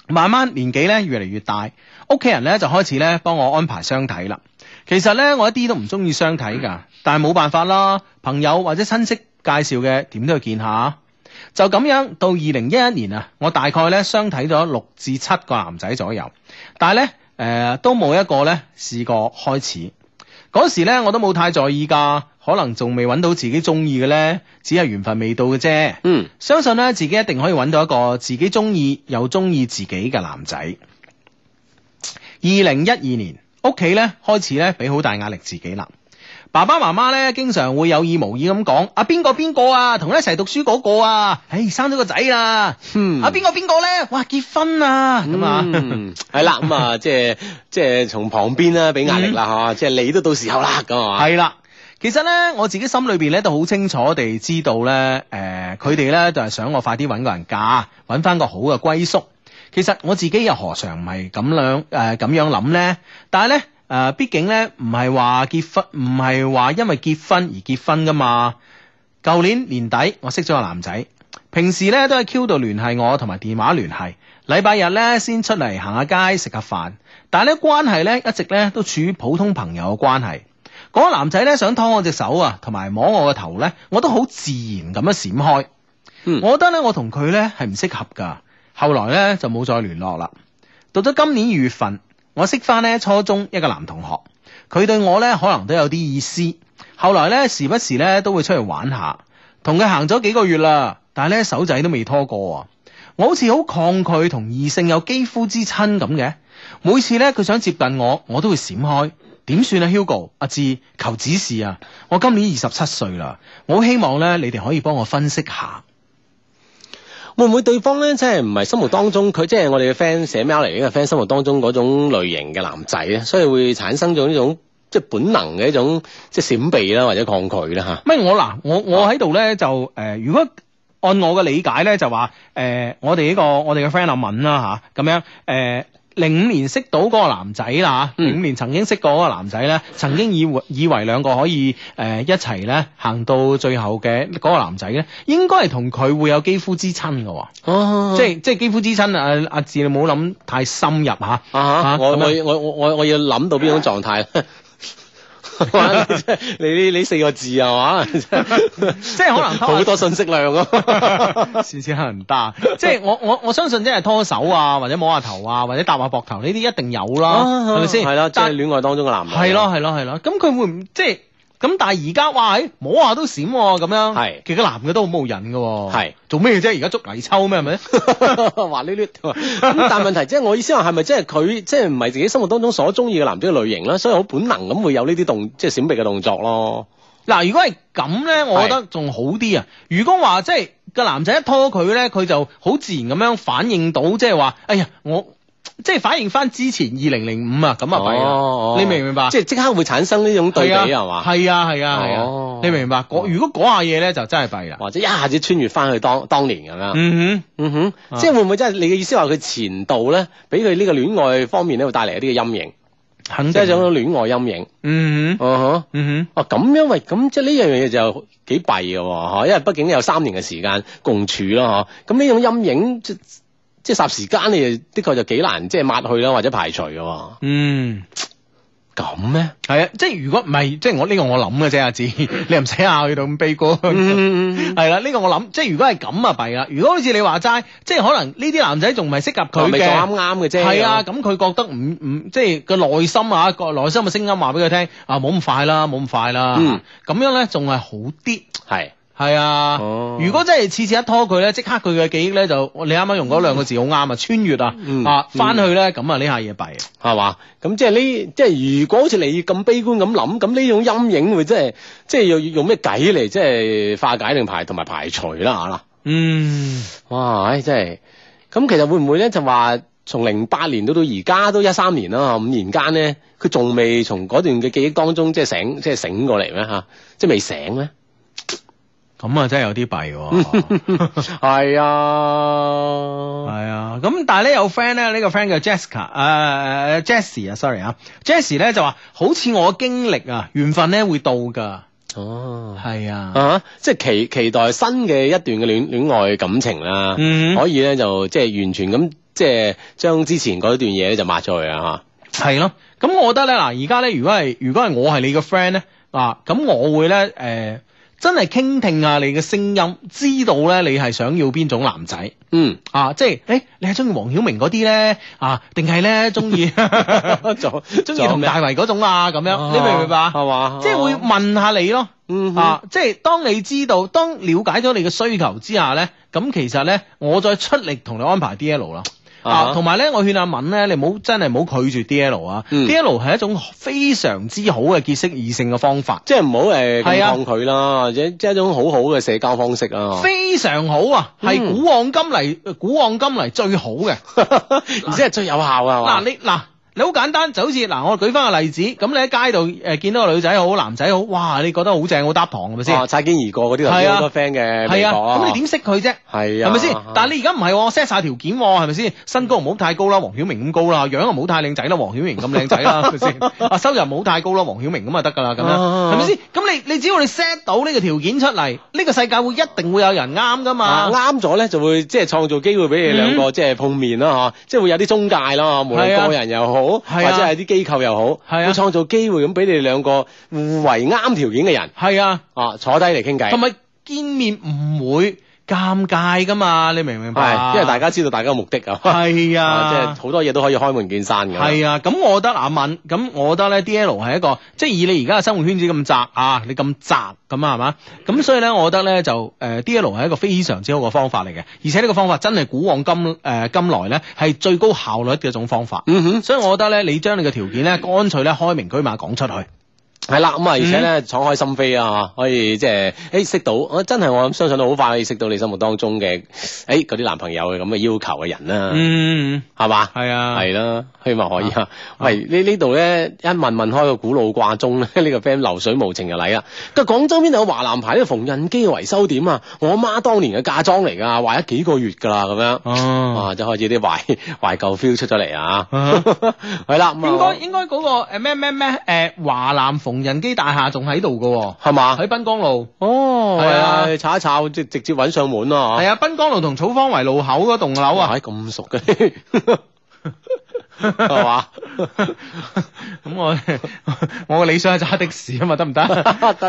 Speaker 1: 慢慢年紀咧越嚟越大，屋企人咧就開始咧幫我安排相睇啦。其實咧我一啲都唔中意相睇㗎，但係冇辦法啦，朋友或者親戚介紹嘅點都要見下。就咁樣到二零一一年啊，我大概咧相睇咗六至七個男仔左右，但係咧誒都冇一個咧試過開始。嗰時咧我都冇太在意㗎，可能仲未揾到自己中意嘅咧，只係緣分未到嘅啫。
Speaker 3: 嗯，
Speaker 1: 相信咧自己一定可以揾到一個自己中意又中意自己嘅男仔。二零一二年，屋企咧開始咧俾好大壓力自己啦。爸爸媽媽咧經常會有意無意咁講：啊邊個邊個啊，同佢一齊讀書嗰個啊，唉、生咗個仔啦。
Speaker 3: 嗯
Speaker 1: 啊邊個邊個咧，哇結婚啊咁啊。
Speaker 3: 嗯，係啦，咁啊，即係即係從旁邊啦，俾壓力啦，
Speaker 1: 嗯
Speaker 3: 吓，即係你都到時候啦，咁啊，
Speaker 1: 係啦。其實咧，我自己心裏邊咧都好清楚地知道咧，誒、佢哋咧就係想我快啲揾個人嫁，揾翻個好嘅歸宿。其實我自己又何嘗唔係咁樣誒咁、樣諗咧？但係咧誒，畢、竟咧唔係話結婚，唔係話因為結婚而結婚噶嘛。舊年年底我識咗個男仔，平時咧都喺 Q 度聯繫我，同埋電話聯繫。禮拜日咧先出嚟行下街食下飯，但係咧關係咧一直咧都處於普通朋友嘅關係。嗰個男仔咧想拖我隻手啊，同埋摸我個頭咧，我都好自然咁樣閃開。
Speaker 3: 嗯
Speaker 1: 我覺得咧，我同佢咧係唔適合噶。後來咧就冇再聯絡啦。到咗今年二月份，我識翻咧初中一個男同學，佢對我咧可能都有啲意思。後來咧時不時咧都會出去玩下，同佢行咗幾個月啦，但係咧手仔都未拖過啊。我好似好抗拒同異性有肌膚之親咁嘅。每次咧佢想接近我，我都會閃開。點算啊，Hugo？阿志，求指示啊！我今年二十七歲啦，我好希望咧你哋可以幫我分析下。
Speaker 3: 會唔會對方咧，即係唔係心目當中佢，即係我哋嘅 friend 寫 mail 嚟呢個 friend 心目當中嗰種類型嘅男仔咧，所以會產生咗呢種即係本能嘅一種即係閃避啦，或者抗拒啦嚇。
Speaker 1: 咩？我嗱，我我喺度咧就誒、呃如果按我嘅理解咧就話誒、呃我哋呢、個我哋嘅 friend 阿敏啦吓，咁樣誒。零五年識到嗰個男仔啦，
Speaker 3: 嗯
Speaker 1: 零五年曾經識過嗰個男仔咧，曾經以為以為兩個可以誒、呃一齊咧行到最後嘅嗰個男仔咧，應該係同佢會有肌膚之親嘅喎。
Speaker 3: 哦
Speaker 1: 即係即係肌膚之親啊！阿志你冇諗太深入吓，
Speaker 3: 啊
Speaker 1: 啊
Speaker 3: 嚇！我
Speaker 1: 咁樣
Speaker 3: 我我我我我要諗到邊種狀態咧？哇你真係 你呢呢四個字啊係嘛，即
Speaker 1: 即係可能拖
Speaker 3: 好多信息量 啊！
Speaker 1: 次次黑人巴，即係我我我相信即係拖手啊，或者摸下頭啊，或者搭下膊頭呢啲一定有啦，啊係咪先？
Speaker 3: 啊係啦，即係
Speaker 1: 但
Speaker 3: 戀愛當中嘅男女。啊
Speaker 1: 係咯，係咯係咯，咁佢會唔即係咁？但係而家哇，誒摸下都閃喎咁樣，
Speaker 3: 係
Speaker 1: 其實個男嘅都好冇癮嘅喎，
Speaker 3: 係
Speaker 1: 做咩啫？而家捉泥鰍咩？係咪？
Speaker 3: 話呢啲 咁，但問題即係我意思話係咪即係佢即係唔係自己心目當中所中意嘅男仔嘅類型啦，所以好本能咁會有呢啲動即係閃避嘅動作咯。
Speaker 1: 嗱，如果係咁咧，我覺得仲好啲啊。如果話即係個男仔一拖佢咧，佢就好自然咁樣反應到，即係話，哎呀，我即係反應翻之前二零零五啊，咁啊弊啦。
Speaker 3: 哦哦
Speaker 1: 你明唔明白？
Speaker 3: 即係即刻會產生呢種對比
Speaker 1: 係
Speaker 3: 係嘛？
Speaker 1: 係啊係啊係啊
Speaker 3: 哦，
Speaker 1: 你明唔明白？嗰如果嗰下嘢咧就真係弊啦。
Speaker 3: 或者一下子穿越翻去當當年咁樣，
Speaker 1: 嗯
Speaker 3: 嗯哼，
Speaker 1: 啊
Speaker 3: 即係會唔會真係你嘅意思話佢前度咧，俾佢呢個戀愛方面咧會帶嚟一啲嘅陰影，
Speaker 1: 哼，肯
Speaker 3: 即係一
Speaker 1: 定。
Speaker 3: 種戀愛陰影。
Speaker 1: 嗯哼，
Speaker 3: 嗯哼。
Speaker 1: 嗯
Speaker 3: 哦，咁樣喂，咁即係呢樣嘢就幾弊嘅喎，嚇因為畢竟有三年嘅時間共處啦，嚇咁呢種陰影即即係霎時間，你就的確就幾難即係抹去啦，或者排除嘅喎
Speaker 1: 哼，。嗯。
Speaker 3: 咁咩？
Speaker 1: 係啊，即係如果唔係，即係我呢、個我諗嘅啫，阿志， 你又唔使下去到咁悲觀。
Speaker 3: 嗯
Speaker 1: 係啦，呢個我諗，即係如果係咁啊弊啦。如果好似你話齋，即係可能呢啲男仔仲唔係適合
Speaker 3: 佢
Speaker 1: 佢
Speaker 3: 哦咪就啊啱
Speaker 1: 嘅，
Speaker 3: 啱嘅啫。
Speaker 1: 係啊，咁佢覺得唔唔，即係個內心啊，個內心嘅聲音話俾佢聽啊，冇咁快啦，冇咁快啦，
Speaker 3: 嗯
Speaker 1: 咁樣咧仲係好啲。
Speaker 3: 係，
Speaker 1: 係啊，
Speaker 3: 哦
Speaker 1: 如果真係次次一拖佢咧，即刻佢嘅記憶咧就，你啱啱用嗰兩個字好啱啊，穿越啊，
Speaker 3: 嗯
Speaker 1: 啊翻去咧，咁啊呢下嘢弊啊。
Speaker 3: 係嘛？咁即係呢，即係如果好似你咁悲觀咁諗，咁呢種陰影會即係即係要要用咩計嚟即係化解定排同埋排除啦嚇啦。
Speaker 1: 嗯，
Speaker 3: 哇！唉，真係咁，其實會唔會咧就話從零八年到到而家都一三年啦，五年間咧，佢仲未從嗰段嘅記憶當中即係醒，即係醒過嚟咩吓？即係未醒 咩？
Speaker 1: 咁啊真係有啲弊喎。
Speaker 3: 係啊，
Speaker 1: 係啊，咁但係咧有 friend 咧，呢、個 friend 叫 Jessica，誒、Jessie 啊，sorry 啊，Jessie 咧就話好似我經歷啊，緣分咧會到噶，
Speaker 3: 哦，
Speaker 1: 係啊，
Speaker 3: 啊，即係期期待新嘅一段嘅戀戀愛感情啦，
Speaker 1: 嗯
Speaker 3: 可以咧就即係完全咁即係將之前嗰段嘢咧就抹咗佢啊
Speaker 1: 係咯、咁我覺得咧嗱，而家咧如果係如果係我係你嘅 friend 咧，啊，咁我會咧誒、真係傾聽下你嘅聲音，知道咧你係想要邊種男仔。
Speaker 3: 吓，嗯，
Speaker 1: 啊，即係，誒、你係中意黃曉明嗰啲咧，啊，定係咧中 意
Speaker 3: 仲
Speaker 1: 中意同大為嗰種啊，咁樣，你明唔明白啊？
Speaker 3: 係嘛，
Speaker 1: 即係會問下你咯。
Speaker 3: 嗯哼
Speaker 1: 啊，即係當你知道、當了解咗你嘅需求之下咧，咁其實咧，我再出力同你安排 D L 啦。
Speaker 3: 啊
Speaker 1: 啊，同埋咧，我勸阿敏咧，你唔好真係唔好拒絕 D L 啊。
Speaker 3: 嗯
Speaker 1: D L 係一種非常之好嘅結識異性嘅方法，
Speaker 3: 即係唔好誒咁
Speaker 1: 係啊
Speaker 3: 抗拒啦，或者即係一種好好嘅社交方式啊，
Speaker 1: 非常好啊，係
Speaker 3: 嗯
Speaker 1: 古往今嚟古往今嚟最好 嘅。
Speaker 3: 而且係最有效啊，係嘛
Speaker 1: 嗱，你嗱。你好簡單，就好似嗱，我舉翻個例子，咁你喺街度誒、呃、見到個女仔好，男仔好，哇！你覺得好正，好搭堂係咪先？
Speaker 3: 啊擦肩而過嗰啲，頭
Speaker 1: 係
Speaker 3: 先
Speaker 1: 啊
Speaker 3: 好多 friend 嘅微
Speaker 1: 係啊，
Speaker 3: 博
Speaker 1: 咁你點識佢啫？
Speaker 3: 係啊，
Speaker 1: 係咪先
Speaker 3: 啊？
Speaker 1: 但係你而家唔係喎，set 晒條件喎，係咪先？身高唔好太高啦，黃曉明咁高啦，樣又唔好太靚仔啦，黃曉明咁靚仔啦，係咪 先？啊，收入唔好太高啦，黃曉明咁啊得㗎啦，咁樣
Speaker 3: 啊
Speaker 1: 係咪先？咁你你只要你 set 到呢個條件出嚟，呢個世界會一定會有人啱㗎
Speaker 3: 啊
Speaker 1: 嘛。
Speaker 3: 啱咗咧，就會即係創造機會俾你兩個即係碰面啦，嚇，即係會有啲中介啦，無
Speaker 1: 嗯係啊
Speaker 3: 論個人又好，或
Speaker 1: 係啊
Speaker 3: 者係啲機構又好，
Speaker 1: 係啊
Speaker 3: 會創造機會咁俾你兩個互為啱條件嘅人
Speaker 1: 係啊，
Speaker 3: 啊，坐低嚟傾偈
Speaker 1: 同，埋見面唔會尷尬㗎嘛，你明唔明白？
Speaker 3: 係因為大家知道大家嘅目的啊，
Speaker 1: 啊係
Speaker 3: 啊即係
Speaker 1: 啊。
Speaker 3: 好多嘢都可以開門見山㗎。
Speaker 1: 係啊，咁我覺得阿敏，咁我覺得咧，D L 係一個即係以你而家嘅生活圈子咁窄啊，你咁窄咁啊，係嘛？咁所以咧，我覺得咧就誒、D L 係一個非常之好嘅方法嚟嘅，而且呢個方法真係古往今誒、今來咧係最高效率嘅一種方法。
Speaker 3: 嗯哼。
Speaker 1: 所以我覺得咧，你將你嘅條件咧，乾脆咧開明居馬講出去。
Speaker 3: 係啦，咁啊，而且咧，敞開心扉啊，可以即係，誒，識到，我真係我相信到好快可以識到你心目當中嘅，誒，嗰啲男朋友嘅咁嘅要求嘅人啦，
Speaker 1: 嗯，
Speaker 3: 係嘛？
Speaker 1: 係啊，
Speaker 3: 係啦，希望可以啊！喂，呢呢度咧一問問開個古老掛鐘咧， 呢個 friend 流水無情就嚟啦。佢話廣州邊度有華南牌呢個縫紉機嘅維修點啊？我媽當年嘅嫁妝嚟㗎，壞咗幾個月㗎啦，咁樣
Speaker 1: 哦，
Speaker 3: 啊，就開始啲懷懷舊 feel 出咗嚟啊！
Speaker 1: 啊
Speaker 3: 係啦，咁啊
Speaker 1: 應該應該嗰個誒咩咩咩誒華南縫紉機大廈仲喺度㗎
Speaker 3: 係嘛
Speaker 1: 喎，？喺濱江路。
Speaker 3: 哦
Speaker 1: 啊係
Speaker 3: 係
Speaker 1: 啊
Speaker 3: 啊，查一查，直直接揾上門咯，
Speaker 1: 啊係啊，濱江路同草芳圍路口嗰棟樓啊。
Speaker 3: 哇，咁熟嘅， 係嘛？
Speaker 1: 咁我 我嘅理想係揸的士啊嘛，得唔得？
Speaker 3: 得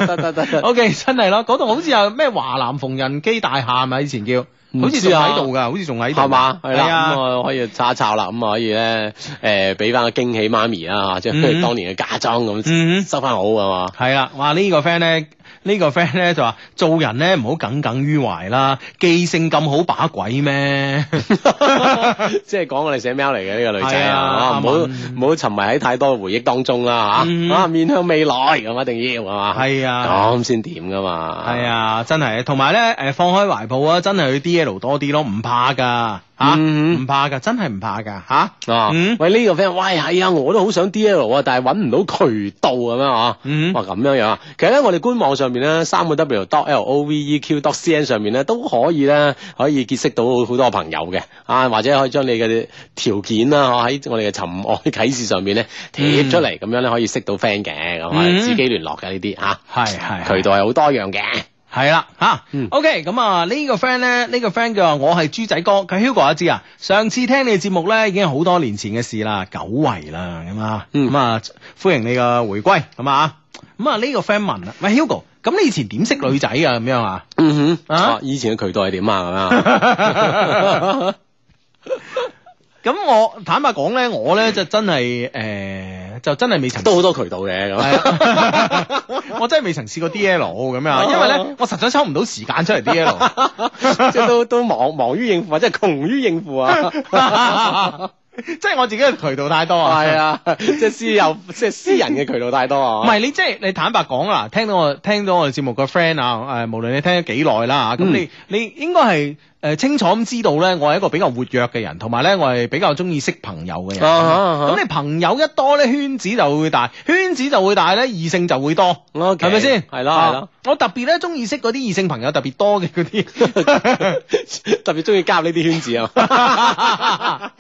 Speaker 3: 得得得得，
Speaker 1: O K，真係咯，嗰度好似有咩華南逢人機大廈咪以前叫，
Speaker 3: 唔
Speaker 1: 好似
Speaker 3: 知
Speaker 1: 仲
Speaker 3: 啊
Speaker 1: 喺度㗎，好似仲喺度，
Speaker 3: 係嘛？係
Speaker 1: 係
Speaker 3: 啦，
Speaker 1: 啊
Speaker 3: 咁我可以查一查啦，咁啊可以咧，誒俾翻個驚喜媽咪啊，即係
Speaker 1: 嗯
Speaker 3: 當年嘅嫁妝
Speaker 1: 嗯
Speaker 3: 咁收翻好啊嘛。
Speaker 1: 係啦，哇！呢、個 friend 咧，呢、個 friend 咧就話做人咧唔好耿耿於懷啦，記性咁好把鬼咩？
Speaker 3: 即係講我哋寫 mail 嚟嘅呢個女仔
Speaker 1: 係啊
Speaker 3: 啊，唔好
Speaker 1: 啱啊
Speaker 3: 唔好沉迷喺太多嘅回憶當中啦
Speaker 1: 嗯
Speaker 3: 嚇，啊面向未來咁啊一定要係嘛，
Speaker 1: 係啊。
Speaker 3: 咁先掂噶嘛，
Speaker 1: 係啊，真係，同埋咧，誒，放開懷抱啊，真係去 D L 多啲咯，唔怕噶，吓、
Speaker 3: 嗯
Speaker 1: 唔怕噶，真係唔怕噶，吓、
Speaker 3: 啊
Speaker 1: 嗯，
Speaker 3: 喂呢個 friend，喂係啊，我都好想 D L 啊，但係揾唔到渠道咁樣啊。
Speaker 1: 嗯
Speaker 3: 哇，咁樣樣啊！其實咧，我哋官網上面咧，三個 W dot L O V E Q dot C N 上面咧，都可以咧，可以結識到好多朋友嘅啊，或者可以將你嘅條件啦，啊喺我哋嘅尋愛啟事上面咧貼出嚟，咁樣咧可以識到 friend 嘅，咁啊
Speaker 1: 嗯
Speaker 3: 自己聯絡嘅呢啲嚇，
Speaker 1: 係係
Speaker 3: 渠道係好多樣嘅。
Speaker 1: 係啦，吓
Speaker 3: 嗯
Speaker 1: ，OK，咁啊呢個 friend 咧，呢個 friend 叫話我係豬仔哥，佢 Hugo 阿芝啊，上次聽你節目咧已經好多年前嘅事啦，久違啦，咁啊，
Speaker 3: 嗯
Speaker 1: 咁啊歡迎你嘅回歸，咁啊，咁啊呢個 friend 問啦，喂 Hugo，咁你以前點識女仔啊？咁樣啊？
Speaker 3: 嗯哼，
Speaker 1: 啊
Speaker 3: 啊，以前嘅渠道係點 啊？
Speaker 1: 咁我坦白講咧，我咧就真係誒，就真係未
Speaker 3: 咁
Speaker 1: 曾
Speaker 3: 樣都好多渠道嘅
Speaker 1: 係
Speaker 3: 咁。
Speaker 1: 啊， 我真係未曾試過 D L 咁樣
Speaker 3: 哦
Speaker 1: 啊，因為咧我實在抽唔到時間出嚟 D L。
Speaker 3: 即係都都忙忙於應付，或啊者係窮於應 付啊！
Speaker 1: 即係我自己嘅渠道太多啊。
Speaker 3: 係啊，即係私有，即係私人嘅渠道太多啊！
Speaker 1: 唔係你即係你坦白講啦，聽到我聽到我哋節目嘅 friend 啊，誒無論你聽咗幾耐啦嚇，
Speaker 3: 嗯
Speaker 1: 咁你你應該係誒清楚咁知道咧，我係一個比較活躍嘅人，同埋咧我係比較中意識朋友嘅人。
Speaker 3: 啊哈啊哈
Speaker 1: 咁你朋友一多咧，圈子就會大，圈子就會大咧，異性就會多，
Speaker 3: OK，
Speaker 1: 係咪先？
Speaker 3: 係啦
Speaker 1: 啊
Speaker 3: 係啦，
Speaker 1: 我特別咧中意識嗰啲異性朋友特別多嘅嗰 啲。
Speaker 3: 特別中意加入呢啲圈子啊，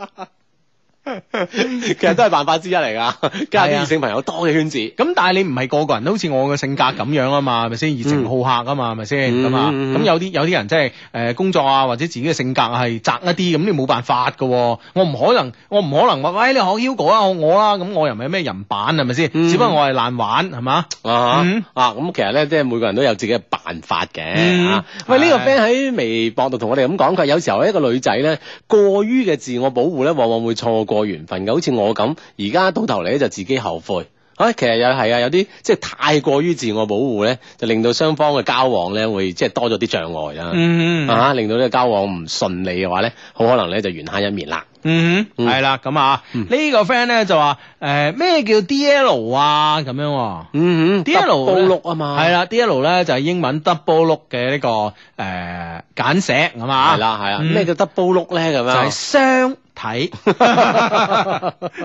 Speaker 3: 其實都係辦法之一嚟㗎，加入
Speaker 1: 係啊
Speaker 3: 啲異性朋友多嘅圈子。
Speaker 1: 咁但係你唔係個個人都好似我嘅性格咁樣啊嘛，係咪先熱情好客啊嘛，係咪先
Speaker 3: 嗯
Speaker 1: 咁啊？
Speaker 3: 嗯嗯
Speaker 1: 咁有啲有啲人真係誒工作啊，或者自己嘅性格係窄一啲，咁你冇辦法噶、喎。我唔可能，我唔可能話喂你學 Hugo 啊，學我啦，咁我又唔係咩人版係咪先？
Speaker 3: 嗯
Speaker 1: 只不過我係爛玩係嘛？
Speaker 3: 啊
Speaker 1: 嗯
Speaker 3: 啊！咁其實咧，即係每個人都有自己嘅辦法嘅
Speaker 1: 嗯
Speaker 3: 啊。喂，呢個
Speaker 1: 係
Speaker 3: friend 喺微博度同我哋咁講，佢話有時候一個女仔咧過於嘅自我保護咧，往往會錯過緣分嘅。好似我咁，而家到頭嚟咧就自己後悔。啊，其實又係啊，有啲即係太過於自我保護咧，就令到雙方嘅交往咧會即係多咗啲障礙啦。
Speaker 1: 嗯
Speaker 3: 啊，令到呢個交往唔順利嘅話咧，好可能咧就緣下一面啦。
Speaker 1: 嗯哼，
Speaker 3: 嗯
Speaker 1: 係啦，咁啊
Speaker 3: 嗯
Speaker 1: 呢個 friend 咧就話誒咩叫 D L 啊咁樣喎。
Speaker 3: 嗯
Speaker 1: D L
Speaker 3: 暴六啊嘛，
Speaker 1: 係啦，D L 咧就係英文 double look 嘅呢個誒簡寫係嘛？
Speaker 3: 係啦係啦，
Speaker 1: 嗯
Speaker 3: 咩叫 double 六咧
Speaker 1: 就
Speaker 3: 咁
Speaker 1: 係
Speaker 3: 樣？
Speaker 1: 雙 體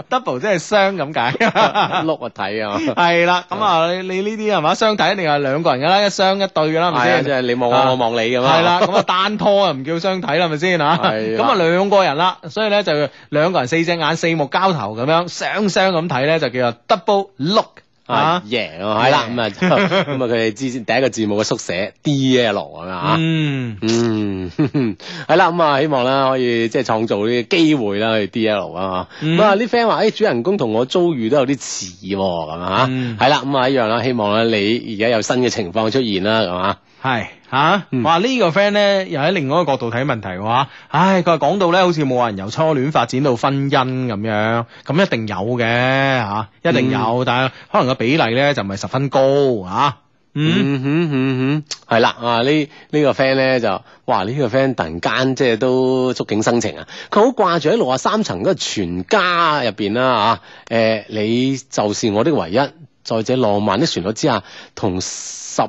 Speaker 1: ，double 即係雙咁 解。
Speaker 3: 碌啊 睇啊！
Speaker 1: 係啦，咁啊，你你呢啲係嘛？雙體一定係兩個人噶啦，一雙一對噶啦，係咪
Speaker 3: 係啊，
Speaker 1: 先？
Speaker 3: 即係你望
Speaker 1: 啊
Speaker 3: 我，我望你咁啊。
Speaker 1: 係啦，咁啊單拖啊唔叫雙體啦，係咪先啊？
Speaker 3: 係
Speaker 1: 咁
Speaker 3: 啦
Speaker 1: 啊兩個人啦，所以咧就兩個人四隻眼四目交頭咁樣雙雙咁睇咧，就叫做 double look
Speaker 3: 啊
Speaker 1: 啊。
Speaker 3: 贏啊，係啦，咁啊，咁啊，佢哋之前第一個字母嘅縮寫 D L 咁樣啊。
Speaker 1: 嗯，
Speaker 3: 嗯， 係啦，咁啊，希望啦，可以即係創造呢啲機會啦，去 D L 啊嚇。
Speaker 1: 嗯
Speaker 3: 咁啊，啲 friend 話，誒主人公同我遭遇都有啲似喎，咁啊
Speaker 1: 嗯
Speaker 3: 嚇。係啦，咁啊一樣啦，希望咧你而家有新嘅情況出現啦，咁啊。
Speaker 1: 係吓，
Speaker 3: 嗯
Speaker 1: 哇！呢、個 friend 咧又喺另外一個角度睇問題喎吓，唉，佢話講到咧好似冇人由初戀發展到婚姻咁樣，咁一定有嘅吓、一定有，但係可能個比例咧就唔係十分高吓、嗯，
Speaker 3: 嗯哼嗯哼，係啦啊！呢呢個 friend 咧就，哇！呢個 friend 突然間即係都觸景生情啊！佢好掛住喺六十三層嗰個全家入邊啦嚇，誒、你就是我的唯一，在這浪漫的旋律之下，同十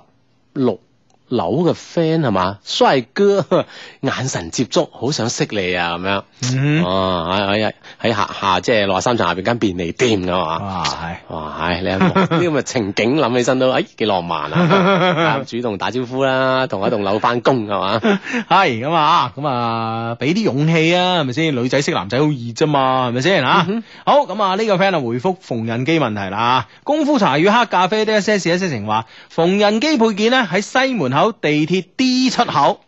Speaker 3: 六樓嘅 friend 係嘛，帥哥眼神接觸，好想識你啊咁樣，
Speaker 1: 嗯，
Speaker 3: 哦喺喺喺下下即係六十三層下邊間便利店㗎嘛。
Speaker 1: 哇，係。
Speaker 3: 哇！唉，你一望呢啲咁嘅情景諗起身都，哎，幾浪漫啊！啊主動打招呼啦，同一棟樓翻工係嘛？
Speaker 1: 係咁啊，咁啊，俾啲勇氣啊，係咪先？女仔識男仔好易啫嘛，係咪先吓？好咁啊，呢個 friend 啊回覆縫紉機問題啦。功夫茶與黑咖啡的一些事一些情話，縫紉機配件咧喺西門口地鐵 D 出口。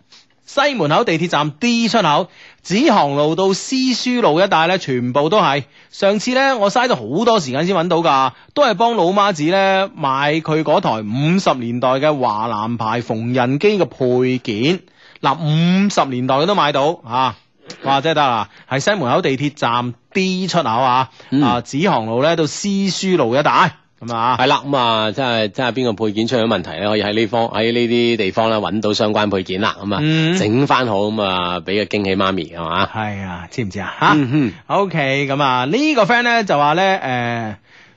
Speaker 1: 西門口地鐵站 D 出口，紫航路到絲書路一帶咧，全部都係。上次咧，我嘥咗好多時間先揾到㗎，都係幫老媽子咧買佢嗰台五十年代嘅華南牌縫紉機嘅配件。嗱，五十年代都買到啊！哇，真係得啦！喺西門口地鐵站 D 出口啊，
Speaker 3: 嗯
Speaker 1: 啊紫航路咧到絲書路一帶咁啊
Speaker 3: 系。啦，咁啊，真係真係邊個配件出咗問題咧，可以喺呢方喺呢啲地方咧揾到相關配件啦，咁啊
Speaker 1: 嗯，
Speaker 3: 整翻好咁啊，俾個驚喜媽咪係嘛，
Speaker 1: 係啊，知唔知啊？吓、
Speaker 3: 嗯哼
Speaker 1: O K，咁啊，呢個 friend 咧就話咧，诶、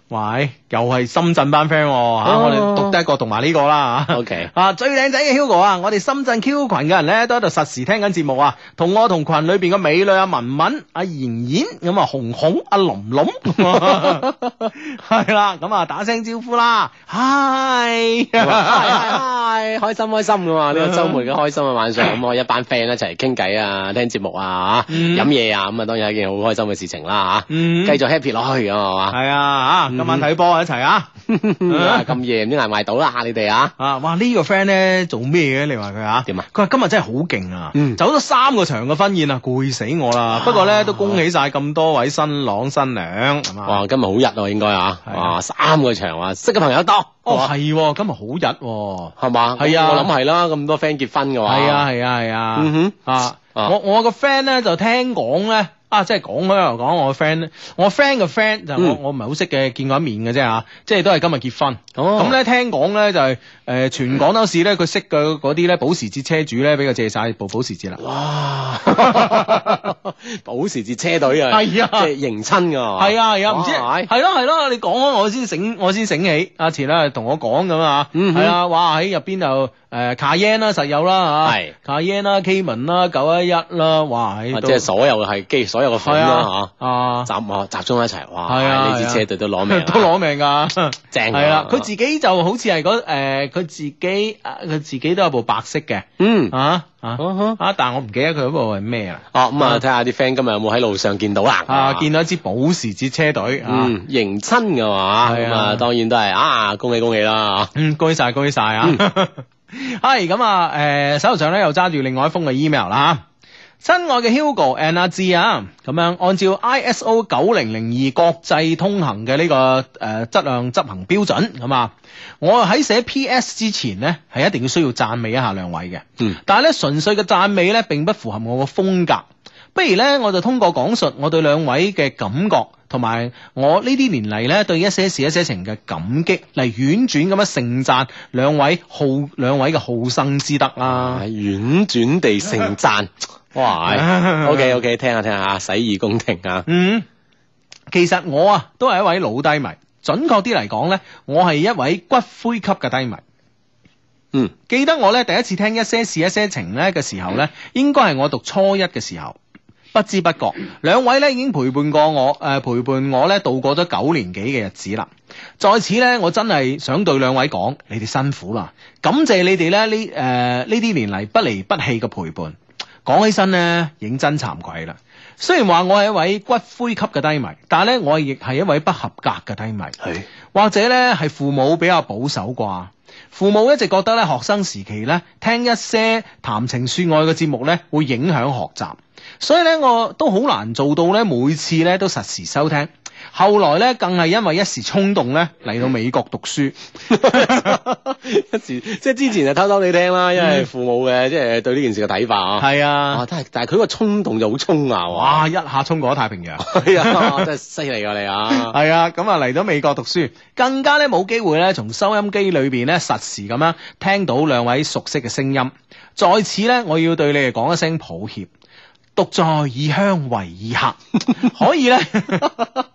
Speaker 1: 喂，又係深圳班 friend 喎吓，
Speaker 3: 哦
Speaker 1: 我哋讀得一個讀埋呢個啦 吓。
Speaker 3: 嗯 OK
Speaker 1: 啊，最靚仔嘅 Hugo 啊，我哋深圳 Q 群嘅人咧都喺度實時聽緊節目啊，同我同群裏邊嘅美女啊文文、阿妍妍咁啊紅紅、阿琳琳， 係啦，咁啊打聲招呼啦，Hi，
Speaker 3: 係啊係係開心開心 噶嘛，呢個週末嘅開心嘅晚上，咁我一班 friend 一齊傾偈啊，聽節目啊，
Speaker 1: 嗯
Speaker 3: 飲嘢啊，咁啊當然係一件好開心嘅事情啦
Speaker 1: 嗯
Speaker 3: 吓，繼續嗯 happy 落去咁係嘛，
Speaker 1: 係啊，吓今晚睇波一齊啊！
Speaker 3: 啊咁夜唔知捱唔捱到啦你哋啊，
Speaker 1: 啊！哇！呢、個 friend 咧做咩嘅？你話佢啊？
Speaker 3: 點啊？
Speaker 1: 佢話今日真係好勁啊！
Speaker 3: 嗯
Speaker 1: 走咗三個場嘅婚宴啊，攰死我啦！不過咧都恭喜晒咁多位新郎新娘，係嘛？
Speaker 3: 哇今日好日啊應該啊，
Speaker 1: 係啊
Speaker 3: 哇三個場啊，識嘅朋友多，
Speaker 1: 哦，係喎，今日好日喎！
Speaker 3: 係嘛，
Speaker 1: 係啊
Speaker 3: 我諗係啦，咁多 friend 結婚嘅話，
Speaker 1: 係啊，係啊，係啊！
Speaker 3: 嗯哼
Speaker 1: 啊！
Speaker 3: 啊
Speaker 1: 我我個 friend 咧就聽講咧。啊！即係講開又講，我個 friend，我 friend 嘅 friend 就我、
Speaker 3: 嗯
Speaker 1: 我唔係好識嘅，見過一面嘅啫嚇，即係都係今日結婚。
Speaker 3: 哦
Speaker 1: 咁咧、聽講咧就係、呃全廣州市咧佢識嘅嗰啲咧保時捷車主咧，俾佢借晒部保時捷啦。
Speaker 3: 哇！ 保時捷車隊啊，
Speaker 1: 係啊
Speaker 3: 即係迎親噶，
Speaker 1: 系啊系啊，唔知
Speaker 3: 哦哇
Speaker 1: 係咯係咯，你講開我先醒，我先醒起。阿前啊同我講咁啊，
Speaker 3: 嗯哼
Speaker 1: 係啊，哇喺入邊就诶卡 yen 啦，實有啦吓，
Speaker 3: 係
Speaker 1: 卡 yen 啦，K 文啦，九一一啦，哇喺
Speaker 3: 啊
Speaker 1: 度
Speaker 3: 即係所有係機，所有嘅
Speaker 1: 係
Speaker 3: 款啦
Speaker 1: 啊啊
Speaker 3: 嚇，。集啊集中一齊，哇！
Speaker 1: 係啊
Speaker 3: 呢支車隊都攞命啊，
Speaker 1: 都攞命 噶，
Speaker 3: 正
Speaker 1: 係啦
Speaker 3: 啊！
Speaker 1: 佢自己就好似係嗰誒，佢自己啊佢自己都有部白色嘅
Speaker 3: 嗯
Speaker 1: 啊啊
Speaker 3: 嗯哼
Speaker 1: 啊！但係我唔記得佢嗰部係咩啦。
Speaker 3: 哦咁
Speaker 1: 啊
Speaker 3: 啊，睇下啲 friend 今日有冇喺路上見到啦，
Speaker 1: 啊，見到一支保時捷車隊啊！
Speaker 3: 嗯迎親噶嘛，
Speaker 1: 係
Speaker 3: 咁
Speaker 1: 啊
Speaker 3: 啊當然都係啊恭喜恭喜啦
Speaker 1: 嗯，恭喜晒，恭喜晒啊！ 係咁啊，诶、手頭上咧又揸住另外一封嘅 email 啦吓。親愛嘅 Hugo and 阿志啊，咁樣按照 ISO 九零零二國際通行嘅呢、個誒質量執行標準咁啊，我喺寫 PS 之前呢，係一定要需要讚美一下兩位嘅。
Speaker 3: 嗯
Speaker 1: 但係咧純粹嘅讚美咧並不符合我個風格。不如咧，我就通過講述我對兩位嘅感覺，同埋我呢啲年嚟咧對一些事一些情嘅感激，嚟婉轉咁樣盛讚兩位好兩位嘅好生之德
Speaker 3: 啊，
Speaker 1: 啦。
Speaker 3: 婉轉地盛讚， 哇！OK 哎 OK，聽下聽下，洗耳恭聽啊！
Speaker 1: 嗯，其實我啊都係一位老低迷，準確啲嚟講咧，我係一位骨灰級嘅低迷。
Speaker 3: 嗯，
Speaker 1: 記得我咧第一次聽一些事一些情咧嘅時候咧，應該係我讀初一嘅時候。不知不覺，兩位咧已經陪伴過我，誒、陪伴我咧度過咗九年幾嘅日子啦。在此咧，我真係想對兩位講，你哋辛苦啦，感謝你哋咧呢誒呢啲年嚟不離不棄嘅陪伴。講起身咧，認真慚愧啦。雖然話我係一位骨灰級嘅低迷，但係咧我亦係一位不合格嘅低迷。
Speaker 3: 係
Speaker 1: 或者咧係父母比較保守啩。父母一直覺得咧學生時期咧聽一些談情説愛嘅節目咧會影響學習，所以咧我都好難做到咧每次咧都實時收聽。後來咧更係因為一時衝動咧嚟到美國讀書，
Speaker 3: 一時即係之前就偷偷你聽啦，因為父母嘅即係對呢件事嘅睇法啊。
Speaker 1: 係啊
Speaker 3: 嗯啊，，但係但係佢個衝動就好衝啊！
Speaker 1: 哇一下衝過咗太平洋。
Speaker 3: 係啊， 真係犀利㗎你啊！
Speaker 1: 係啊，咁啊嚟到美國讀書，更加咧冇機會咧從收音機裏邊咧實時咁樣聽到兩位熟悉嘅聲音。在此咧，我要對你哋講一聲抱歉。獨在異鄉為異客，可以 咧。呢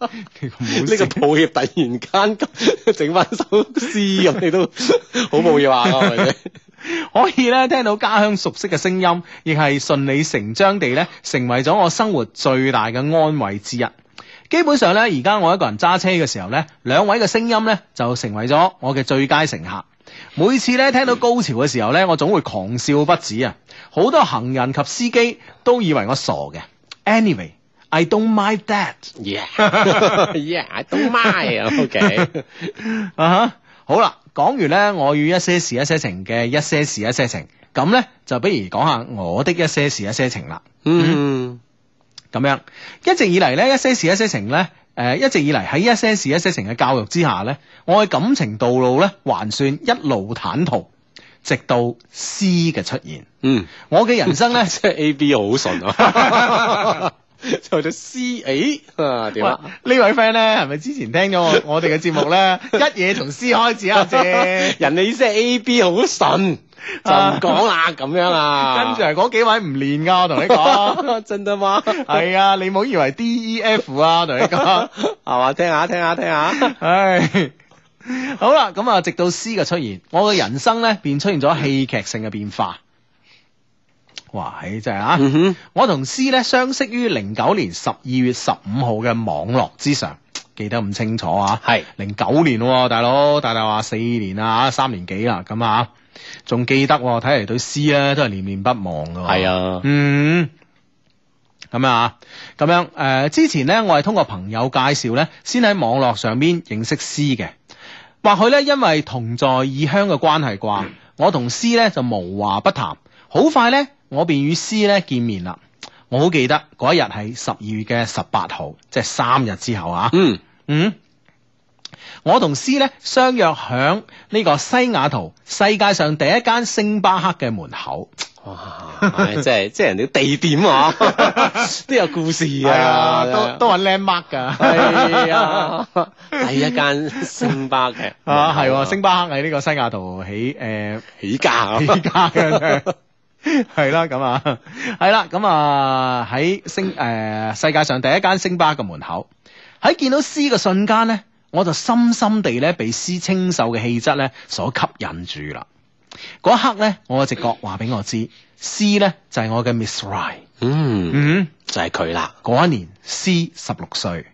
Speaker 3: 呢個抱歉突然間咁 整翻首詩咁，你都 好抱歉啊！係 咪先
Speaker 1: 可以咧聽到家鄉熟悉嘅聲音，亦係順理成章地咧成為咗我生活最大嘅安慰之一。基本上咧，而家我一個人揸車嘅時候咧，兩位嘅聲音咧就成為咗我嘅最佳乘客。每次咧聽到高潮嘅時候咧，我總會狂笑不止啊！好多行人及司機都以為我傻嘅。Anyway，I don't mind that。
Speaker 3: ？Yeah yeah，都 my 啊，OK。
Speaker 1: 啊哈，好啦，講完咧，我與一些事一些情嘅一些事一些情，咁咧就不如講下我的一些事一些情啦。
Speaker 3: 嗯，
Speaker 1: 咁樣一直以嚟咧，一些事一些情咧，誒、一直以嚟喺一些事一些情嘅教育之下咧，我嘅感情道路咧還算一路坦途，直到詩嘅出現，
Speaker 3: 嗯，。
Speaker 1: 我嘅人生咧
Speaker 3: 即係 A B 好順啊， 就到 C，誒啊點啊？
Speaker 1: 喂呢位 friend 咧，係咪之前聽咗我 我哋嘅節目咧？一嘢從詩開始啊，姐。
Speaker 3: 人哋意思係 A B 好順，就唔講啦咁樣
Speaker 1: 跟。
Speaker 3: 啊
Speaker 1: 住係嗰幾位唔練噶，我同你 講。
Speaker 3: 真得嗎？係
Speaker 1: 係啊，你唔好以為 D E F 啊，我同你講。
Speaker 3: 嘛？聽下聽下聽下。
Speaker 1: 唉，好啦，咁啊，直到詩嘅出現，我嘅人生咧便出現咗戲劇性嘅變化。哇，唉真係啊！
Speaker 3: 嗯哼，
Speaker 1: 我同詩咧相識於零九年十二月十五號嘅網絡之上，記得咁清楚啊！
Speaker 3: 係
Speaker 1: 零九年喎、大佬，大大話四年啊，三年幾啦，咁啊，仲記得喎、睇嚟對詩咧都係念念不忘噶、
Speaker 3: 係啊，
Speaker 1: 嗯，咁啊，咁樣诶、呃之前咧，我係通過朋友介紹咧，先喺網絡上邊認識詩嘅。或許咧，因為同在異鄉嘅關係啩，我同詩咧就無話不談。好快咧，我便與詩咧見面啦。我好記得嗰一日係十二月嘅十八號，即係三日之後啊。
Speaker 3: 嗯
Speaker 1: 嗯，我同詩咧相約響呢個西雅圖世界上第一間星巴克嘅門口。
Speaker 3: 哇，唉即係 即係人哋地點 啊，都有故事
Speaker 1: 係
Speaker 3: 啊，
Speaker 1: 都都揾 landmark 噶，
Speaker 3: 係啊， 第一間星巴克
Speaker 1: 啊係喎，星巴克喺呢個西雅圖起 誒
Speaker 3: 起家啊
Speaker 1: 起，家嘅。係啦，咁啊，係啦，咁啊喺星誒、呃世界上第一間星巴克嘅門口，喺見到詩嘅瞬間咧，我就深深地咧被詩清秀嘅氣質咧所吸引住啦。嗰一刻咧，我嘅直覺話俾我知，詩咧就係、我嘅 Miss Right。
Speaker 3: 嗯，
Speaker 1: 嗯，
Speaker 3: 就係佢啦，
Speaker 1: 嗰一年詩十六歲，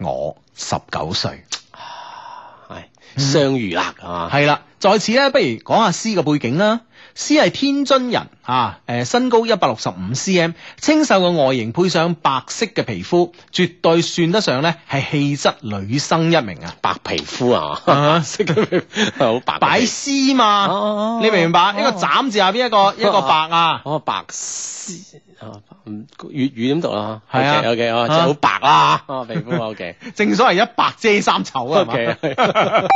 Speaker 1: 我十九歲。
Speaker 3: 係相遇啦，係嘛？
Speaker 1: 啊係啦，在此咧，不如講下詩嘅背景啦。詩係天津人啊，誒、身高一百六十五 cm，清秀嘅外形配上白色嘅皮膚，絕對算得上咧係氣質女生一名啊！
Speaker 3: 白皮 膚啊，
Speaker 1: 啊
Speaker 3: 識佢係好白嘅皮膚，
Speaker 1: 擺詩嘛，
Speaker 3: 哦
Speaker 1: 你明唔明白？一個
Speaker 3: 哦
Speaker 1: 斬字下邊一個一個白啊，
Speaker 3: 哦，白絲啊，唔粵語點讀啊？
Speaker 1: 係啊
Speaker 3: ，OK，哦，即係好白啦，哦，皮膚 OK，
Speaker 1: 啊正所謂一白遮三醜啊係嘛
Speaker 3: OK